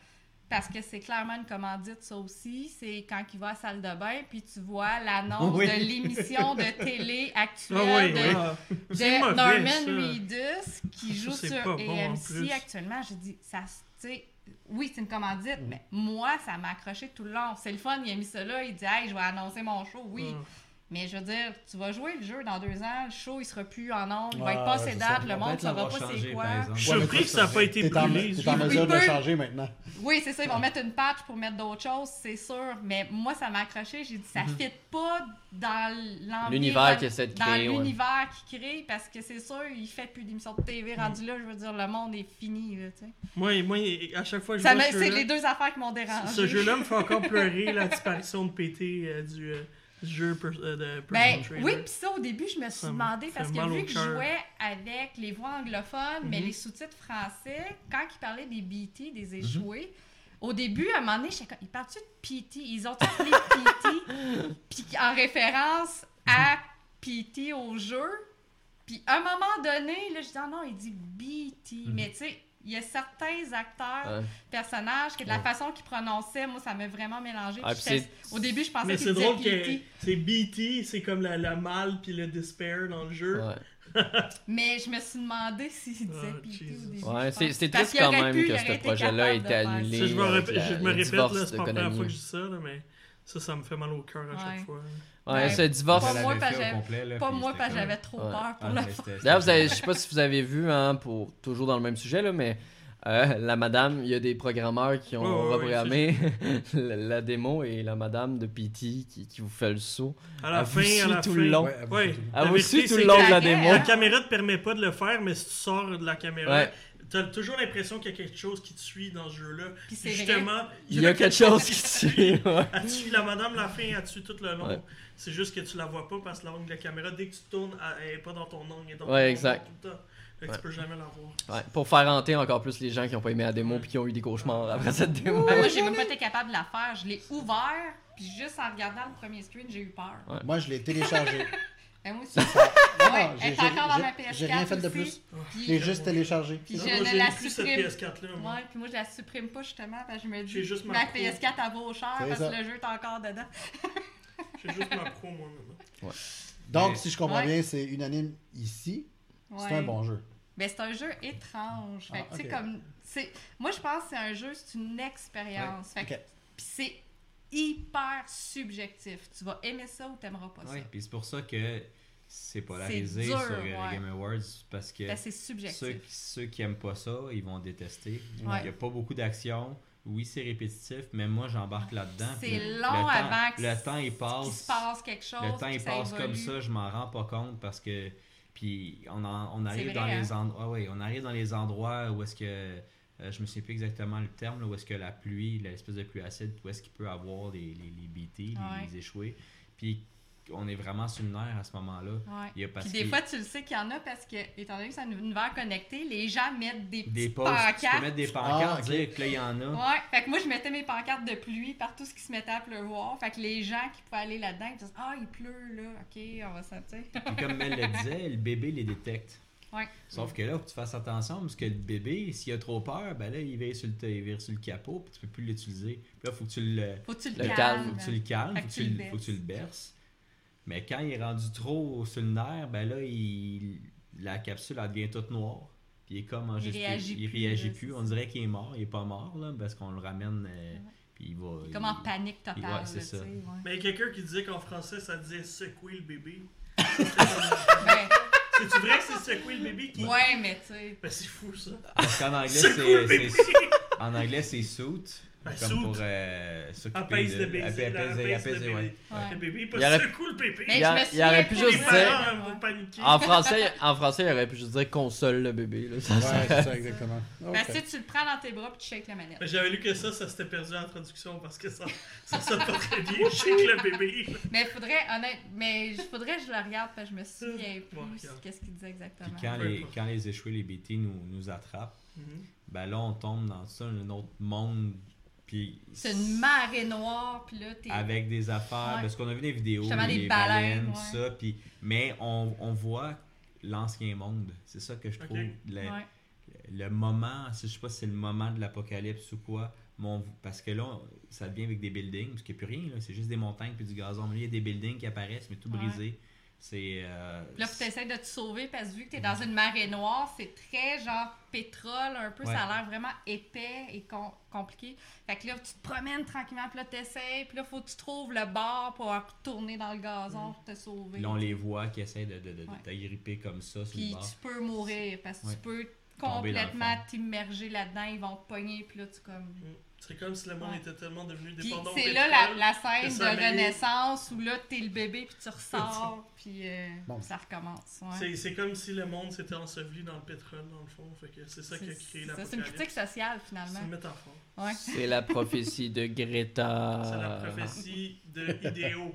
S3: Parce que c'est clairement une commandite, ça aussi. C'est quand il va à la salle de bain, puis tu vois l'annonce
S4: Oui.
S3: de l'émission de
S5: <laughs>
S3: télé actuelle
S5: Ah oui,
S3: Euh, <laughs> de
S5: ah, <laughs>
S3: de
S5: c'est mauvais,
S3: Norman
S5: ça.
S3: Reedus qui joue
S5: c'est
S3: sur
S5: pas bon, en
S3: AMC
S5: plus.
S3: actuellement. J'ai dit, ça, se- tu sais, oui, c'est une
S5: Mm.
S3: commandite, mais moi, ça m'a accroché tout le long. C'est le fun, il a mis ça là, il dit, hey, je vais annoncer mon show, oui.
S5: Ouais.
S3: Mais je veux dire, tu vas jouer le jeu dans deux ans, le show, il sera plus en ondes, il va
S2: Ouais,
S3: être passé
S2: ouais, c'est
S3: date,
S2: ça.
S3: le
S4: Peut-être
S3: monde ne saura
S4: l'avoir
S3: pas c'est
S4: changé,
S3: quoi.
S4: par exemple.
S5: Je
S4: Ouais,
S5: suis
S4: mais
S5: surpris
S4: ça,
S5: que ça n'a
S4: c'est-
S5: pas été
S2: T'es en,
S5: brûlé.
S2: t'es en
S5: je-
S2: mesure de
S3: peut-
S2: changer maintenant.
S3: Oui, c'est ça, ils vont mettre une patch pour mettre d'autres choses, c'est sûr. Mais moi, ça m'a accroché, j'ai dit, ça ne fit pas dans l'environnement-
S1: L'univers qu'il essaie de
S3: dans
S1: créer, ouais.
S3: l'univers qu'il crée, parce que c'est sûr, il fait plus d'émissions de TV rendu là, je veux dire, le monde est fini, là, tu sais.
S5: Moi, moi, à chaque fois que je
S3: Ça
S5: vois
S3: m'a-
S5: ce
S3: C'est
S5: jeu-là-
S3: les deux affaires qui m'ont dérangé.
S5: Ce jeu-là me fait encore pleurer la disparition de PT euh, du euh, jeu per- euh, de
S3: Ben,
S5: Person
S3: oui,
S5: Trailer.
S3: puis ça, au début, je me suis
S5: Ça me
S3: demandé,
S5: fait
S3: parce que
S5: mal au
S3: vu que je
S5: cœur.
S3: jouais avec les voix anglophones, mais
S5: Mhm.
S3: les sous-titres français, quand ils parlaient des BT, des échoués, au début, à un moment donné, j'étais comme, ils parlent-tu de PT? Ils ont appelé PT,
S5: <laughs>
S3: puis en référence à PT au jeu. Puis à un moment donné, là, je dis, ah non, il dit BT,
S5: Mhm.
S3: mais tu sais, il y a certains acteurs
S1: Ouais.
S3: personnages que de la façon qu'ils prononçaient, moi, ça m'a vraiment mélangé.
S1: Ah,
S3: Puis
S1: puis
S3: j'étais- Au début, je pensais
S5: Mais
S3: qu'ils
S5: c'est drôle
S3: disaient
S5: que
S3: PT.
S5: c'est BT, c'est comme la, la mal puis le despair dans le jeu.
S1: Ouais.
S3: Mais je me suis demandé s'ils disaient
S5: Ah,
S3: PT
S5: Jesus.
S3: au début.
S1: Ouais,
S3: je
S1: c'est-
S3: pense.
S1: c'est
S3: Parce
S1: triste
S3: qu'il
S1: quand
S3: aurait
S1: même
S3: pu,
S1: que
S3: il
S1: ce
S3: aurait été
S1: projet-là a
S3: capable
S1: été
S3: de faire
S5: Tu
S1: annulé.
S5: sais, je me,
S1: avec
S5: répète-
S1: la-
S5: je me
S1: le
S5: répète,
S1: divorce
S5: là, c'est pas la première
S1: d'économie.
S5: fois que je dis ça, là, mais ça, ça me fait mal au cœur à chaque
S3: Ouais.
S5: fois.
S1: Ouais,
S3: Ben,
S1: ce
S4: On
S1: divorce.
S3: Pas
S4: l'avait
S3: moi,
S4: fait
S3: parce
S4: au
S3: que j'avais-
S4: complet, là,
S3: Pas
S4: puis
S3: moi,
S4: c'était
S3: parce que
S4: comme-
S3: j'avais trop
S1: Ouais.
S3: peur pour
S4: Ah,
S3: le
S4: mais
S3: faire.
S4: c'était-
S1: D'ailleurs, vous avez- je
S4: c'était-
S1: sais pas si vous avez vu, hein, pour toujours dans le même sujet, là, mais euh, la madame, il y a des programmeurs qui ont
S5: Ouais, ouais, ouais,
S1: reprogrammé <laughs> la, la démo et la madame de PT qui, qui vous fait le saut.
S5: À la
S1: Elle vous
S5: fin, à
S1: suit
S5: la
S1: tout
S5: fin.
S1: le long.
S2: Ouais, elle vous
S5: Ouais.
S2: suit tout le long.
S5: La
S1: Ah, vous
S5: vérité,
S1: suivez tout
S5: c'est
S1: le long
S5: que
S1: de la
S3: la
S1: démo.
S3: guerre,
S5: La caméra te permet pas de le faire, mais si tu sors de la caméra,
S1: Hein? Ouais.
S5: t'as toujours l'impression qu'il y a quelque chose qui te suit dans ce jeu-là.
S3: Puis c'est vrai.
S5: Justement,
S1: Il y a quelque chose qui se suit, ouais.
S5: Elle te suit ah, la madame, la fin, elle te suit tout le long.
S1: Ouais.
S5: C'est juste que tu la vois pas parce que l'angle de la caméra, dès que tu tournes, elle elle est pas dans ton angle, elle est dans
S1: Ouais,
S5: ton angle
S1: exact.
S5: tout le temps. Fait que
S1: Ouais.
S5: tu peux jamais la voir.
S1: Ouais, Pour faire hanter encore plus les gens qui ont pas aimé la démo puis qui ont eu des cauchemars après cette démo.
S3: Ben, moi, j'ai même pas été capable de la faire. Je l'ai ouvert, puis juste en regardant le premier screen, j'ai eu peur.
S1: Ouais.
S2: Moi, je l'ai téléchargé.
S3: Ben, moi aussi.
S2: Non,
S3: Ouais,
S2: non,
S3: elle
S2: j'ai-
S3: est encore dans
S2: j'ai-
S3: ma
S2: j'ai-
S3: PS4
S2: J'ai rien fait de
S3: aussi.
S2: plus.
S3: Puis-
S2: Je l'ai juste téléchargé.
S3: Puis
S5: Non,
S3: je
S5: moi,
S3: ne
S5: j'ai
S3: la
S5: plus cette
S3: supprime.
S5: PS4-là, moi.
S3: Ouais, puis moi je la supprime pas justement parce que je me dis
S5: J'ai juste ma
S3: ma
S5: pro.
S3: PS4 à vaut cher
S2: C'est
S3: parce
S2: ça.
S3: que le jeu est encore dedans.
S5: J'ai juste ma pro, moi, maintenant.
S2: Donc,
S4: Mais-
S2: si je comprends
S3: Ouais.
S2: bien, c'est unanime ici. C'est
S3: Ouais.
S2: un bon jeu.
S3: Mais c'est un jeu étrange. Fait que,
S2: Ah,
S3: tu sais,
S2: ok.
S3: comme. c'est- Moi, je pense que c'est un jeu, c'est une expérience. Fait que-
S2: Ok.
S3: Puis c'est hyper subjectif. Tu vas aimer ça ou t'aimeras pas
S4: Ouais,
S3: Ah, ça.
S4: puis c'est pour ça que c'est polarisé
S3: C'est dur,
S4: sur euh, les
S3: ouais.
S4: Game Awards parce que
S3: Fait que c'est
S4: ceux,
S3: subjectif.
S4: qui- ceux qui aiment pas ça, ils vont détester.
S3: Ouais.
S4: Il n'y a pas beaucoup d'action. Oui, c'est répétitif, mais moi j'embarque là-dedans.
S3: C'est
S4: puis le
S3: long
S4: temps-
S3: avant que
S4: le temps il
S3: Qu'il
S4: passe.
S3: se passe quelque chose.
S4: le temps
S3: puis
S4: il
S3: que ça
S4: passe comme
S3: évolue.
S4: ça, je m'en rends pas compte parce que puis on, en- on arrive
S3: vrai,
S4: dans les
S3: hein?
S4: endroits ouais, on arrive dans les endroits où est-ce que euh, je me souviens plus exactement le terme là, où est-ce que la pluie, l'espèce de pluie acide, où est-ce qu'il peut avoir les, les, les BT, les,
S3: Ouais.
S4: les échoués. Puis on est vraiment sur le nerf à ce moment-là.
S3: Ouais.
S4: Il y a parce
S3: Puis des
S4: que-
S3: fois, tu le sais qu'il y en a parce que, étant donné que c'est un univers connecté, les gens mettent des,
S4: des
S3: petites
S4: posts, tu peux
S3: pancartes.
S4: mettre des pancartes,
S2: Ah, ok.
S4: dire que là il y en a.
S3: Ouais, fait que moi je mettais mes pancartes de pluie partout ce qui se mettait à pleuvoir. Fait que les gens qui pouvaient aller là-dedans, ils disaient Ah, il pleut là, ok, on va sentir. <laughs>
S4: Puis comme elle le disait, le bébé les détecte.
S3: Ouais.
S4: Sauf que là, faut que tu fasses attention, parce que le bébé, s'il a trop peur, ben là, il vire sur le, t- il vire sur le capot, puis tu peux plus l'utiliser. Puis là, faut que tu le,
S3: Faut que tu le,
S1: Le calme.
S3: calmes.
S4: faut que tu le calmes,
S3: Fait
S4: faut
S3: que
S4: que
S3: tu
S4: tu,
S3: le
S4: le-
S3: berces.
S4: faut que tu le berces. Mais quand il est rendu trop sur le nerf, ben là, il, la capsule, elle devient toute noire. Puis il est comme en
S3: Il
S4: gestu-
S3: réagit
S4: il
S3: plus,
S4: réagit
S3: là,
S4: plus.
S3: c'est
S4: On dirait qu'il est mort. Il est pas mort, là, parce qu'on le ramène. euh, Puis il va.
S3: Comme en
S4: il-
S3: panique totale.
S4: Ouais,
S3: là,
S4: c'est
S3: tu sais,
S4: ça.
S3: ouais.
S5: Mais quelqu'un qui disait qu'en français, ça disait secouer le bébé. <laughs>
S3: Ben,
S4: <laughs>
S5: C'est-tu vrai que c'est secouer le bébé qui.
S3: ouais, mais tu sais.
S5: Ben, c'est fou ça.
S4: Parce qu'en anglais,
S5: <laughs> C'est cool,
S4: c'est.
S5: bébé.
S4: c'est- En anglais, c'est suit.
S5: Ben,
S4: comme
S5: suit.
S4: pour euh, s'occuper.
S5: Apaise
S4: de-
S5: le bébé.
S4: apaiser-
S5: la-
S4: apaiser-
S5: apaise
S4: apaiser,
S5: le
S4: ouais.
S5: bébé.
S3: Ouais.
S5: Le bébé, pas
S1: Il aurait-
S5: secoue le bébé.
S3: Mais
S1: Il y a-
S3: je me
S1: il y aurait
S3: souviens
S1: pu
S3: plus
S5: Les
S1: juste
S3: vraiment,
S1: dire-
S5: parents hein,
S3: ouais.
S5: vont paniquer.
S2: Ah.
S1: En français, en français, il aurait pu juste dire console le bébé. Là. Ça, Ah, ça-
S2: Ouais, c'est ça,
S3: <laughs>
S2: exactement.
S3: Parce
S2: Ok.
S3: que tu le prends dans tes bras puis tu shakes la manette.
S5: <laughs> Mais J'avais lu que ça, ça s'était perdu en traduction parce que ça, ça sonne pas très bien. Chic le bébé.
S3: Mais faudrait, honnête, mais je- faudrait que je le regarde parce que je me souviens
S5: Bon,
S3: plus
S5: regarde.
S3: qu'est-ce qu'il disait
S4: Puis
S3: exactement.
S4: quand
S5: Peu
S4: les,
S5: importe.
S4: quand les échoués, les BT nous, nous attrapent,
S5: Mhm.
S4: ben là, on tombe dans ça, un autre monde. Puis.
S3: C'est une marée noire puis là t'es.
S4: Avec des affaires,
S3: Ouais.
S4: parce qu'on a vu des vidéos,
S3: Justement,
S4: des
S3: des baleines,
S4: tout
S3: ouais.
S4: ça. Puis, mais on, on voit l'ancien monde. C'est ça que je trouve.
S5: Ok.
S4: le-
S3: Ouais.
S4: le moment, si- je sais pas si c'est le moment de l'apocalypse ou quoi, mais on- parce que là, on- ça devient avec des buildings, parce qu'il n'y a plus rien, là, c'est juste des montagnes puis du gazon. Mais là, il y a des buildings qui apparaissent, mais tout
S3: Ouais.
S4: brisé. C'est. euh,
S3: Puis Là, tu essaies de te sauver parce que vu que t'es dans une marée noire, c'est très genre pétrole, un peu,
S4: Ouais.
S3: ça a l'air vraiment épais et com- compliqué. Fait que là, tu te promènes tranquillement, puis là, t'essayes, puis là, faut que tu trouves le bar pour retourner dans le gazon pour te sauver.
S4: Puis là, on les voit qui essaient de, de, de- de
S3: Ouais.
S4: t'agripper comme ça sur le
S3: Puis
S4: bord.
S3: tu peux mourir parce que
S4: Ouais.
S3: tu peux
S4: Tomber dans le
S3: complètement
S4: fond.
S3: t'immerger là-dedans, ils vont te pogner, puis là, tu comme.
S5: Mhm. C'est comme si le monde
S3: Ouais.
S5: était tellement devenu
S3: Puis
S5: dépendant. au
S3: c'est
S5: pétrole.
S3: là la, la scène
S5: le
S3: de
S5: soleil.
S3: renaissance où là, t'es le bébé, puis
S5: <laughs>
S3: tu ressors, puis euh,
S2: Bon.
S3: ça recommence. ouais.
S5: C'est- C'est comme si le monde s'était enseveli dans le pétrole, dans le fond. Fait que c'est ça qui a créé
S3: c'est ça,
S5: l'apocalypse.
S3: c'est une critique sociale
S5: C'est
S3: finalement.
S5: une métaphore.
S3: Ouais.
S1: C'est la prophétie de Greta.
S5: C'est
S2: Ah.
S5: la prophétie de Idéo.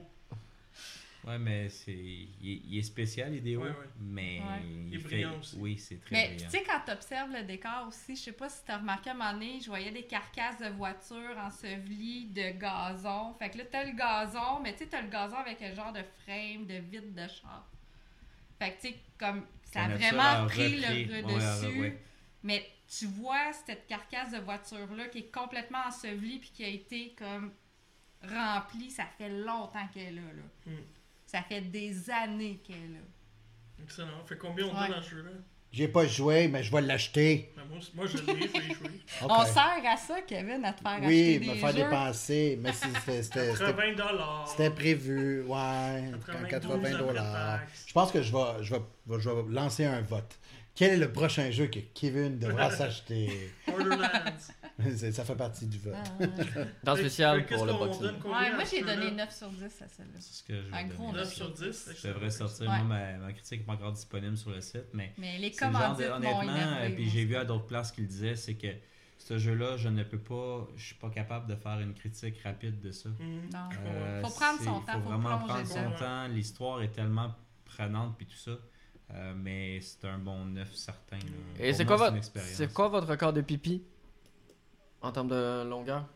S4: Ouais, mais c'est. Il, est- il est spécial, l'idéo,
S5: Ouais, ouais.
S4: mais.
S3: Ouais.
S5: Il est
S4: fait-
S5: brillant aussi.
S4: Oui, c'est très
S3: Mais tu
S4: brillant.
S3: sais, quand tu observes le décor aussi, je sais pas si tu as remarqué à un moment donné, je voyais des carcasses de voitures ensevelies de gazon. Fait que là, t'as le gazon, mais tu sais, t'as le gazon avec un genre de frame, de vide de char. Fait que tu sais, comme ça a
S4: La nature
S3: vraiment
S4: a
S3: pris le
S4: repris. Ouais,
S3: dessus.
S4: ouais, ouais.
S3: Mais tu vois cette carcasse de voiture-là qui est complètement ensevelie puis qui a été comme remplie. Ça fait longtemps qu'elle est là. là.
S5: Mm.
S3: Ça fait des années qu'elle est là.
S5: Excellent. Fait combien on
S3: Ouais.
S5: donne à ce jeu-là
S2: J'ai pas joué, mais je vais l'acheter.
S5: Ben, moi, moi, je l'ai, je vais y jouer.
S2: Ok.
S3: On sert à ça, Kevin, à te faire acheter
S2: Oui,
S3: des
S2: me faire
S3: jeux.
S2: dépenser, mais c'est- c'était- <laughs>
S3: <laughs>
S2: c'était c'était-
S5: 80 dollars.
S2: c'était prévu, ouais, en
S5: 92
S2: 80 dollars.
S5: après taxe.
S2: Je pense que je vais, je, vais, je vais lancer un vote. Quel est le prochain jeu que Kevin
S3: <laughs>
S2: devra s'acheter?
S5: Borderlands.
S2: C'est- Ça fait partie du vote.
S3: Ah, ouais.
S1: Dans
S5: Fait-
S1: spécial
S5: fait qu'est-ce
S1: pour le
S5: qu'on
S1: boxing.
S5: donne combien
S3: Ouais,
S4: <laughs>
S5: à
S3: moi,
S5: ce
S3: j'ai
S5: jeu-là?
S3: donné 9 sur 10 à celle-là.
S4: C'est ce que je
S3: Un
S4: veux
S3: gros
S4: donner.
S5: 9 sur 10.
S4: Je devrais sortir.
S3: Ouais.
S4: Moi, ma, ma critique n'est pas encore disponible sur le site, mais.
S3: Mais les
S4: C'est le genre de-
S3: commandites m'ont
S4: honnêtement,
S3: énervé.
S4: euh, puis j'ai vu à d'autres places qu'ils disaient, c'est que ce jeu-là, je ne peux pas, je suis pas capable de faire une critique rapide de ça.
S5: Mhm.
S3: Non.
S4: Euh,
S3: Faut prendre son
S4: c'est-
S3: temps,
S4: faut
S3: faut
S4: vraiment
S3: plonger
S4: prendre son
S5: dedans.
S4: temps. L'histoire est tellement prenante puis tout ça, Euh, mais c'est un bon neuf certain. là.
S1: Et
S4: Pour
S1: c'est
S4: moi,
S1: quoi, votre,
S4: une expérience.
S1: c'est quoi votre record de pipi en termes de longueur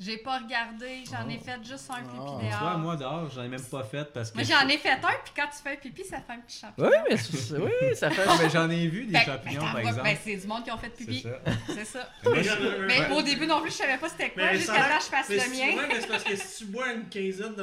S3: J'ai pas regardé, j'en ai
S1: Oh.
S3: fait juste
S4: Ah,
S3: un pipi
S2: Oh.
S4: Tu vois,
S3: dehors.
S4: moi dehors, j'en ai même pas fait parce que.
S3: Moi, j'en ai fait un, puis quand tu fais un pipi, ça fait un petit champignon.
S1: Oui, mais c'est- oui, ça fait.
S4: Ah, mais j'en ai vu des
S3: Fait que, ben,
S4: champignons
S3: t'en
S4: par
S3: vois-
S4: exemple.
S3: ben, c'est du monde qui ont fait
S4: c'est
S3: pipi.
S4: ça.
S3: C'est ça.
S4: <laughs> Moi,
S5: Mais
S4: je-
S5: non, non, non,
S3: Mais
S5: ouais.
S3: au début non plus, je savais pas c'était quoi,
S5: Mais
S3: jusqu'à
S5: ça-
S3: temps que je fasse
S5: mais
S3: le
S5: si tu- ouais,
S3: mien.
S5: mais c'est parce que si tu bois une quinzaine de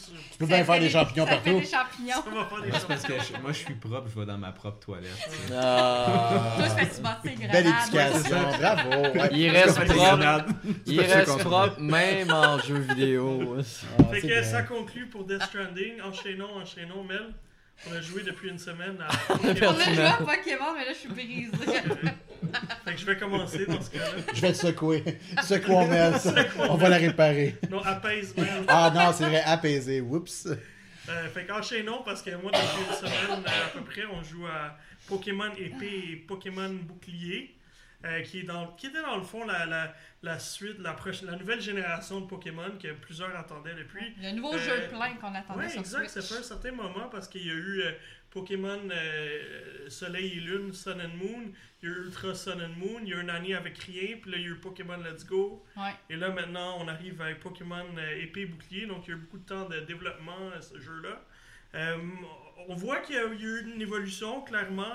S3: <laughs>
S5: ça
S2: Tu peux bien
S3: Ça
S2: faire
S3: fait
S2: des champignons
S3: ça fait
S2: partout.
S3: des champignons.
S5: va faire des
S4: c'est parce
S5: choses.
S4: que je- moi, je suis propre, je vais dans ma propre toilette.
S1: Ah.
S3: Toi, je fais-tu bâtir les
S2: Belle
S3: grenades?
S2: éducation, bravo. ouais.
S1: <laughs> Il
S4: Je
S1: reste
S4: fais des
S1: propre,
S4: grenades.
S1: il
S4: C'est pas
S1: reste
S4: sûr qu'on-
S1: propre même en jeu vidéo.
S2: Ah,
S5: Fait
S2: c'est
S5: que
S2: bien.
S5: ça conclut pour Death Stranding. Enchaînons, enchaînons, Mel. On a joué depuis une semaine à
S3: On
S5: Pokémon.
S3: a joué à Pokémon, mais là, je suis
S4: <laughs>
S3: brisée.
S5: Fait que je vais commencer dans ce cas-là.
S2: Je vais te secouer. Secouons
S3: <laughs>
S2: Mel, ça. On va la réparer.
S5: Non, apaise Mel.
S2: Ah non, c'est vrai, apaisé.
S5: <laughs>
S2: Oups.
S5: Euh, fait qu'enchaînons parce que moi, depuis une semaine euh, à peu près, on joue à Pokémon épée et Pokémon bouclier, euh, qui, est dans, qui était dans le fond la, la, la suite, la, prochaine, la nouvelle génération de Pokémon que plusieurs attendaient depuis.
S3: Le nouveau
S5: Euh,
S3: jeu plein qu'on attendait
S5: Oui,
S3: sur
S5: exact,
S3: Switch.
S5: c'est fait un certain moment parce qu'il y a eu euh, Pokémon euh, Soleil et Lune, Sun and Moon, il y a eu Ultra Sun and Moon, il y a eu une année avec rien, puis là il y a eu Pokémon Let's Go,
S3: Ouais.
S5: et là, maintenant, on arrive à Pokémon euh, épée et bouclier. Donc, il y a eu beaucoup de temps de développement à euh, ce jeu-là. Euh, on voit qu'il y a eu une évolution, clairement.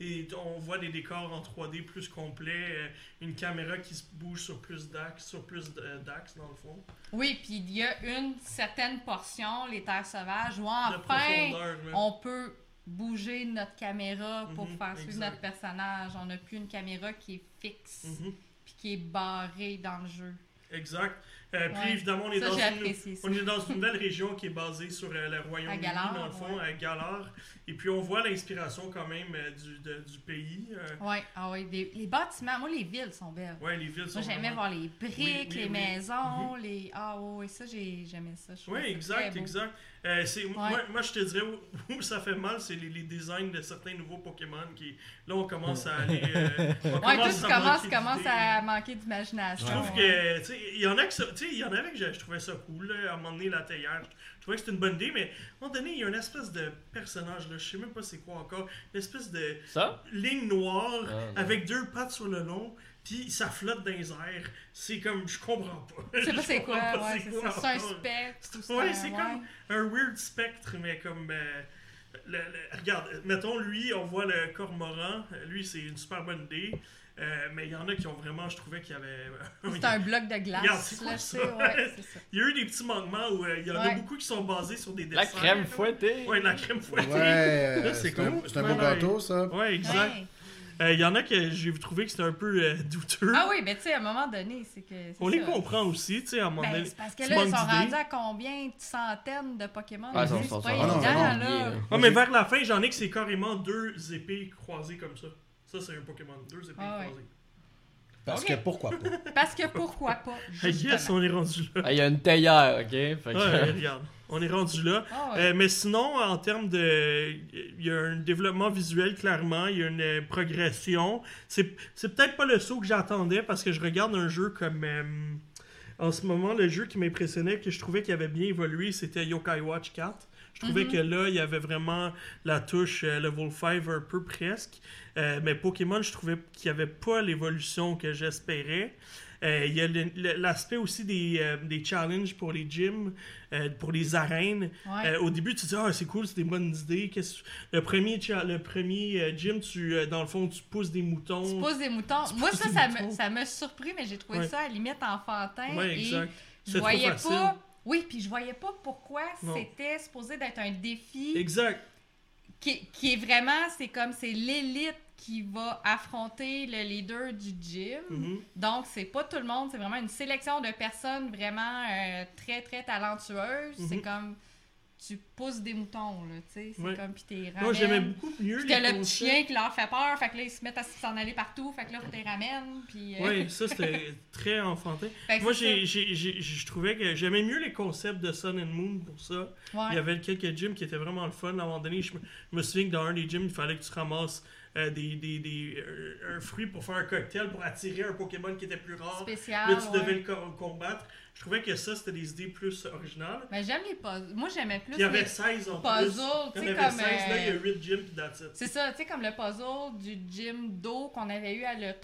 S5: Et, et on voit des décors en 3D plus complets, euh, une caméra qui se bouge sur plus d'axes, sur plus d- euh, d'axes dans le fond.
S3: Oui, puis il y a une certaine portion, les terres sauvages, où
S5: de
S3: enfin,
S5: profondeur, même.
S3: on peut bouger notre caméra pour
S5: Mhm,
S3: faire suivre
S5: exact.
S3: notre personnage. On n'a plus une caméra qui est fixe,
S5: Mhm,
S3: puis qui est barrée dans le jeu.
S5: Exact. Euh, Puis
S3: Ouais.
S5: évidemment, on est
S3: Ça,
S5: dans
S3: j'ai
S5: une
S3: apprécié ça.
S5: On est dans une nouvelle région qui est basée sur euh, le Royaume-Uni,
S3: Galar,
S5: dans le fond,
S3: ouais.
S5: à Galar. Et puis on voit l'inspiration quand même euh, du, de- du pays. euh,
S3: Ouais, ah ouais, des- les bâtiments, moi les villes sont belles.
S5: ouais, les villes sont.
S3: Moi j'aimais
S5: vraiment-
S3: voir les briques,
S5: Oui, oui,
S3: les
S5: oui.
S3: maisons, les ah ouais, ouais, ça j'ai j'aimais ça. je trouvais
S5: Oui,
S3: ça très
S5: exact,
S3: beau.
S5: exact. Euh, c'est, moi,
S3: Ouais.
S5: moi, je te dirais où, où ça fait mal, c'est les, les designs de certains nouveaux Pokémon qui. Là, on commence à aller. euh, on
S3: Ouais,
S5: commence
S3: tout
S5: à
S3: commence,
S5: manquer
S3: commence
S5: d'idées.
S3: à manquer
S5: Je
S3: d'imagination. ouais.
S5: trouve que, tu sais, il y en a que ça- tu sais, il y en avait que je, je trouvais ça cool, là, à un moment donné, la théière. Je, je trouvais que c'était une bonne idée, mais à un moment donné, il y a une espèce de personnage, là, je sais même pas c'est quoi encore, une espèce de
S1: Ça?
S5: ligne noire
S1: Ah, non.
S5: avec deux pattes sur le long, puis ça flotte dans les airs. C'est comme, je comprends pas.
S3: Je sais pas
S5: <laughs> Je
S3: c'est quoi,
S5: comprends pas
S3: ouais, c'est ça. C'est un
S5: encore.
S3: spectre. ou
S5: Ouais,
S3: un-
S5: c'est
S3: ouais.
S5: comme un weird spectre, mais comme. euh, le- le- regarde, mettons, lui, on voit le cormoran. Lui, c'est une super bonne idée. Euh, mais il y en a qui ont vraiment, je trouvais qu'il y avait.
S3: C'est un bloc de glace.
S5: Regarde, c'est quoi
S3: là, tu
S5: ça?
S3: sais, ouais, c'est ça.
S5: Il y a eu des petits manquements où euh, il y en a
S3: Ouais.
S5: beaucoup qui sont basés sur des dessins.
S1: La crème fouettée!
S5: Ouais, de la crème fouettée.
S2: Ouais,
S5: Là,
S2: euh,
S5: c'est
S2: c'est un,
S5: cool.
S2: c'est un beau
S5: Ouais,
S2: gâteau, ça.
S5: <laughs> Ouais, <laughs> exact.
S3: Ouais.
S5: Euh, Il y en a que j'ai trouvé que c'était un peu euh, douteux.
S3: Ah oui, mais tu sais, à un moment donné, c'est que. c'est
S5: On les
S3: ça.
S5: comprend aussi, tu sais, à un moment
S3: Ben,
S5: donné.
S3: c'est parce que
S5: tu
S3: là, ils
S5: manques
S3: sont
S5: d'idées.
S3: rendus à combien de centaines de Pokémon?
S1: Ah, ils sont-
S3: aujourd'hui?
S1: sont- hein.
S3: c'est pas
S1: sont-
S2: Ah, non,
S3: évident,
S2: non,
S3: là.
S1: non.
S5: Ah, mais vers la fin, j'en ai que c'est carrément deux épées croisées comme ça. Ça, c'est un Pokémon. Deux épées
S3: Ah ouais.
S5: croisées.
S2: Parce
S3: Ok.
S2: que pourquoi pas?
S3: Parce que pourquoi pas?
S5: Ah, yes,
S3: justement.
S5: on est rendu là.
S1: Ah, il y a une théière, ok? Fait que- euh,
S5: Ouais, regarde, on est rendu là.
S3: Ah ouais.
S5: Euh, mais sinon, en termes de. Il y a un développement visuel, clairement. Il y a une euh, progression. C'est c'est peut-être pas le saut que j'attendais parce que je regarde un jeu comme. euh, en ce moment, le jeu qui m'impressionnait, que je trouvais qu'il avait bien évolué, c'était Yokai Watch 4. Je trouvais que là, il y avait vraiment la touche euh, level 5 un peu presque. Euh, mais Pokémon, je trouvais qu'il n'y avait pas l'évolution que j'espérais. Euh, Il y a le- le- l'aspect aussi des, euh, des challenges pour les gyms, euh, pour les arènes.
S3: Ouais.
S5: Euh, au début, tu dis ah c'est cool, c'est des bonnes idées. Qu'est-ce- le premier cha- le premier euh, gym, tu euh, dans le fond tu pousses des moutons.
S3: Tu poses des moutons.
S5: Tu
S3: Moi,
S5: poses
S3: ça,
S5: des
S3: ça
S5: moutons.
S3: me, ça m'a surpris, mais j'ai trouvé
S5: Ouais.
S3: ça à la limite enfantin.
S5: Ouais,
S3: et
S5: exact.
S3: Je
S5: C'est trop
S3: voyais
S5: facile.
S3: pas. Oui, puis je voyais pas pourquoi
S5: Non.
S3: c'était supposé d'être un défi
S5: Exact.
S3: qui, qui est vraiment, c'est comme, c'est l'élite qui va affronter le leader du gym.
S5: Mhm.
S3: Donc, c'est pas tout le monde, c'est vraiment une sélection de personnes vraiment euh, très, très talentueuses.
S5: Mhm.
S3: C'est comme, tu pousses des moutons, là, tu sais. C'est
S5: Ouais.
S3: comme, puis t'es
S5: Moi j'aimais beaucoup mieux
S3: Puis
S5: les
S3: t'as le petit
S5: concepts.
S3: chien qui leur fait peur, fait que là, ils se mettent à s'en aller partout, fait que là, on les ramène, puis... euh,
S5: Oui, ça c'était
S3: <laughs>
S5: très enfantin.
S3: fait que
S5: Moi,
S3: c'est
S5: j'ai, j'ai- j'ai- je trouvais que j'aimais mieux les concepts de Sun and Moon pour ça.
S3: ça. Ouais.
S5: Il y avait quelques gyms qui étaient vraiment le fun. À un moment donné, je me, je me souviens que dans un des gyms, il fallait que tu ramasses euh, des, des, des, euh, un fruit pour faire un cocktail pour attirer un Pokémon qui était plus rare.
S3: Spécial,
S5: Là, tu
S3: Ah, ouais.
S5: devais le co- combattre. Je trouvais que ça, c'était des idées plus originales.
S3: Mais j'aime les puzzles. Moi, j'aimais plus
S5: Puis il y avait
S3: les-
S5: 16 en
S3: puzzle,
S5: plus.
S3: tu
S5: Il y
S3: sais,
S5: en avait
S3: comme,
S5: 16, là, il y a
S3: euh,
S5: 8 gyms, puis that's it.
S3: C'est ça, tu sais, comme le puzzle du gym d'eau qu'on avait eu à l'E3,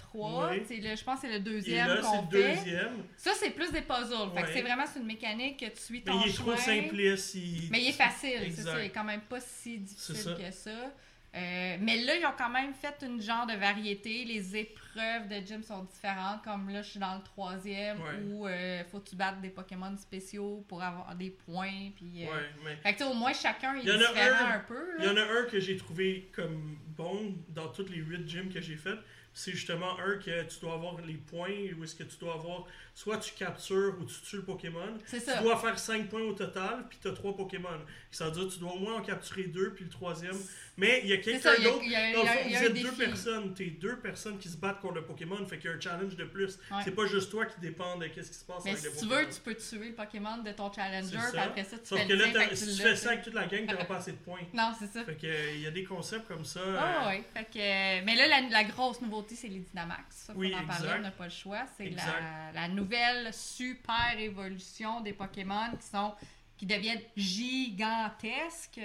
S5: Oui.
S3: c'est le, je pense que c'est le
S5: Et
S3: deuxième
S5: là, c'est
S3: qu'on
S5: le
S3: fait.
S5: deuxième.
S3: Ça, c'est plus des puzzles, fait que
S5: Ouais.
S3: c'est vraiment c'est une mécanique que tu suis
S5: Mais
S3: ton
S5: il est trop
S3: chemin.
S5: simpliste. Il...
S3: Mais il est facile, c'est
S5: Exact.
S3: ça. Il est quand même pas si
S5: C'est
S3: difficile
S5: ça.
S3: que ça. Euh, mais là, ils ont quand même fait une genre de variété. Les épreuves de gym sont différentes. Comme là, je suis dans le troisième
S5: Ouais.
S3: où euh, faut que tu battes des Pokémon spéciaux pour avoir des points. Puis, euh,
S5: Ouais, mais...
S3: Fait que tu sais, au moins chacun est
S5: Il y en a
S3: différent
S5: un.
S3: un peu.
S5: Il y
S3: là.
S5: en a un que j'ai trouvé comme bon dans toutes les 8 gyms que j'ai faites. C'est justement un que tu dois avoir les points ou est-ce que tu dois avoir soit tu captures ou tu tues le Pokémon.
S3: C'est
S5: Tu
S3: ça.
S5: dois faire 5 points au total, puis tu as 3 Pokémon. Ça veut dire que tu dois au moins en capturer 2, puis le troisième. Mais il y a
S3: C'est
S5: quelqu'un
S3: ça, il y a-
S5: d'autre.
S3: il y a, il y
S5: Dans le fond,
S3: a- il y
S5: vous
S3: a un
S5: êtes
S3: défi.
S5: deux personnes, t'es deux personnes qui se battent contre le Pokémon, fait qu'il y a un challenge de plus.
S3: Ouais.
S5: C'est pas juste toi qui dépend de qu'est-ce qui se passe
S3: Mais
S5: avec
S3: si
S5: le
S3: tu
S5: Pokémon.
S3: veux, tu peux tuer le Pokémon de ton challenger,
S5: C'est
S3: puis
S5: ça.
S3: après ça, tu
S5: Sauf
S3: fais
S5: que
S3: le
S5: là,
S3: tien, fait
S5: t'as-
S3: que tu
S5: si tu
S3: l'as,
S5: fais ça avec toute la gang, t'auras pas assez de points.
S3: Non, c'est ça.
S5: Fait que euh, il y a des concepts comme ça.
S3: Ah
S5: euh,
S3: oui, fait que, euh, mais là, la, la grosse nouveauté, c'est les Dynamax. Ça, faut
S5: Oui,
S3: en parler,
S5: exact.
S3: on n'a pas le choix. C'est la,
S5: Exact.
S3: la nouvelle super évolution des Pokémon qui sont qui deviennent gigantesques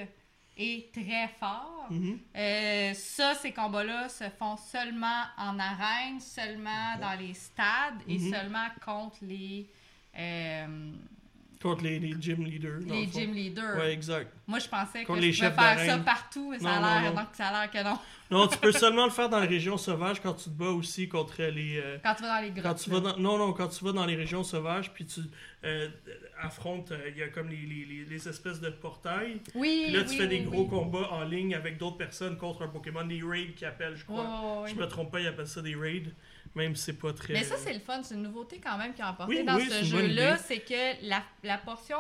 S3: et très forts.
S5: mhm.
S3: Euh, ça, ces combats-là se font seulement en arène, seulement dans les stades et
S5: Mhm.
S3: seulement contre les, euh,
S5: Contre les, les gym leaders. dans
S3: les
S5: le fond.
S3: gym leaders.
S5: Ouais, exact.
S3: Moi, je pensais que
S5: Contre
S3: je
S5: les
S3: pouvais
S5: chefs
S3: faire ça
S5: d'arène.
S3: partout, mais ça
S5: Non,
S3: a
S5: non,
S3: l'air
S5: non.
S3: donc ça a l'air que non. <laughs>
S5: Non, tu peux <laughs> seulement le faire dans les régions sauvages quand tu te bats aussi contre les. euh,
S3: Quand tu vas dans les grottes.
S5: Quand tu
S3: là.
S5: vas dans- non, non, quand tu vas dans les régions sauvages, puis tu euh, affrontes, euh, il y a comme les, les- les- les espèces de portails.
S3: Oui,
S5: Puis là, tu
S3: oui,
S5: fais
S3: oui,
S5: des gros
S3: oui.
S5: combats en ligne avec d'autres personnes contre un Pokémon, des raids qui appellent, je
S3: Ouais,
S5: crois.
S3: ouais, ouais.
S5: Je me trompe pas, ils appellent ça des raids, même si c'est pas très.
S3: Mais ça, c'est le fun. C'est une nouveauté quand même qu'ils ont apporté
S5: Oui,
S3: dans
S5: oui,
S3: ce
S5: c'est une bonne
S3: jeu-là.
S5: idée.
S3: C'est que la, la portion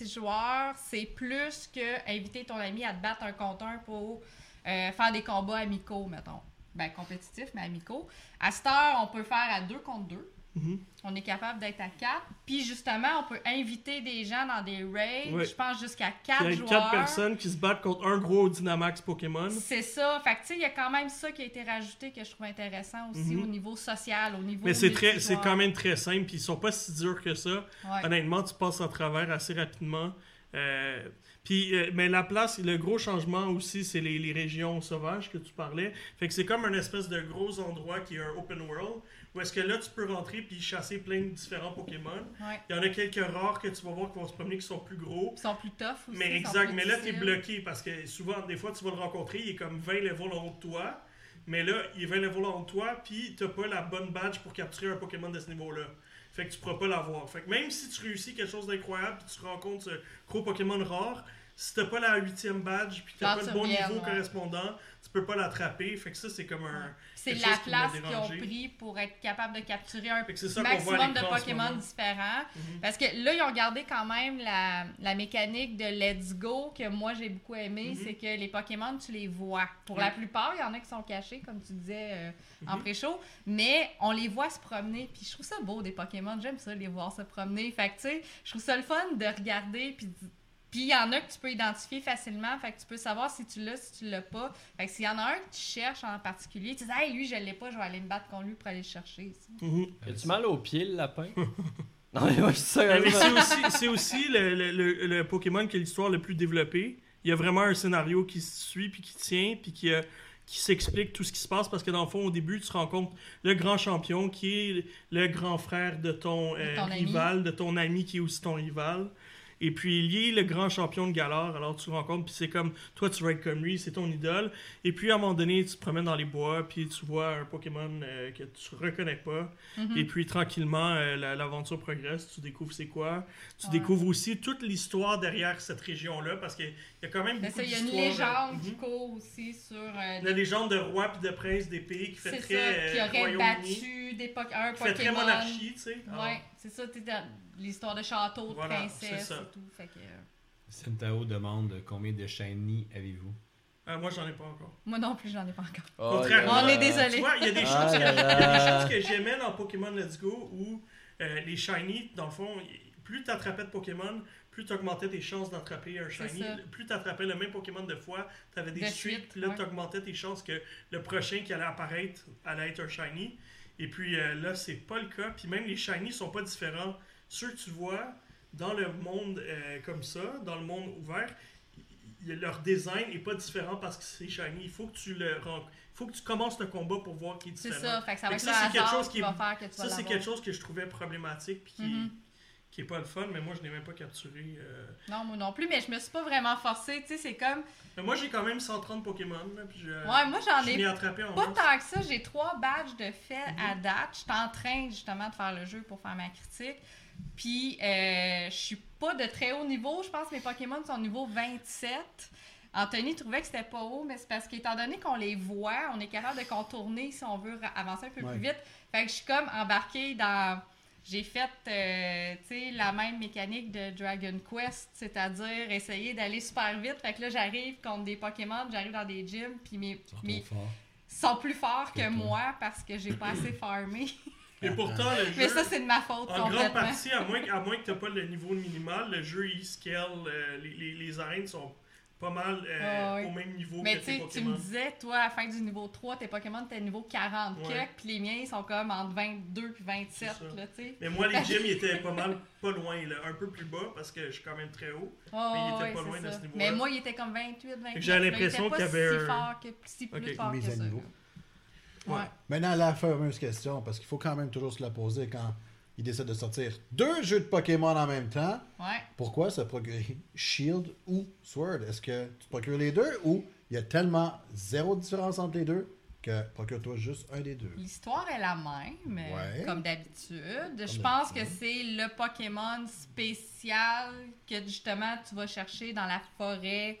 S3: multijoueur, c'est plus que inviter ton ami à te battre un contre un pour euh, faire des combats amicaux, mettons. Ben, compétitifs, mais amicaux. À cette heure, on peut faire à deux contre deux.
S5: Mhm.
S3: On est capable d'être à quatre. Puis justement, on peut inviter des gens dans des raids,
S5: Oui.
S3: je pense jusqu'à
S5: euh, Il
S3: quatre
S5: y a
S3: joueurs.
S5: quatre personnes qui se battent contre un gros Dynamax Pokémon.
S3: C'est ça. Fait que, tu sais, il y a quand même ça qui a été rajouté que je trouve intéressant aussi
S5: Mhm.
S3: au niveau social, au niveau.
S5: Mais c'est très, c'est
S3: multijoueur.
S5: quand même très simple, puis ils sont pas si durs que ça.
S3: Ouais.
S5: Honnêtement, tu passes à travers assez rapidement. Euh, puis, euh, mais la place, le gros changement aussi, c'est les, les régions sauvages que tu parlais. Fait que c'est comme un espèce de gros endroit qui est un open world, où est-ce que là, tu peux rentrer puis chasser plein de différents Pokémon.
S3: Ouais.
S5: Il y en a quelques rares que tu vas voir qui vont se promener qui sont plus gros.
S3: Ils sont plus tough aussi.
S5: Mais
S3: ils sont
S5: exact,
S3: plus
S5: mais là, t'es
S3: difficiles.
S5: bloqué parce que souvent, des fois, tu vas le rencontrer, il est comme 20 levels en haut de toi. Mais là, il est 20 levels en haut de toi, puis t'as pas la bonne badge pour capturer un Pokémon de ce niveau-là. Fait que tu pourras pas l'avoir. Fait que même si tu réussis quelque chose d'incroyable, puis tu rencontres ce gros Pokémon rare, si t'as pas la huitième badge, puis
S3: Ah,
S5: t'as pas
S3: tu
S5: le bon
S3: reviens,
S5: niveau
S3: ouais.
S5: correspondant, tu peux pas l'attraper. Fait que ça, c'est comme un.
S3: Ouais. C'est
S5: quelque
S3: la
S5: chose qui m'a
S3: place qu'ils ont
S5: dérangé.
S3: pris pour être capable de capturer un
S5: Fait que c'est ça qu'on voit à
S3: maximum de
S5: l'écran en ce
S3: Pokémon
S5: moment.
S3: différents.
S5: Mhm.
S3: Parce que là, ils ont gardé quand même la, la mécanique de Let's Go que moi j'ai beaucoup aimé.
S5: Mhm.
S3: C'est que les Pokémon, tu les vois. Pour
S5: Oui.
S3: la plupart, il y en a qui sont cachés, comme tu disais euh, en
S5: Mhm.
S3: pré-show. Mais on les voit se promener. Puis je trouve ça beau des Pokémon. J'aime ça, les voir se promener. Fait que tu sais, je trouve ça le fun de regarder. Puis d- puis il y en a que tu peux identifier facilement. Fait que tu peux savoir si tu l'as, si tu l'as pas. Fait que s'il y en a un que tu cherches en particulier, tu dis, hey, lui, je l'ai pas, je vais aller me battre contre lui pour aller le chercher. tu sais.
S5: Mhm.
S1: As-tu mal au pied, le
S5: <laughs>
S1: lapin? non, mais moi, je suis
S5: Mais mais
S1: sérieusement-
S5: c'est aussi, c'est aussi le, le- le- le Pokémon qui a l'histoire le plus développée. Il y a vraiment un scénario qui se suit, puis qui tient, puis qui, euh, qui s'explique tout ce qui se passe, parce que dans le fond, au début, tu rencontres le grand champion, qui est le grand frère de ton, euh,
S3: ton ami.
S5: rival, de ton ami qui est aussi ton rival. Et puis, il est le grand champion de Galar, alors tu le rencontres, puis c'est comme, toi, tu vas être comme lui, c'est ton idole. Et puis, à un moment donné, tu te promènes dans les bois, puis tu vois un Pokémon euh, que tu reconnais pas.
S3: Mhm.
S5: Et puis tranquillement, euh, la- l'aventure progresse, tu découvres c'est quoi. Tu
S3: Ouais.
S5: découvres aussi toute l'histoire derrière cette région-là, parce qu'il y a quand même
S3: Mais
S5: beaucoup
S3: Ben, ça, il y a une
S5: d'histoires, euh,
S3: légende qui
S5: mhm.
S3: court aussi sur euh,
S5: La légende de roi puis de prince des pays qui fait
S3: c'est
S5: très
S3: ça, qui
S5: euh,
S3: aurait
S5: Royaume-Uni,
S3: battu des po- un
S5: qui fait
S3: Pokémon.
S5: très monarchie, tu sais. Alors,
S3: Ouais, c'est ça, t'es dans l'histoire de château, de
S5: Voilà,
S3: princesse
S5: c'est ça.
S3: et tout. Fait que, euh,
S4: Sentao demande combien de shiny avez-vous
S5: euh, moi, j'en ai pas encore.
S3: moi non plus, j'en ai pas encore.
S1: Oh
S5: Contrairement-
S1: là
S3: On est
S1: là.
S3: désolé.
S5: Tu vois, il y a
S1: Ah
S5: des choses,
S1: là
S5: que- il y a
S1: là.
S5: des choses que j'aimais dans Pokémon Let's Go où euh, les shiny, dans le fond, plus tu attrapais de Pokémon, plus tu augmentais tes chances d'attraper un
S3: C'est
S5: shiny.
S3: ça.
S5: Plus tu attrapais le même Pokémon de fois, tu avais des
S3: De
S5: streaks,
S3: suite,
S5: puis là
S3: ouais.
S5: tu augmentais tes chances que le prochain qui allait apparaître allait être un shiny. Et puis euh, là, c'est pas le cas. Puis même les shiny sont pas différents. Ceux que tu vois dans le monde euh, comme ça, dans le monde ouvert, y- y- leur design est pas différent parce que c'est shiny. Il faut que tu le ren- il faut que tu commences le combat pour voir qui est
S3: C'est
S5: différent.
S3: ça, fait que ça va
S5: Fait
S3: être
S5: que
S3: le
S5: ça, c'est quelque
S3: hasard
S5: chose
S3: qui
S5: qui est-
S3: va faire que tu
S5: Ça,
S3: vas
S5: c'est
S3: l'avoir.
S5: quelque chose que je trouvais problématique puis qui,
S3: Mhm.
S5: qui est pas le fun, mais moi je n'ai même pas capturé. euh.
S3: Non, moi non plus, mais je me suis pas vraiment forcée. Tu sais, c'est comme.
S5: Mais moi j'ai quand même 130 Pokémon là, puis je,
S3: Ouais, moi j'en
S5: Euh. je l'ai
S3: ai
S5: attrapé en
S3: Pas
S5: masse.
S3: tant que ça, j'ai trois badges de fait à date. Je suis en train justement de faire le jeu pour faire ma critique. Puis euh, je suis pas de très haut niveau. Je pense que mes Pokémon sont au niveau 27. Anthony trouvait que c'était pas haut, mais c'est parce qu'étant donné qu'on les voit, on est capable de contourner si on veut ra- avancer un peu
S2: Ouais.
S3: plus vite. Fait que je suis comme embarquée dans. J'ai fait euh, tu sais, la même mécanique de Dragon Quest, c'est-à-dire essayer d'aller super vite. Fait que là, j'arrive contre des Pokémon, j'arrive dans des gyms, puis mes,
S4: Sur
S3: mes,
S4: ton fort.
S3: sont plus forts que
S4: Que toi.
S3: moi parce que j'ai pas assez
S5: <laughs>
S3: farmé.
S5: Et pourtant le
S3: Mais
S5: jeu,
S3: ça, c'est de ma faute
S5: en grande
S3: complètement.
S5: partie, à moins, que- à moins que tu pas le niveau minimal, le jeu il scale, euh, les, les, les arènes sont pas mal euh,
S3: Ouais, ouais.
S5: au même niveau
S3: Ah Mais
S5: que
S3: tu
S5: tes
S3: sais, tu me
S5: Pokémon.
S3: disais, toi, à la fin du niveau 3, tes Pokémon étaient niveau 40
S5: Ouais.
S3: quelques, puis les miens, ils sont comme entre 22 puis 27,
S5: C'est ça.
S3: là, tu sais.
S5: Mais moi les gyms ils étaient pas mal pas loin, là, un peu plus bas parce que je suis quand même très haut.
S3: Oh,
S5: Mais il était
S3: ouais,
S5: pas
S3: c'est
S5: loin de
S3: ça.
S5: ce niveau-là.
S3: Mais moi, il était comme 28, 29.
S5: j'ai l'impression qu'il y avait
S3: si
S5: un-
S3: fort que, si plus
S5: Ok.
S3: fort que
S2: Mise à
S3: ça.
S2: niveau.
S3: là. Ouais.
S2: Maintenant, la fameuse question, parce qu'il faut quand même toujours se la poser quand ils décident de sortir deux jeux de Pokémon en même temps.
S3: Ouais.
S2: Pourquoi se procurer Shield ou Sword? Est-ce que tu te procures les deux ou il y a tellement zéro différence entre les deux que procure-toi juste un des deux?
S3: L'histoire est la même, euh,
S2: Ouais.
S3: comme d'habitude. Je pense que c'est le Pokémon spécial que justement tu vas chercher dans la forêt.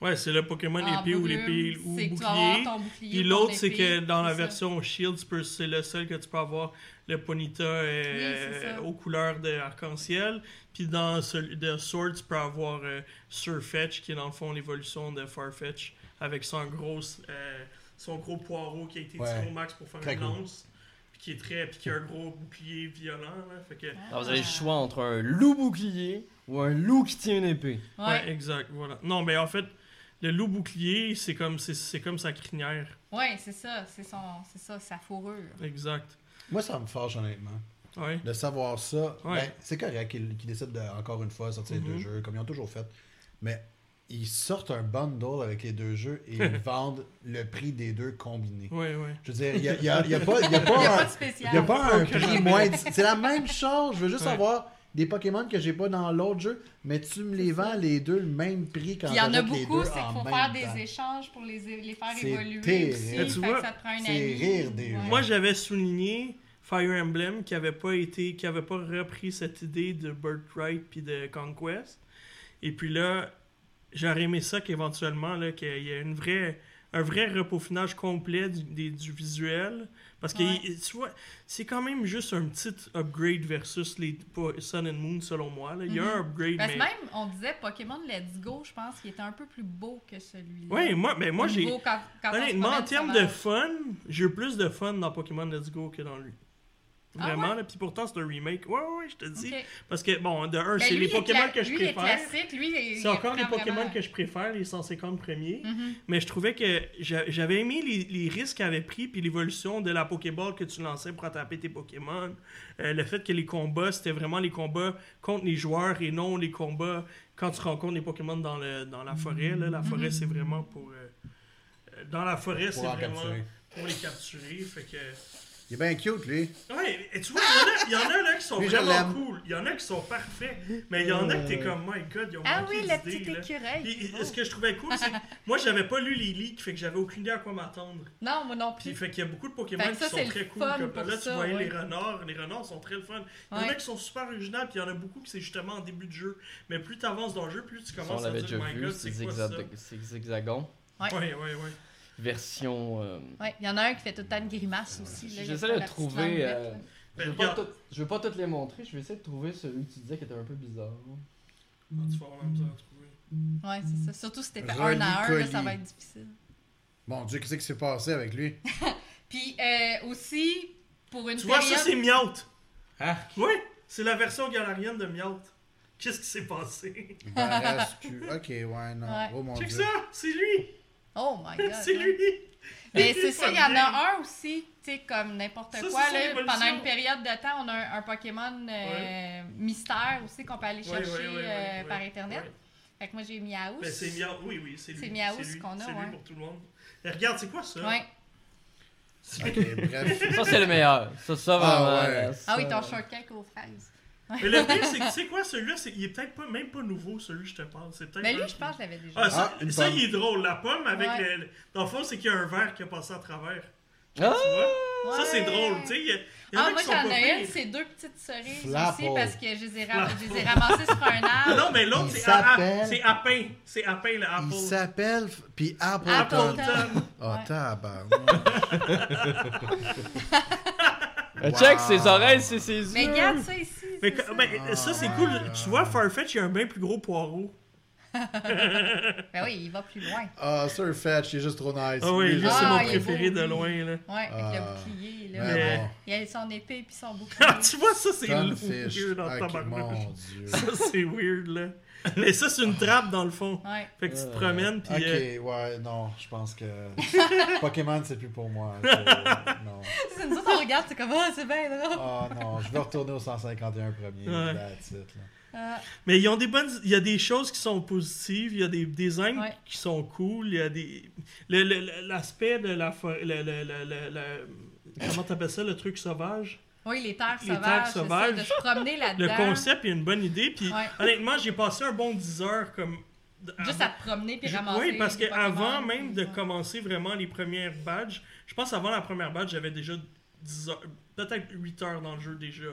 S5: Ouais, c'est le Pokémon
S3: en
S5: épée ou
S3: Ah, brume.
S5: l'épée ou
S3: C'est que tu vas
S5: bouclier.
S3: avoir ton bouclier,
S5: Puis
S3: ton
S5: l'autre, c'est
S3: épée,
S5: que dans la
S3: c'est ça.
S5: version Shield, tu peux- c'est le seul que tu peux avoir le Ponyta euh,
S3: Oui, c'est ça.
S5: aux couleurs de arc-en-ciel. Puis dans celui de Sword, tu peux avoir euh, Surfetch, qui est dans le fond l'évolution de Farfetch, avec son gros, euh, son gros poireau qui a été
S2: Ouais.
S5: tiré au max pour faire
S2: Très
S5: une
S2: cool.
S5: lance. Puis qui est très. Puis qui a un gros bouclier violent. là. Fait que.
S1: Alors, Ah, vous avez le choix entre un loup bouclier ou un loup qui tient une épée.
S3: Ouais.
S5: Ouais, exact, voilà. Non, mais en fait, le loup bouclier, c'est comme, c'est- c'est comme sa crinière.
S3: Ouais, c'est ça, c'est son, c'est ça, sa fourrure.
S5: Exact.
S2: Moi, ça me fâche honnêtement.
S5: Ouais.
S2: De savoir ça,
S5: Ouais. Mhm.
S2: ben, c'est correct qu'ils qu'ils décident de, encore une fois sortir les deux jeux, comme ils ont toujours fait. Mais ils sortent un bundle avec les deux jeux
S5: <laughs>
S2: et ils vendent le prix des deux combinés.
S5: Ouais, ouais.
S2: Je veux dire, il n'y a, il y a- il y a pas, il y a
S3: Il n'y a
S2: pas
S3: pas
S2: un-
S3: de spécial.
S2: il y a pas un
S5: Aucun
S2: prix
S5: rapport.
S2: moins. dis- C'est la même chose. Je veux juste
S5: Ouais.
S2: avoir des Pokémon que j'ai pas dans l'autre jeu, mais tu me les vends les deux le même prix quand
S3: Puis il y en a
S2: t'achètes les
S3: beaucoup,
S2: deux
S3: c'est qu'il
S2: en
S3: faut
S2: même
S3: faire
S2: temps.
S3: des échanges pour les, les faire
S2: C'est
S3: évoluer
S2: terrible.
S3: aussi.
S2: Mais
S5: tu
S3: fait que
S5: vois,
S3: ça te prend un
S2: c'est
S3: ami.
S2: rire des-
S3: Ouais.
S5: Moi, j'avais souligné Fire Emblem qui avait pas été, qui avait pas repris cette idée de Birthright puis de Conquest. Et puis là, j'aurais aimé ça qu'éventuellement là, qu'il y ait une vraie, un vrai repaufinage complet du, des- du visuel, parce que
S3: Ouais.
S5: il- tu vois, c'est quand même juste un petit upgrade versus les pas Sun and Moon selon moi. là. Il y a un upgrade,
S3: Parce que
S5: mais
S3: même, on disait Pokémon Let's Go, je pense qu'il était un peu plus beau que celui-là.
S5: ouais, moi, mais moi
S3: Au
S5: j'ai
S3: niveau quand- quand on se
S5: Honnêtement, en
S3: promène
S5: termes
S3: sur
S5: de
S3: la-
S5: fun, j'ai eu plus de fun dans Pokémon Let's Go que dans lui.
S3: Ah
S5: Vraiment,
S3: ouais?
S5: là, puis pourtant c'est un remake. Ouais, ouais, ouais, je te dis.
S3: Ok.
S5: Parce que, bon, de
S3: Ben,
S5: un, c'est
S3: lui,
S5: les
S3: il est
S5: Pokémon
S3: cla-
S5: que je
S3: lui, il est
S5: préfère.
S3: classique, lui, il est- il
S5: C'est encore les
S3: reprend
S5: Pokémon
S3: vraiment-
S5: que je préfère, les 150 premiers.
S3: Mhm.
S5: Mais je trouvais que j'a- j'avais aimé les, les risques qu'elle avait pris, puis l'évolution de la Pokéball que tu lançais pour attraper tes Pokémon. Euh, le fait que les combats, c'était vraiment les combats contre les joueurs et non les combats quand tu rencontres les Pokémon dans, le, dans la forêt. là. La
S3: Mm-hmm.
S5: forêt, c'est vraiment pour. euh, euh, dans la forêt, c'est
S2: Pour en
S5: vraiment
S2: capturer.
S5: pour les capturer. Fait que.
S2: Il est bien cute, lui.
S5: Ouais, et tu vois, il y en a, il y en a, là qui sont
S2: Mais je
S5: vraiment
S2: l'aime.
S5: cool. Il y en a qui sont parfaits. Mais il y en a que t'es
S2: Euh.
S5: comme, my god, ils ont
S3: Ah
S5: manqué
S3: oui, le
S5: d'idées,
S3: petit
S5: là.
S3: écureuil. Oh.
S5: Puis,
S3: qui est beau.
S5: ce que je trouvais cool, c'est que moi, j'avais pas lu les leaks, fait que j'avais aucune idée à quoi m'attendre.
S3: Non, moi non
S5: Puis,
S3: plus.
S5: fait qu'il y a beaucoup de Pokémon
S3: Fait que
S5: qui
S3: ça,
S5: sont
S3: c'est le
S5: très cool.
S3: fun
S5: Comme,
S3: pour
S5: là, tu
S3: ça,
S5: voyais
S3: ouais.
S5: les renards. Les renards sont très le fun. Il y en a
S3: Ouais.
S5: qui sont super originales, puis il y en a beaucoup que c'est justement en début de jeu. Mais plus tu avances dans le jeu, plus tu
S1: Ça, on
S5: commences à
S1: l'avait
S5: dire,
S1: déjà
S5: my
S1: vu,
S5: god,
S1: c'est
S5: c'est quoi ça?
S1: zigzag- c'est Zigzagon.
S3: Ouais.
S5: Ouais, ouais, ouais.
S1: Version. euh,
S3: Ouais, il y en a un qui fait tout le temps une grimace aussi. là, il a
S1: J'essaie
S3: la
S1: de
S3: petite
S1: trouver.
S3: languette,
S1: euh,
S3: là.
S1: Je
S5: Ben,
S1: veux, pas
S5: regarde.
S1: tout- je veux pas toutes les montrer, je vais essayer de trouver celui que tu disais qui était un peu bizarre.
S5: Ah, tu vas avoir même ça à trouver.
S3: Ouais, c'est ça. Surtout si t'étais
S2: Joli
S3: un à un, là,
S2: colis.
S3: ça va être difficile.
S2: Mon Dieu, qu'est-ce qui s'est passé avec lui?
S3: Puis euh, aussi, pour une
S5: Tu vois,
S3: période...
S5: ça, c'est Meowth.
S1: Hein?
S4: Arc.
S5: Oui, c'est la version galarienne de Meowth. Qu'est-ce qui s'est passé?
S2: Ben, reste
S3: <laughs>
S2: plus- Ok, ouais, non.
S3: Ouais.
S2: Oh mon
S5: Check
S2: Dieu.
S5: ça! C'est lui!
S3: Oh
S5: <laughs>
S3: my god.
S5: C'est
S3: ouais.
S5: lui!
S3: Mais
S5: Il
S3: c'est
S5: est
S3: ça, il y
S5: pas
S3: en
S5: bien. <laughs>
S3: a un aussi, tu sais, comme n'importe
S5: Ça,
S3: quoi.
S5: c'est son
S3: là,
S5: évolution.
S3: pendant une période de temps, on a un, un Pokémon euh, mystère aussi qu'on peut aller
S5: Ouais, ouais,
S3: chercher
S5: ouais, ouais,
S3: euh,
S5: ouais,
S3: par
S5: ouais.
S3: Internet.
S5: Ouais.
S3: Fait que moi, j'ai Miaou.
S5: Ben, c'est Miaou, oui, oui, c'est lui.
S3: C'est Miaou, ce
S5: lui,
S3: qu'on a,
S5: C'est
S3: ouais.
S5: lui pour tout le monde. Et regarde, c'est quoi ça? <laughs>
S3: Ouais.
S5: C'est-
S2: Ok, bref.
S1: Ça, c'est le meilleur. Ça, ça,
S2: Ah,
S1: vraiment.
S2: ouais.
S1: là, ça-
S3: Ah oui, ton shortcake aux fraises.
S5: Mais le pire, c'est que, tu sais quoi, celui-là, c'est- il est peut-être pas, même pas nouveau, celui que je te parle. C'est peut-être.
S3: Mais
S5: un-
S3: Ben, lui, je pense que je l'avais déjà.
S5: Ah, ça,
S2: Ah, une
S5: ça,
S2: pomme.
S5: il est drôle. La pomme avec
S3: Ouais.
S5: le. Dans le fond, c'est qu'il y a un verre qui a passé à travers.
S1: Ah!
S5: Tu vois? Ça, c'est
S3: Ouais.
S5: drôle, tu sais. il y a- il y en a
S3: Ah,
S5: qui
S3: moi,
S5: sont
S3: j'en
S5: pas
S3: ai une,
S5: pires.
S3: c'est deux petites cerises
S2: Flapple.
S3: aussi parce que je les ai, ram- je les ai
S5: Flapple.
S3: ramassées sur un
S5: Ah,
S3: arbre.
S5: Non, mais l'autre,
S2: Il
S5: c'est à- à-
S2: s'appelle-
S5: c'est à pain. C'est à pain, le
S2: Il
S5: Apple.
S2: s'appelle. f- Puis Appleton.
S3: Appleton.
S2: Oh,
S3: Ouais.
S5: <laughs>
S2: tabarnak.
S1: Euh,
S2: Wow.
S1: Check ses oreilles, c'est ses yeux.
S3: Mais regarde ça ici.
S5: Mais
S3: c'est
S5: que-
S3: ça.
S5: ben, ça, c'est
S2: Ah,
S5: cool.
S2: ouais.
S5: Tu vois, Farfetch, il a un bien plus gros poireau.
S3: Ben oui, il va plus loin.
S2: Ah, Surfetch, il est juste trop nice.
S5: Ah
S2: Il
S5: oui,
S2: est
S5: lui,
S2: juste-
S5: c'est
S3: Ah,
S5: mon
S3: il est beau,
S5: préféré de
S3: lui.
S5: loin, là.
S3: Ouais, avec
S2: Ah.
S3: le bouclier, là.
S2: Mais bon.
S3: Il a son épée puis son bouclier.
S5: <laughs> Ah, tu vois, ça, c'est lourd
S2: Sunfish.
S5: dans le
S2: Ok,
S5: tabarnak. <laughs>
S2: mon Dieu. Ah.
S5: Ça, c'est weird, là. Mais ça, c'est une trappe, dans le fond.
S3: Ouais. <laughs>
S5: Fait que tu te
S1: Euh,
S5: promènes, puis...
S2: Ok,
S5: euh,
S2: ouais, non, je pense que
S5: <laughs>
S2: Pokémon, c'est plus pour moi. Je- non.
S3: C'est nous autres, on regarde, c'est comme, ah, c'est bien drôle.
S2: Ah non, je vais retourner au 151 premier.
S5: Ouais.
S2: that's it, là.
S3: Ah,
S5: Mais ils ont des bonnes... Il y a des choses qui sont positives, il y a des designs
S3: Ouais.
S5: qui sont cool, il y a des... le- le- le- L'aspect de la... fo- le- le- le- le- le- Comment t'appelles ça, le truc sauvage?
S3: Oui, les terres
S5: Les
S3: sauvages.
S5: terres
S3: c'est ça,
S5: sauvages.
S3: de se promener
S5: Le
S3: là-dedans.
S5: concept est une bonne idée. Puis
S3: Ouais.
S5: honnêtement, j'ai passé un bon 10 heures comme.
S3: Juste à te promener puis
S5: Je-
S3: ramasser.
S5: Oui, parce
S3: des
S5: que avant
S3: Pokémon,
S5: même de
S3: ouais.
S5: commencer vraiment les premières badges, je pense avant la première badge, j'avais déjà 10 heures, peut-être 8 heures dans le jeu déjà.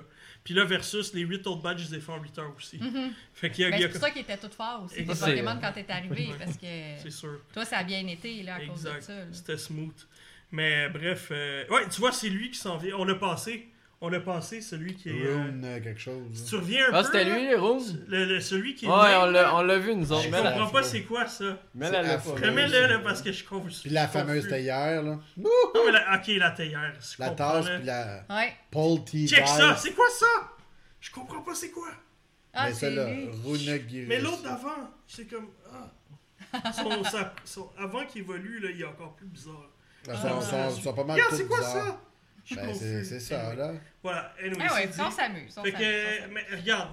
S5: Puis là, versus les 8 autres badges, je les ai fait en 8 heures aussi.
S3: Mhm.
S5: Fait qu'il y a,
S3: Ben,
S5: il y
S3: c'est
S5: a-
S3: pour ça qu'ils étaient toutes forts aussi, les
S5: Ça,
S1: c'est-
S3: Pokémon, quand t'es arrivé, parce que
S5: C'est sûr.
S3: toi, ça a bien été là, à cause de
S5: Exact.
S3: ça. là.
S5: C'était smooth. Mais bref, euh, ouais, tu vois, c'est lui qui s'en vient. On l'a passé. On l'a passé, celui qui est. euh,
S2: Rune, euh, quelque
S5: si
S2: chose.
S5: tu reviens un
S1: Ah,
S5: peu.
S1: c'était
S5: là,
S1: lui, le rose?
S5: le, le- Celui qui
S1: Ouais,
S5: est.
S1: on
S5: même,
S1: l'a
S5: là,
S1: on l'a vu, nous autres.
S5: Je
S1: Mais elle-
S5: comprends pas c'est quoi ça.
S1: mais elle
S2: C'est
S1: l'a
S2: affreux.
S1: pas.
S5: Remets-le là parce que je confus.
S2: Puis la
S5: je suis
S2: fameuse
S5: confus.
S2: théière, là.
S5: Non, mais la- ok, la théière. je
S2: La
S5: comprends,
S2: tasse,
S5: là.
S2: puis la
S3: Ouais.
S2: pole tea
S5: Check ça,
S2: dice.
S5: c'est quoi ça Je comprends pas c'est quoi.
S3: Ah,
S2: Mais
S3: c'est
S2: celle-là,
S3: lui.
S2: Runegiris.
S5: Mais l'autre d'avant, c'est comme. Ah.
S3: <laughs>
S5: Son, sa- son- avant qu'il évolue, là, il est encore plus bizarre.
S2: Ils sont,
S5: Ah.
S2: sont- sont pas mal
S5: Regarde,
S2: toutes
S5: c'est quoi
S2: bizarres.
S5: ça Je suis
S2: Ben, c'est
S5: confus.
S2: c'est ça, là.
S5: Voilà, anyway,
S3: Ah
S5: c'est
S3: ouais,
S5: dit.
S3: on s'amuse. on
S5: Fait que,
S3: s'amuse, on
S5: euh,
S3: s'amuse.
S5: mais regarde,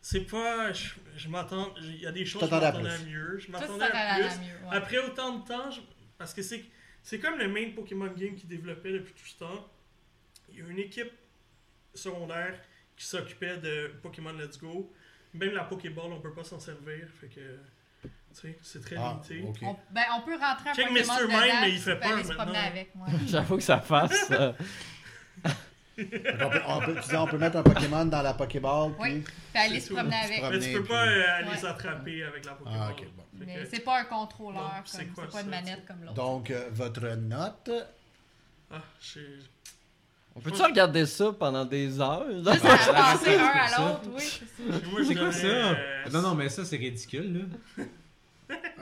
S5: c'est pas. Je, je m'attends. Il y a des choses que je
S2: T'attendais à
S5: m'attendais à
S2: plus.
S5: mieux. Je
S3: Tout
S5: m'attendais
S3: ça,
S5: à
S3: ça
S5: plus.
S3: la mieux. ouais.
S5: Après autant de temps, je- parce que c'est c'est comme le main Pokémon game qui développait depuis tout ce temps. Il y a une équipe secondaire qui s'occupait de Pokémon Let's Go. Même la Pokéball, on peut pas s'en servir. Fait que, tu sais, c'est très
S2: Ah,
S5: limité.
S2: ok.
S3: On, ben, on peut rentrer un
S5: Check
S3: Pokémon
S5: Mr. Mime,
S3: dedans,
S5: mais il
S3: puis
S5: fait
S3: tu peux aller
S5: peur
S3: se promener
S5: maintenant.
S3: avec, moi.
S1: <laughs> J'avoue que ça fasse. euh,
S2: Fait
S3: <laughs>
S2: qu'on peut- On peut, tu sais, on peut mettre un Pokémon dans la Pokéball.
S3: Oui,
S2: Puis...
S3: puis aller
S5: C'est
S3: se promener
S5: tout.
S3: avec.
S2: Tu
S5: Mais tu peux
S2: puis-
S5: pas euh, les
S3: Ouais.
S5: attraper avec la Pokéball.
S2: Ah, ok, bon.
S5: Fait
S3: Mais
S5: que-
S3: c'est pas un contrôleur,
S5: Non,
S3: comme-
S5: c'est
S3: c'est
S5: quoi
S3: pas une
S5: ça,
S3: manette comme l'autre.
S2: Donc, euh, votre note.
S5: ah, j'ai-
S4: <laughs>
S1: On peut-tu regarder ça pendant des heures?
S3: Juste à
S4: Ouais,
S3: passer
S4: c'est
S3: un à
S4: ça.
S3: l'autre, oui. c'est ça.
S5: moi, je
S4: C'est quoi
S5: donnerais,
S4: ça?
S5: euh,
S4: Ah, Non, non, mais ça, c'est ridicule, là.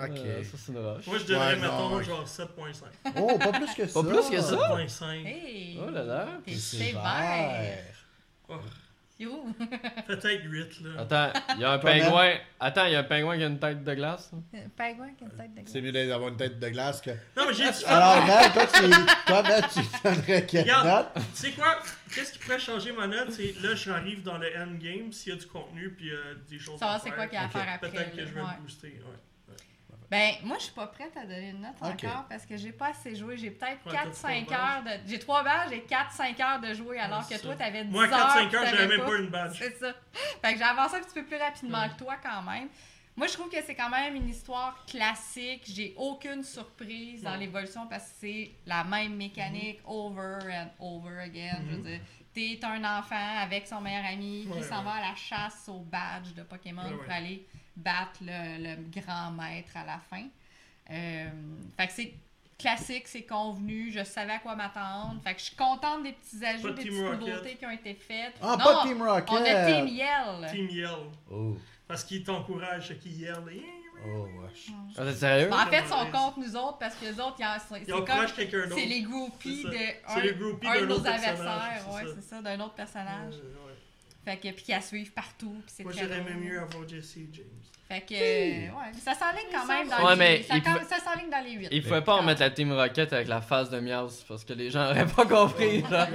S2: Ok.
S1: Euh, ça, c'est une roche.
S5: Moi, je donnerais,
S2: Ouais,
S5: mettons,
S2: non, ouais.
S5: genre 7.5.
S2: Oh, pas plus que ça.
S1: plus que ça?
S5: 7.5.
S3: Hey!
S1: Oh là là.
S3: T'es
S2: C'est
S3: sévère!
S2: vert.
S5: Oh,
S3: You!
S5: Peut-être 8, là.
S2: Ah.
S1: Attends, il y a un pingouin. Attends, il y a un pingouin qui a une tête de glace. là.
S3: <laughs> Pingouin qui a une tête de
S2: C'est
S3: gueule.
S2: mieux d'avoir une tête de glace
S3: <laughs>
S2: que.
S5: Non, mais j'ai dit...
S3: Ah,
S2: Alors, Matt, toi, tu, toi, Matt, tu donnerais quelle
S5: Regarde,
S2: note?
S5: tu sais quoi? Qu'est-ce qui pourrait changer ma note? C'est là, j'arrive dans le endgame, s'il y a du contenu, puis euh, des choses
S3: Savoir
S5: à
S3: c'est
S5: faire.
S3: quoi qu'il y a à faire après,
S5: Peut-être que
S3: là,
S5: je vais
S3: ouais.
S5: me booster, ouais.
S3: Ben, moi, je suis pas prête à donner une note
S2: Ok.
S3: encore parce que j'ai pas assez joué. J'ai peut-être
S5: Ouais,
S3: 4-5
S5: t'as trois
S3: heures de. J'ai 3 badges et 4-5 heures de jouer alors
S5: Ah, c'est
S3: que toi,
S5: ça.
S3: t'avais 10
S5: Moi, à
S3: heures.
S5: 4-5
S3: puis
S5: heures,
S3: t'avais
S5: j'avais même pas une badge.
S3: C'est ça. Fait que j'ai avancé un petit peu plus rapidement
S5: Ouais.
S3: que toi quand même. Moi, je trouve que c'est quand même une histoire classique. J'ai aucune surprise dans
S5: Non.
S3: l'évolution parce que c'est la même mécanique
S5: Mhm.
S3: over and over again. Je veux dire, t'es un enfant avec son meilleur ami, puis il
S5: Ouais,
S3: s'en
S5: ouais.
S3: va à la chasse au badge de Pokémon
S5: Ouais,
S3: pour
S5: ouais.
S3: aller battre le, le grand maître à la fin. Euh, fait que c'est classique, c'est convenu, je savais à quoi m'attendre. Fait que je suis contente des petits ajouts,
S5: Pas de
S3: des
S5: Team
S3: petites
S5: Rocket.
S3: nouveautés qui ont été faites.
S2: Ah,
S3: Non,
S2: pas Team Rocket.
S3: on a Team Yell.
S5: Team Yell.
S2: Oh,
S5: Parce qu'il t'encourage, qu'il yell. et-
S2: oh, wesh.
S1: Ah, t'es sérieux?
S3: Ben, en fait, ils sont
S5: Team Rocket.
S3: contre nous autres parce que les autres, ils en- c'est c'est
S5: Il
S3: comme
S5: encourage quelqu'un d'autre.
S3: c'est les groupies
S5: C'est ça.
S3: de
S5: C'est les groupies
S3: un
S5: d'un
S3: de nos
S5: autre personnage,
S3: adversaires,
S5: c'est
S3: ouais,
S5: ça.
S3: c'est ça, d'un autre personnage.
S5: Euh, ouais.
S3: Fait que puis qu'ils la suivent partout, puis c'est
S5: Moi,
S3: très
S5: j'aurais
S3: drôle.
S5: même mieux avoir Jesse et James.
S3: Fait que euh, ouais, ça s'enligne quand même dans
S1: Ouais,
S3: les
S1: mais
S3: ça,
S1: il
S3: quand-
S1: peut-
S3: ça s'enligne dans les 8.
S1: Il pouvait pas en mettre la Team Rocket avec la face de Miaus parce que les gens auraient pas compris. là.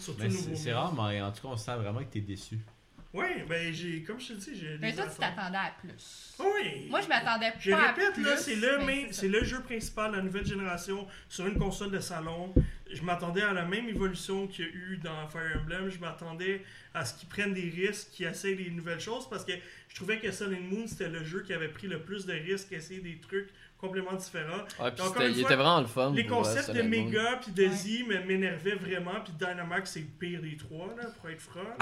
S5: Surtout
S4: Mais c'est
S5: nouveau.
S4: c'est rare, mais en tout cas, on sent vraiment que t'es déçu.
S5: Ouais, ben, j'ai, comme je te dis, j'ai.
S3: Mais
S5: des
S3: toi tu
S5: attentes.
S3: t'attendais à plus.
S5: Ah Oui.
S3: Moi je m'attendais pas
S5: Je
S3: à
S5: répète, là,
S3: plus,
S5: c'est le,
S3: mais
S5: main-
S3: c'est ça.
S5: c'est le jeu principal de la nouvelle génération sur une console de salon. Je m'attendais à la même évolution qu'il y a eu dans Fire Emblem. Je m'attendais à ce qu'ils prennent des risques, qu'ils essayent des nouvelles choses parce que je trouvais que Sun and Moon, c'était le jeu qui avait pris le plus de risques, essayer des trucs complètement différents.
S1: Ouais, Ah, puis
S5: Encore
S1: c'était-
S5: une
S1: il
S5: fois,
S1: était vraiment le fun.
S5: Les
S1: pour, euh,
S5: concepts de
S1: Sun and Moon.
S5: Mega puis de Z me- m'énervaient vraiment, puis Dynamax, c'est le pire des trois, là, pour être franc. là.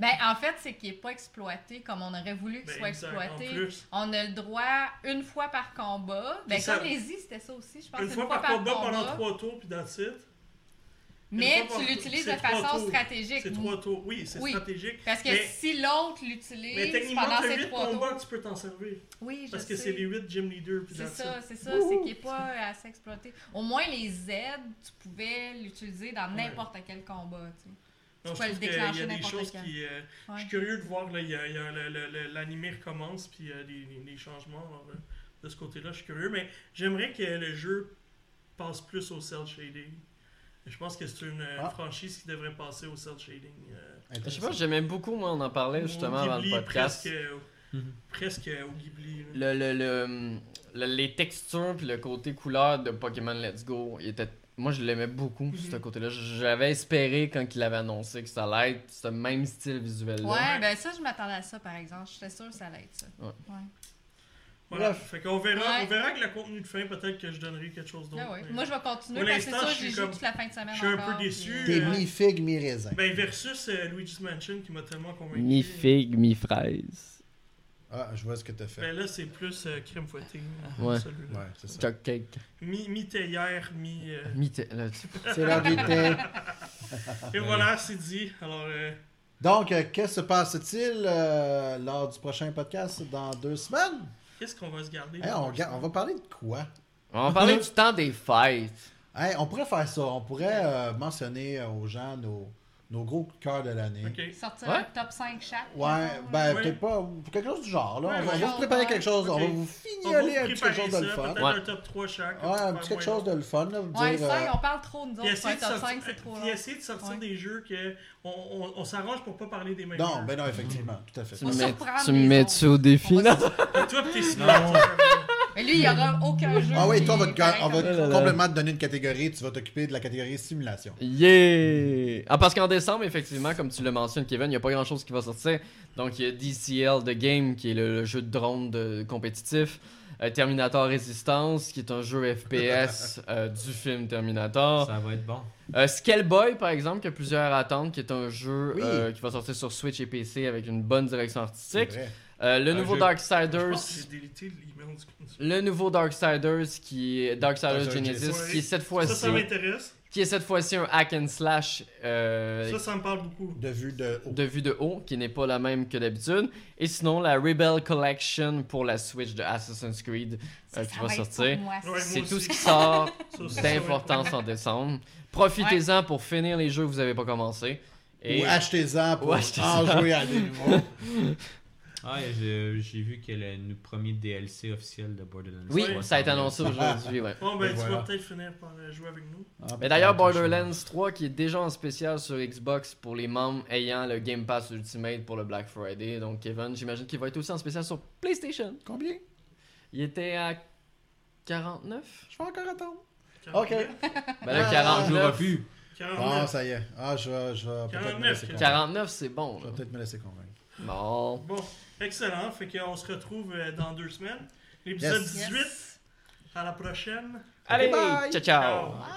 S3: Ben, en fait, c'est qu'il n'est pas exploité comme on aurait voulu qu'il
S5: Ben,
S3: soit
S5: exact,
S3: exploité.
S5: en plus.
S3: On a le droit une fois par combat. Ben,
S5: C'est ça.
S3: comme les I, c'était ça aussi, je pense.
S5: Une fois par combat pendant trois tours, puis that's it.
S3: Mais
S5: Une fois
S3: tu
S5: par-
S3: l'utilises de
S5: c'est trois
S3: façon
S5: tours.
S3: stratégique.
S5: C'est trois tours, oui, c'est
S3: Oui.
S5: stratégique.
S3: Parce que
S5: Mais-
S3: si l'autre
S5: Mais
S3: l'utilise
S5: techniquement,
S3: pendant
S5: t'as
S3: ces
S5: 8
S3: trois
S5: combats
S3: tours.
S5: que tu peux t'en servir.
S3: Oui, je
S5: Parce que
S3: sais.
S5: c'est les 8 gym leaders. puis
S3: C'est
S5: that's
S3: ça,
S5: it.
S3: c'est ça, c'est qu'il n'est pas assez exploité. Au moins, les Z, tu pouvais l'utiliser dans
S5: Ouais.
S3: n'importe quel combat. tu sais.
S5: Non,
S3: Tu
S5: je
S3: peux le
S5: trouve qu'il y a
S3: déclencher
S5: des
S3: n'importe
S5: choses
S3: quand.
S5: qui. euh,
S3: Ouais.
S5: Je suis curieux de voir, là, il y a- il y a le- le- le- l'animé recommence, puis euh, les, les- les changements. alors, euh, de ce côté-là, je suis curieux. Mais j'aimerais que le jeu passe plus au cel shading. Je pense que c'est une euh,
S2: Ah.
S5: franchise qui devrait passer au cel shading. euh,
S1: Je sais pas, j'aimais beaucoup, moi, on en parlait justement
S5: au
S1: avant le
S5: Ghibli,
S1: podcast. Mm-hmm.
S5: Presque, euh,
S4: Mhm.
S5: presque au Ghibli. là.
S1: Le, le- le- le- les textures puis le côté couleur de Pokémon Let's Go, il était, Moi, je l'aimais beaucoup,
S3: Mhm.
S1: ce côté-là. J'avais espéré, quand il avait annoncé que ça allait être ce même style visuel-là.
S5: Ouais.
S3: Ouais, ben ça, je m'attendais à ça, par exemple. J'étais sûre que ça allait être ça.
S1: Ouais.
S5: Voilà.
S2: Bref.
S5: Fait qu'on verra,
S3: Ouais.
S5: on verra avec le contenu de fin, peut-être que je donnerai quelque chose d'autre.
S3: Ah ouais.
S5: mais-
S3: Moi, je vais continuer
S5: Pour
S3: parce que c'est
S5: l'instant,
S3: ça,
S5: je suis
S3: j'ai joué
S5: comme-
S3: toute la fin de semaine
S5: je suis un
S3: encore,
S5: peu
S3: puis,
S5: déçu.
S2: T'es
S3: euh,
S2: mi-figue, mi-raisin.
S5: Ben, versus euh, Luigi's Mansion qui m'a tellement convaincu.
S1: Mi-figue, mi-fraise.
S2: Ah, je vois ce que t'as fait.
S5: Ben là, c'est plus euh, crème fouettée. là,
S1: Ouais.
S5: celui-là.
S2: Ouais, c'est ça.
S1: Cupcake.
S5: Mi- Mi-théière, mi... euh,
S1: Mi-thé- là, tu-
S2: C'est l'heure du thé.
S5: Et voilà, c'est dit. Alors, euh,
S2: Donc, euh, qu'est-ce se passe-t-il euh, lors du prochain podcast dans deux semaines?
S5: qu'est-ce qu'on va se garder?
S2: Hey, Eh, on, ga- on va parler de quoi?
S1: On va parler du temps des fêtes.
S2: Hey, on pourrait faire ça. On pourrait euh, mentionner euh, aux gens nos, nos gros coups de cœur de l'année.
S5: Ok.
S3: Sortir
S1: Ouais.
S3: un top 5 chaque.
S2: Ouais,
S3: mettons, là.
S2: ben
S5: Ouais.
S2: peut-être pas quelque chose du genre. Là.
S5: Ouais,
S2: on va,
S5: ouais.
S2: on va vous préparer quelque chose.
S5: Ok.
S2: On va vous
S5: On va
S2: fignoler
S5: vous
S2: un petit quelque
S5: préparer
S2: chose
S5: ça,
S2: de le fun.
S5: peut-être
S2: Ouais,
S1: Ouais.
S5: un top trois chaque.
S2: un petit quelque chose de le fun. Là, vous
S3: Ouais,
S2: dire,
S3: ça,
S2: euh,
S3: on parle trop, nous
S5: Puis
S3: autres. sur
S5: essayer
S3: Un
S5: de
S3: top
S5: sortir-
S3: 5, c'est trop
S5: puis
S3: long.
S5: essayer de sortir
S3: Ouais.
S5: des jeux que on, on, on s'arrange pour pas parler des mêmes
S2: Non,
S5: jeux.
S2: ben non, effectivement, tout à fait.
S1: Tu
S3: On
S1: me
S3: se
S1: mets,
S3: reprend
S1: tu
S3: les
S1: me mets
S3: autres.
S1: -tu au défi,
S3: On va
S1: là?
S5: Et toi, pis t'es
S4: Non.
S5: super.
S3: Mais lui, il n'y aura aucun jeu.
S2: Ah oui,
S3: qui
S2: toi, on va, te,
S3: est
S2: gar-
S3: pareil
S2: on va
S3: comme-
S1: Oh là là.
S2: complètement te donner une catégorie. Tu vas t'occuper de la catégorie simulation.
S1: Yeah! Ah, parce qu'en décembre, effectivement, comme tu le mentionnes, Kevin, il n'y a pas grand chose qui va sortir. Donc, il y a DCL The Game, qui est le, le jeu de drone de- compétitif. Euh, Terminator Resistance, qui est un jeu FPS euh, du film Terminator.
S4: Ça va être bon.
S1: Euh, Skellboy, par exemple, que plusieurs attendent, qui est un jeu
S2: Oui.
S1: euh, qui va sortir sur Switch et PC avec une bonne direction
S2: C'est
S1: artistique.
S2: vrai.
S1: Euh, le
S4: Un
S1: nouveau
S4: jeu-
S5: Je
S1: Darksiders.
S5: pense que j'ai délité l'email du
S1: Le nouveau Darksiders qui est Darksiders
S2: Darksiders
S1: Genesis
S5: Genesis.
S1: qui est cette
S5: Ça,
S1: fois-ci
S5: ça m'intéresse.
S1: qui est cette fois-ci un hack and slash euh,
S5: Ça, ça me parle beaucoup.
S2: De vue de haut.
S1: de vue de haut qui n'est pas la même que d'habitude et sinon la Rebel Collection pour la Switch de Assassin's Creed
S3: Ça,
S1: euh,
S3: ça
S1: qui va
S3: être
S1: sortir.
S3: pour moi,
S5: Ouais,
S3: ça.
S1: C'est
S5: moi
S1: tout
S5: aussi.
S1: ce qui
S5: <laughs>
S1: sort
S5: Ça aussi, ça va être
S1: d'importance en décembre. Profitez-en pour finir les jeux que vous n'avez pas commencé. Et
S2: Ou achetez-en pour
S1: Ou achetez-en.
S2: en jouer à des nouveaux.
S4: Ah, et je- j'ai vu que le nou- premier DLC officiel de Borderlands
S1: oui,
S5: Ouais.
S1: ça a été annoncé aujourd'hui. ouais.
S5: Bon, ben,
S2: Et
S5: tu
S2: voilà.
S5: vas peut-être finir par euh, jouer avec nous.
S2: Ah,
S1: <laughs> Mais d'ailleurs,
S2: peut-être, je sais
S1: Borderlands 3 qui est déjà en spécial sur Xbox pour les membres ayant le Game Pass Ultimate pour le Black Friday. Donc, Kevin, j'imagine qu'il va être aussi en spécial sur PlayStation.
S2: pas. Combien
S1: Il était à 49
S2: Je vais encore attendre.
S5: Quarante-
S2: Ok.
S1: Ben là,
S2: Ah,
S4: On jouera
S1: 49.
S4: plus.
S2: Ah,
S5: 49.
S2: ça y est. Ah, je vais, je vais peut-être me
S5: 49,
S2: laisser convaincre.
S1: 49, c'est bon.
S2: Je
S1: là.
S2: vais peut-être me laisser convaincre.
S1: Bon.
S5: Bon, excellent. Fait qu'on se retrouve euh, dans deux semaines. L'épisode
S2: Yes.
S5: 18.
S3: Yes.
S5: À la prochaine.
S1: Allez,
S2: bye.
S1: ciao, ciao.
S5: Ciao.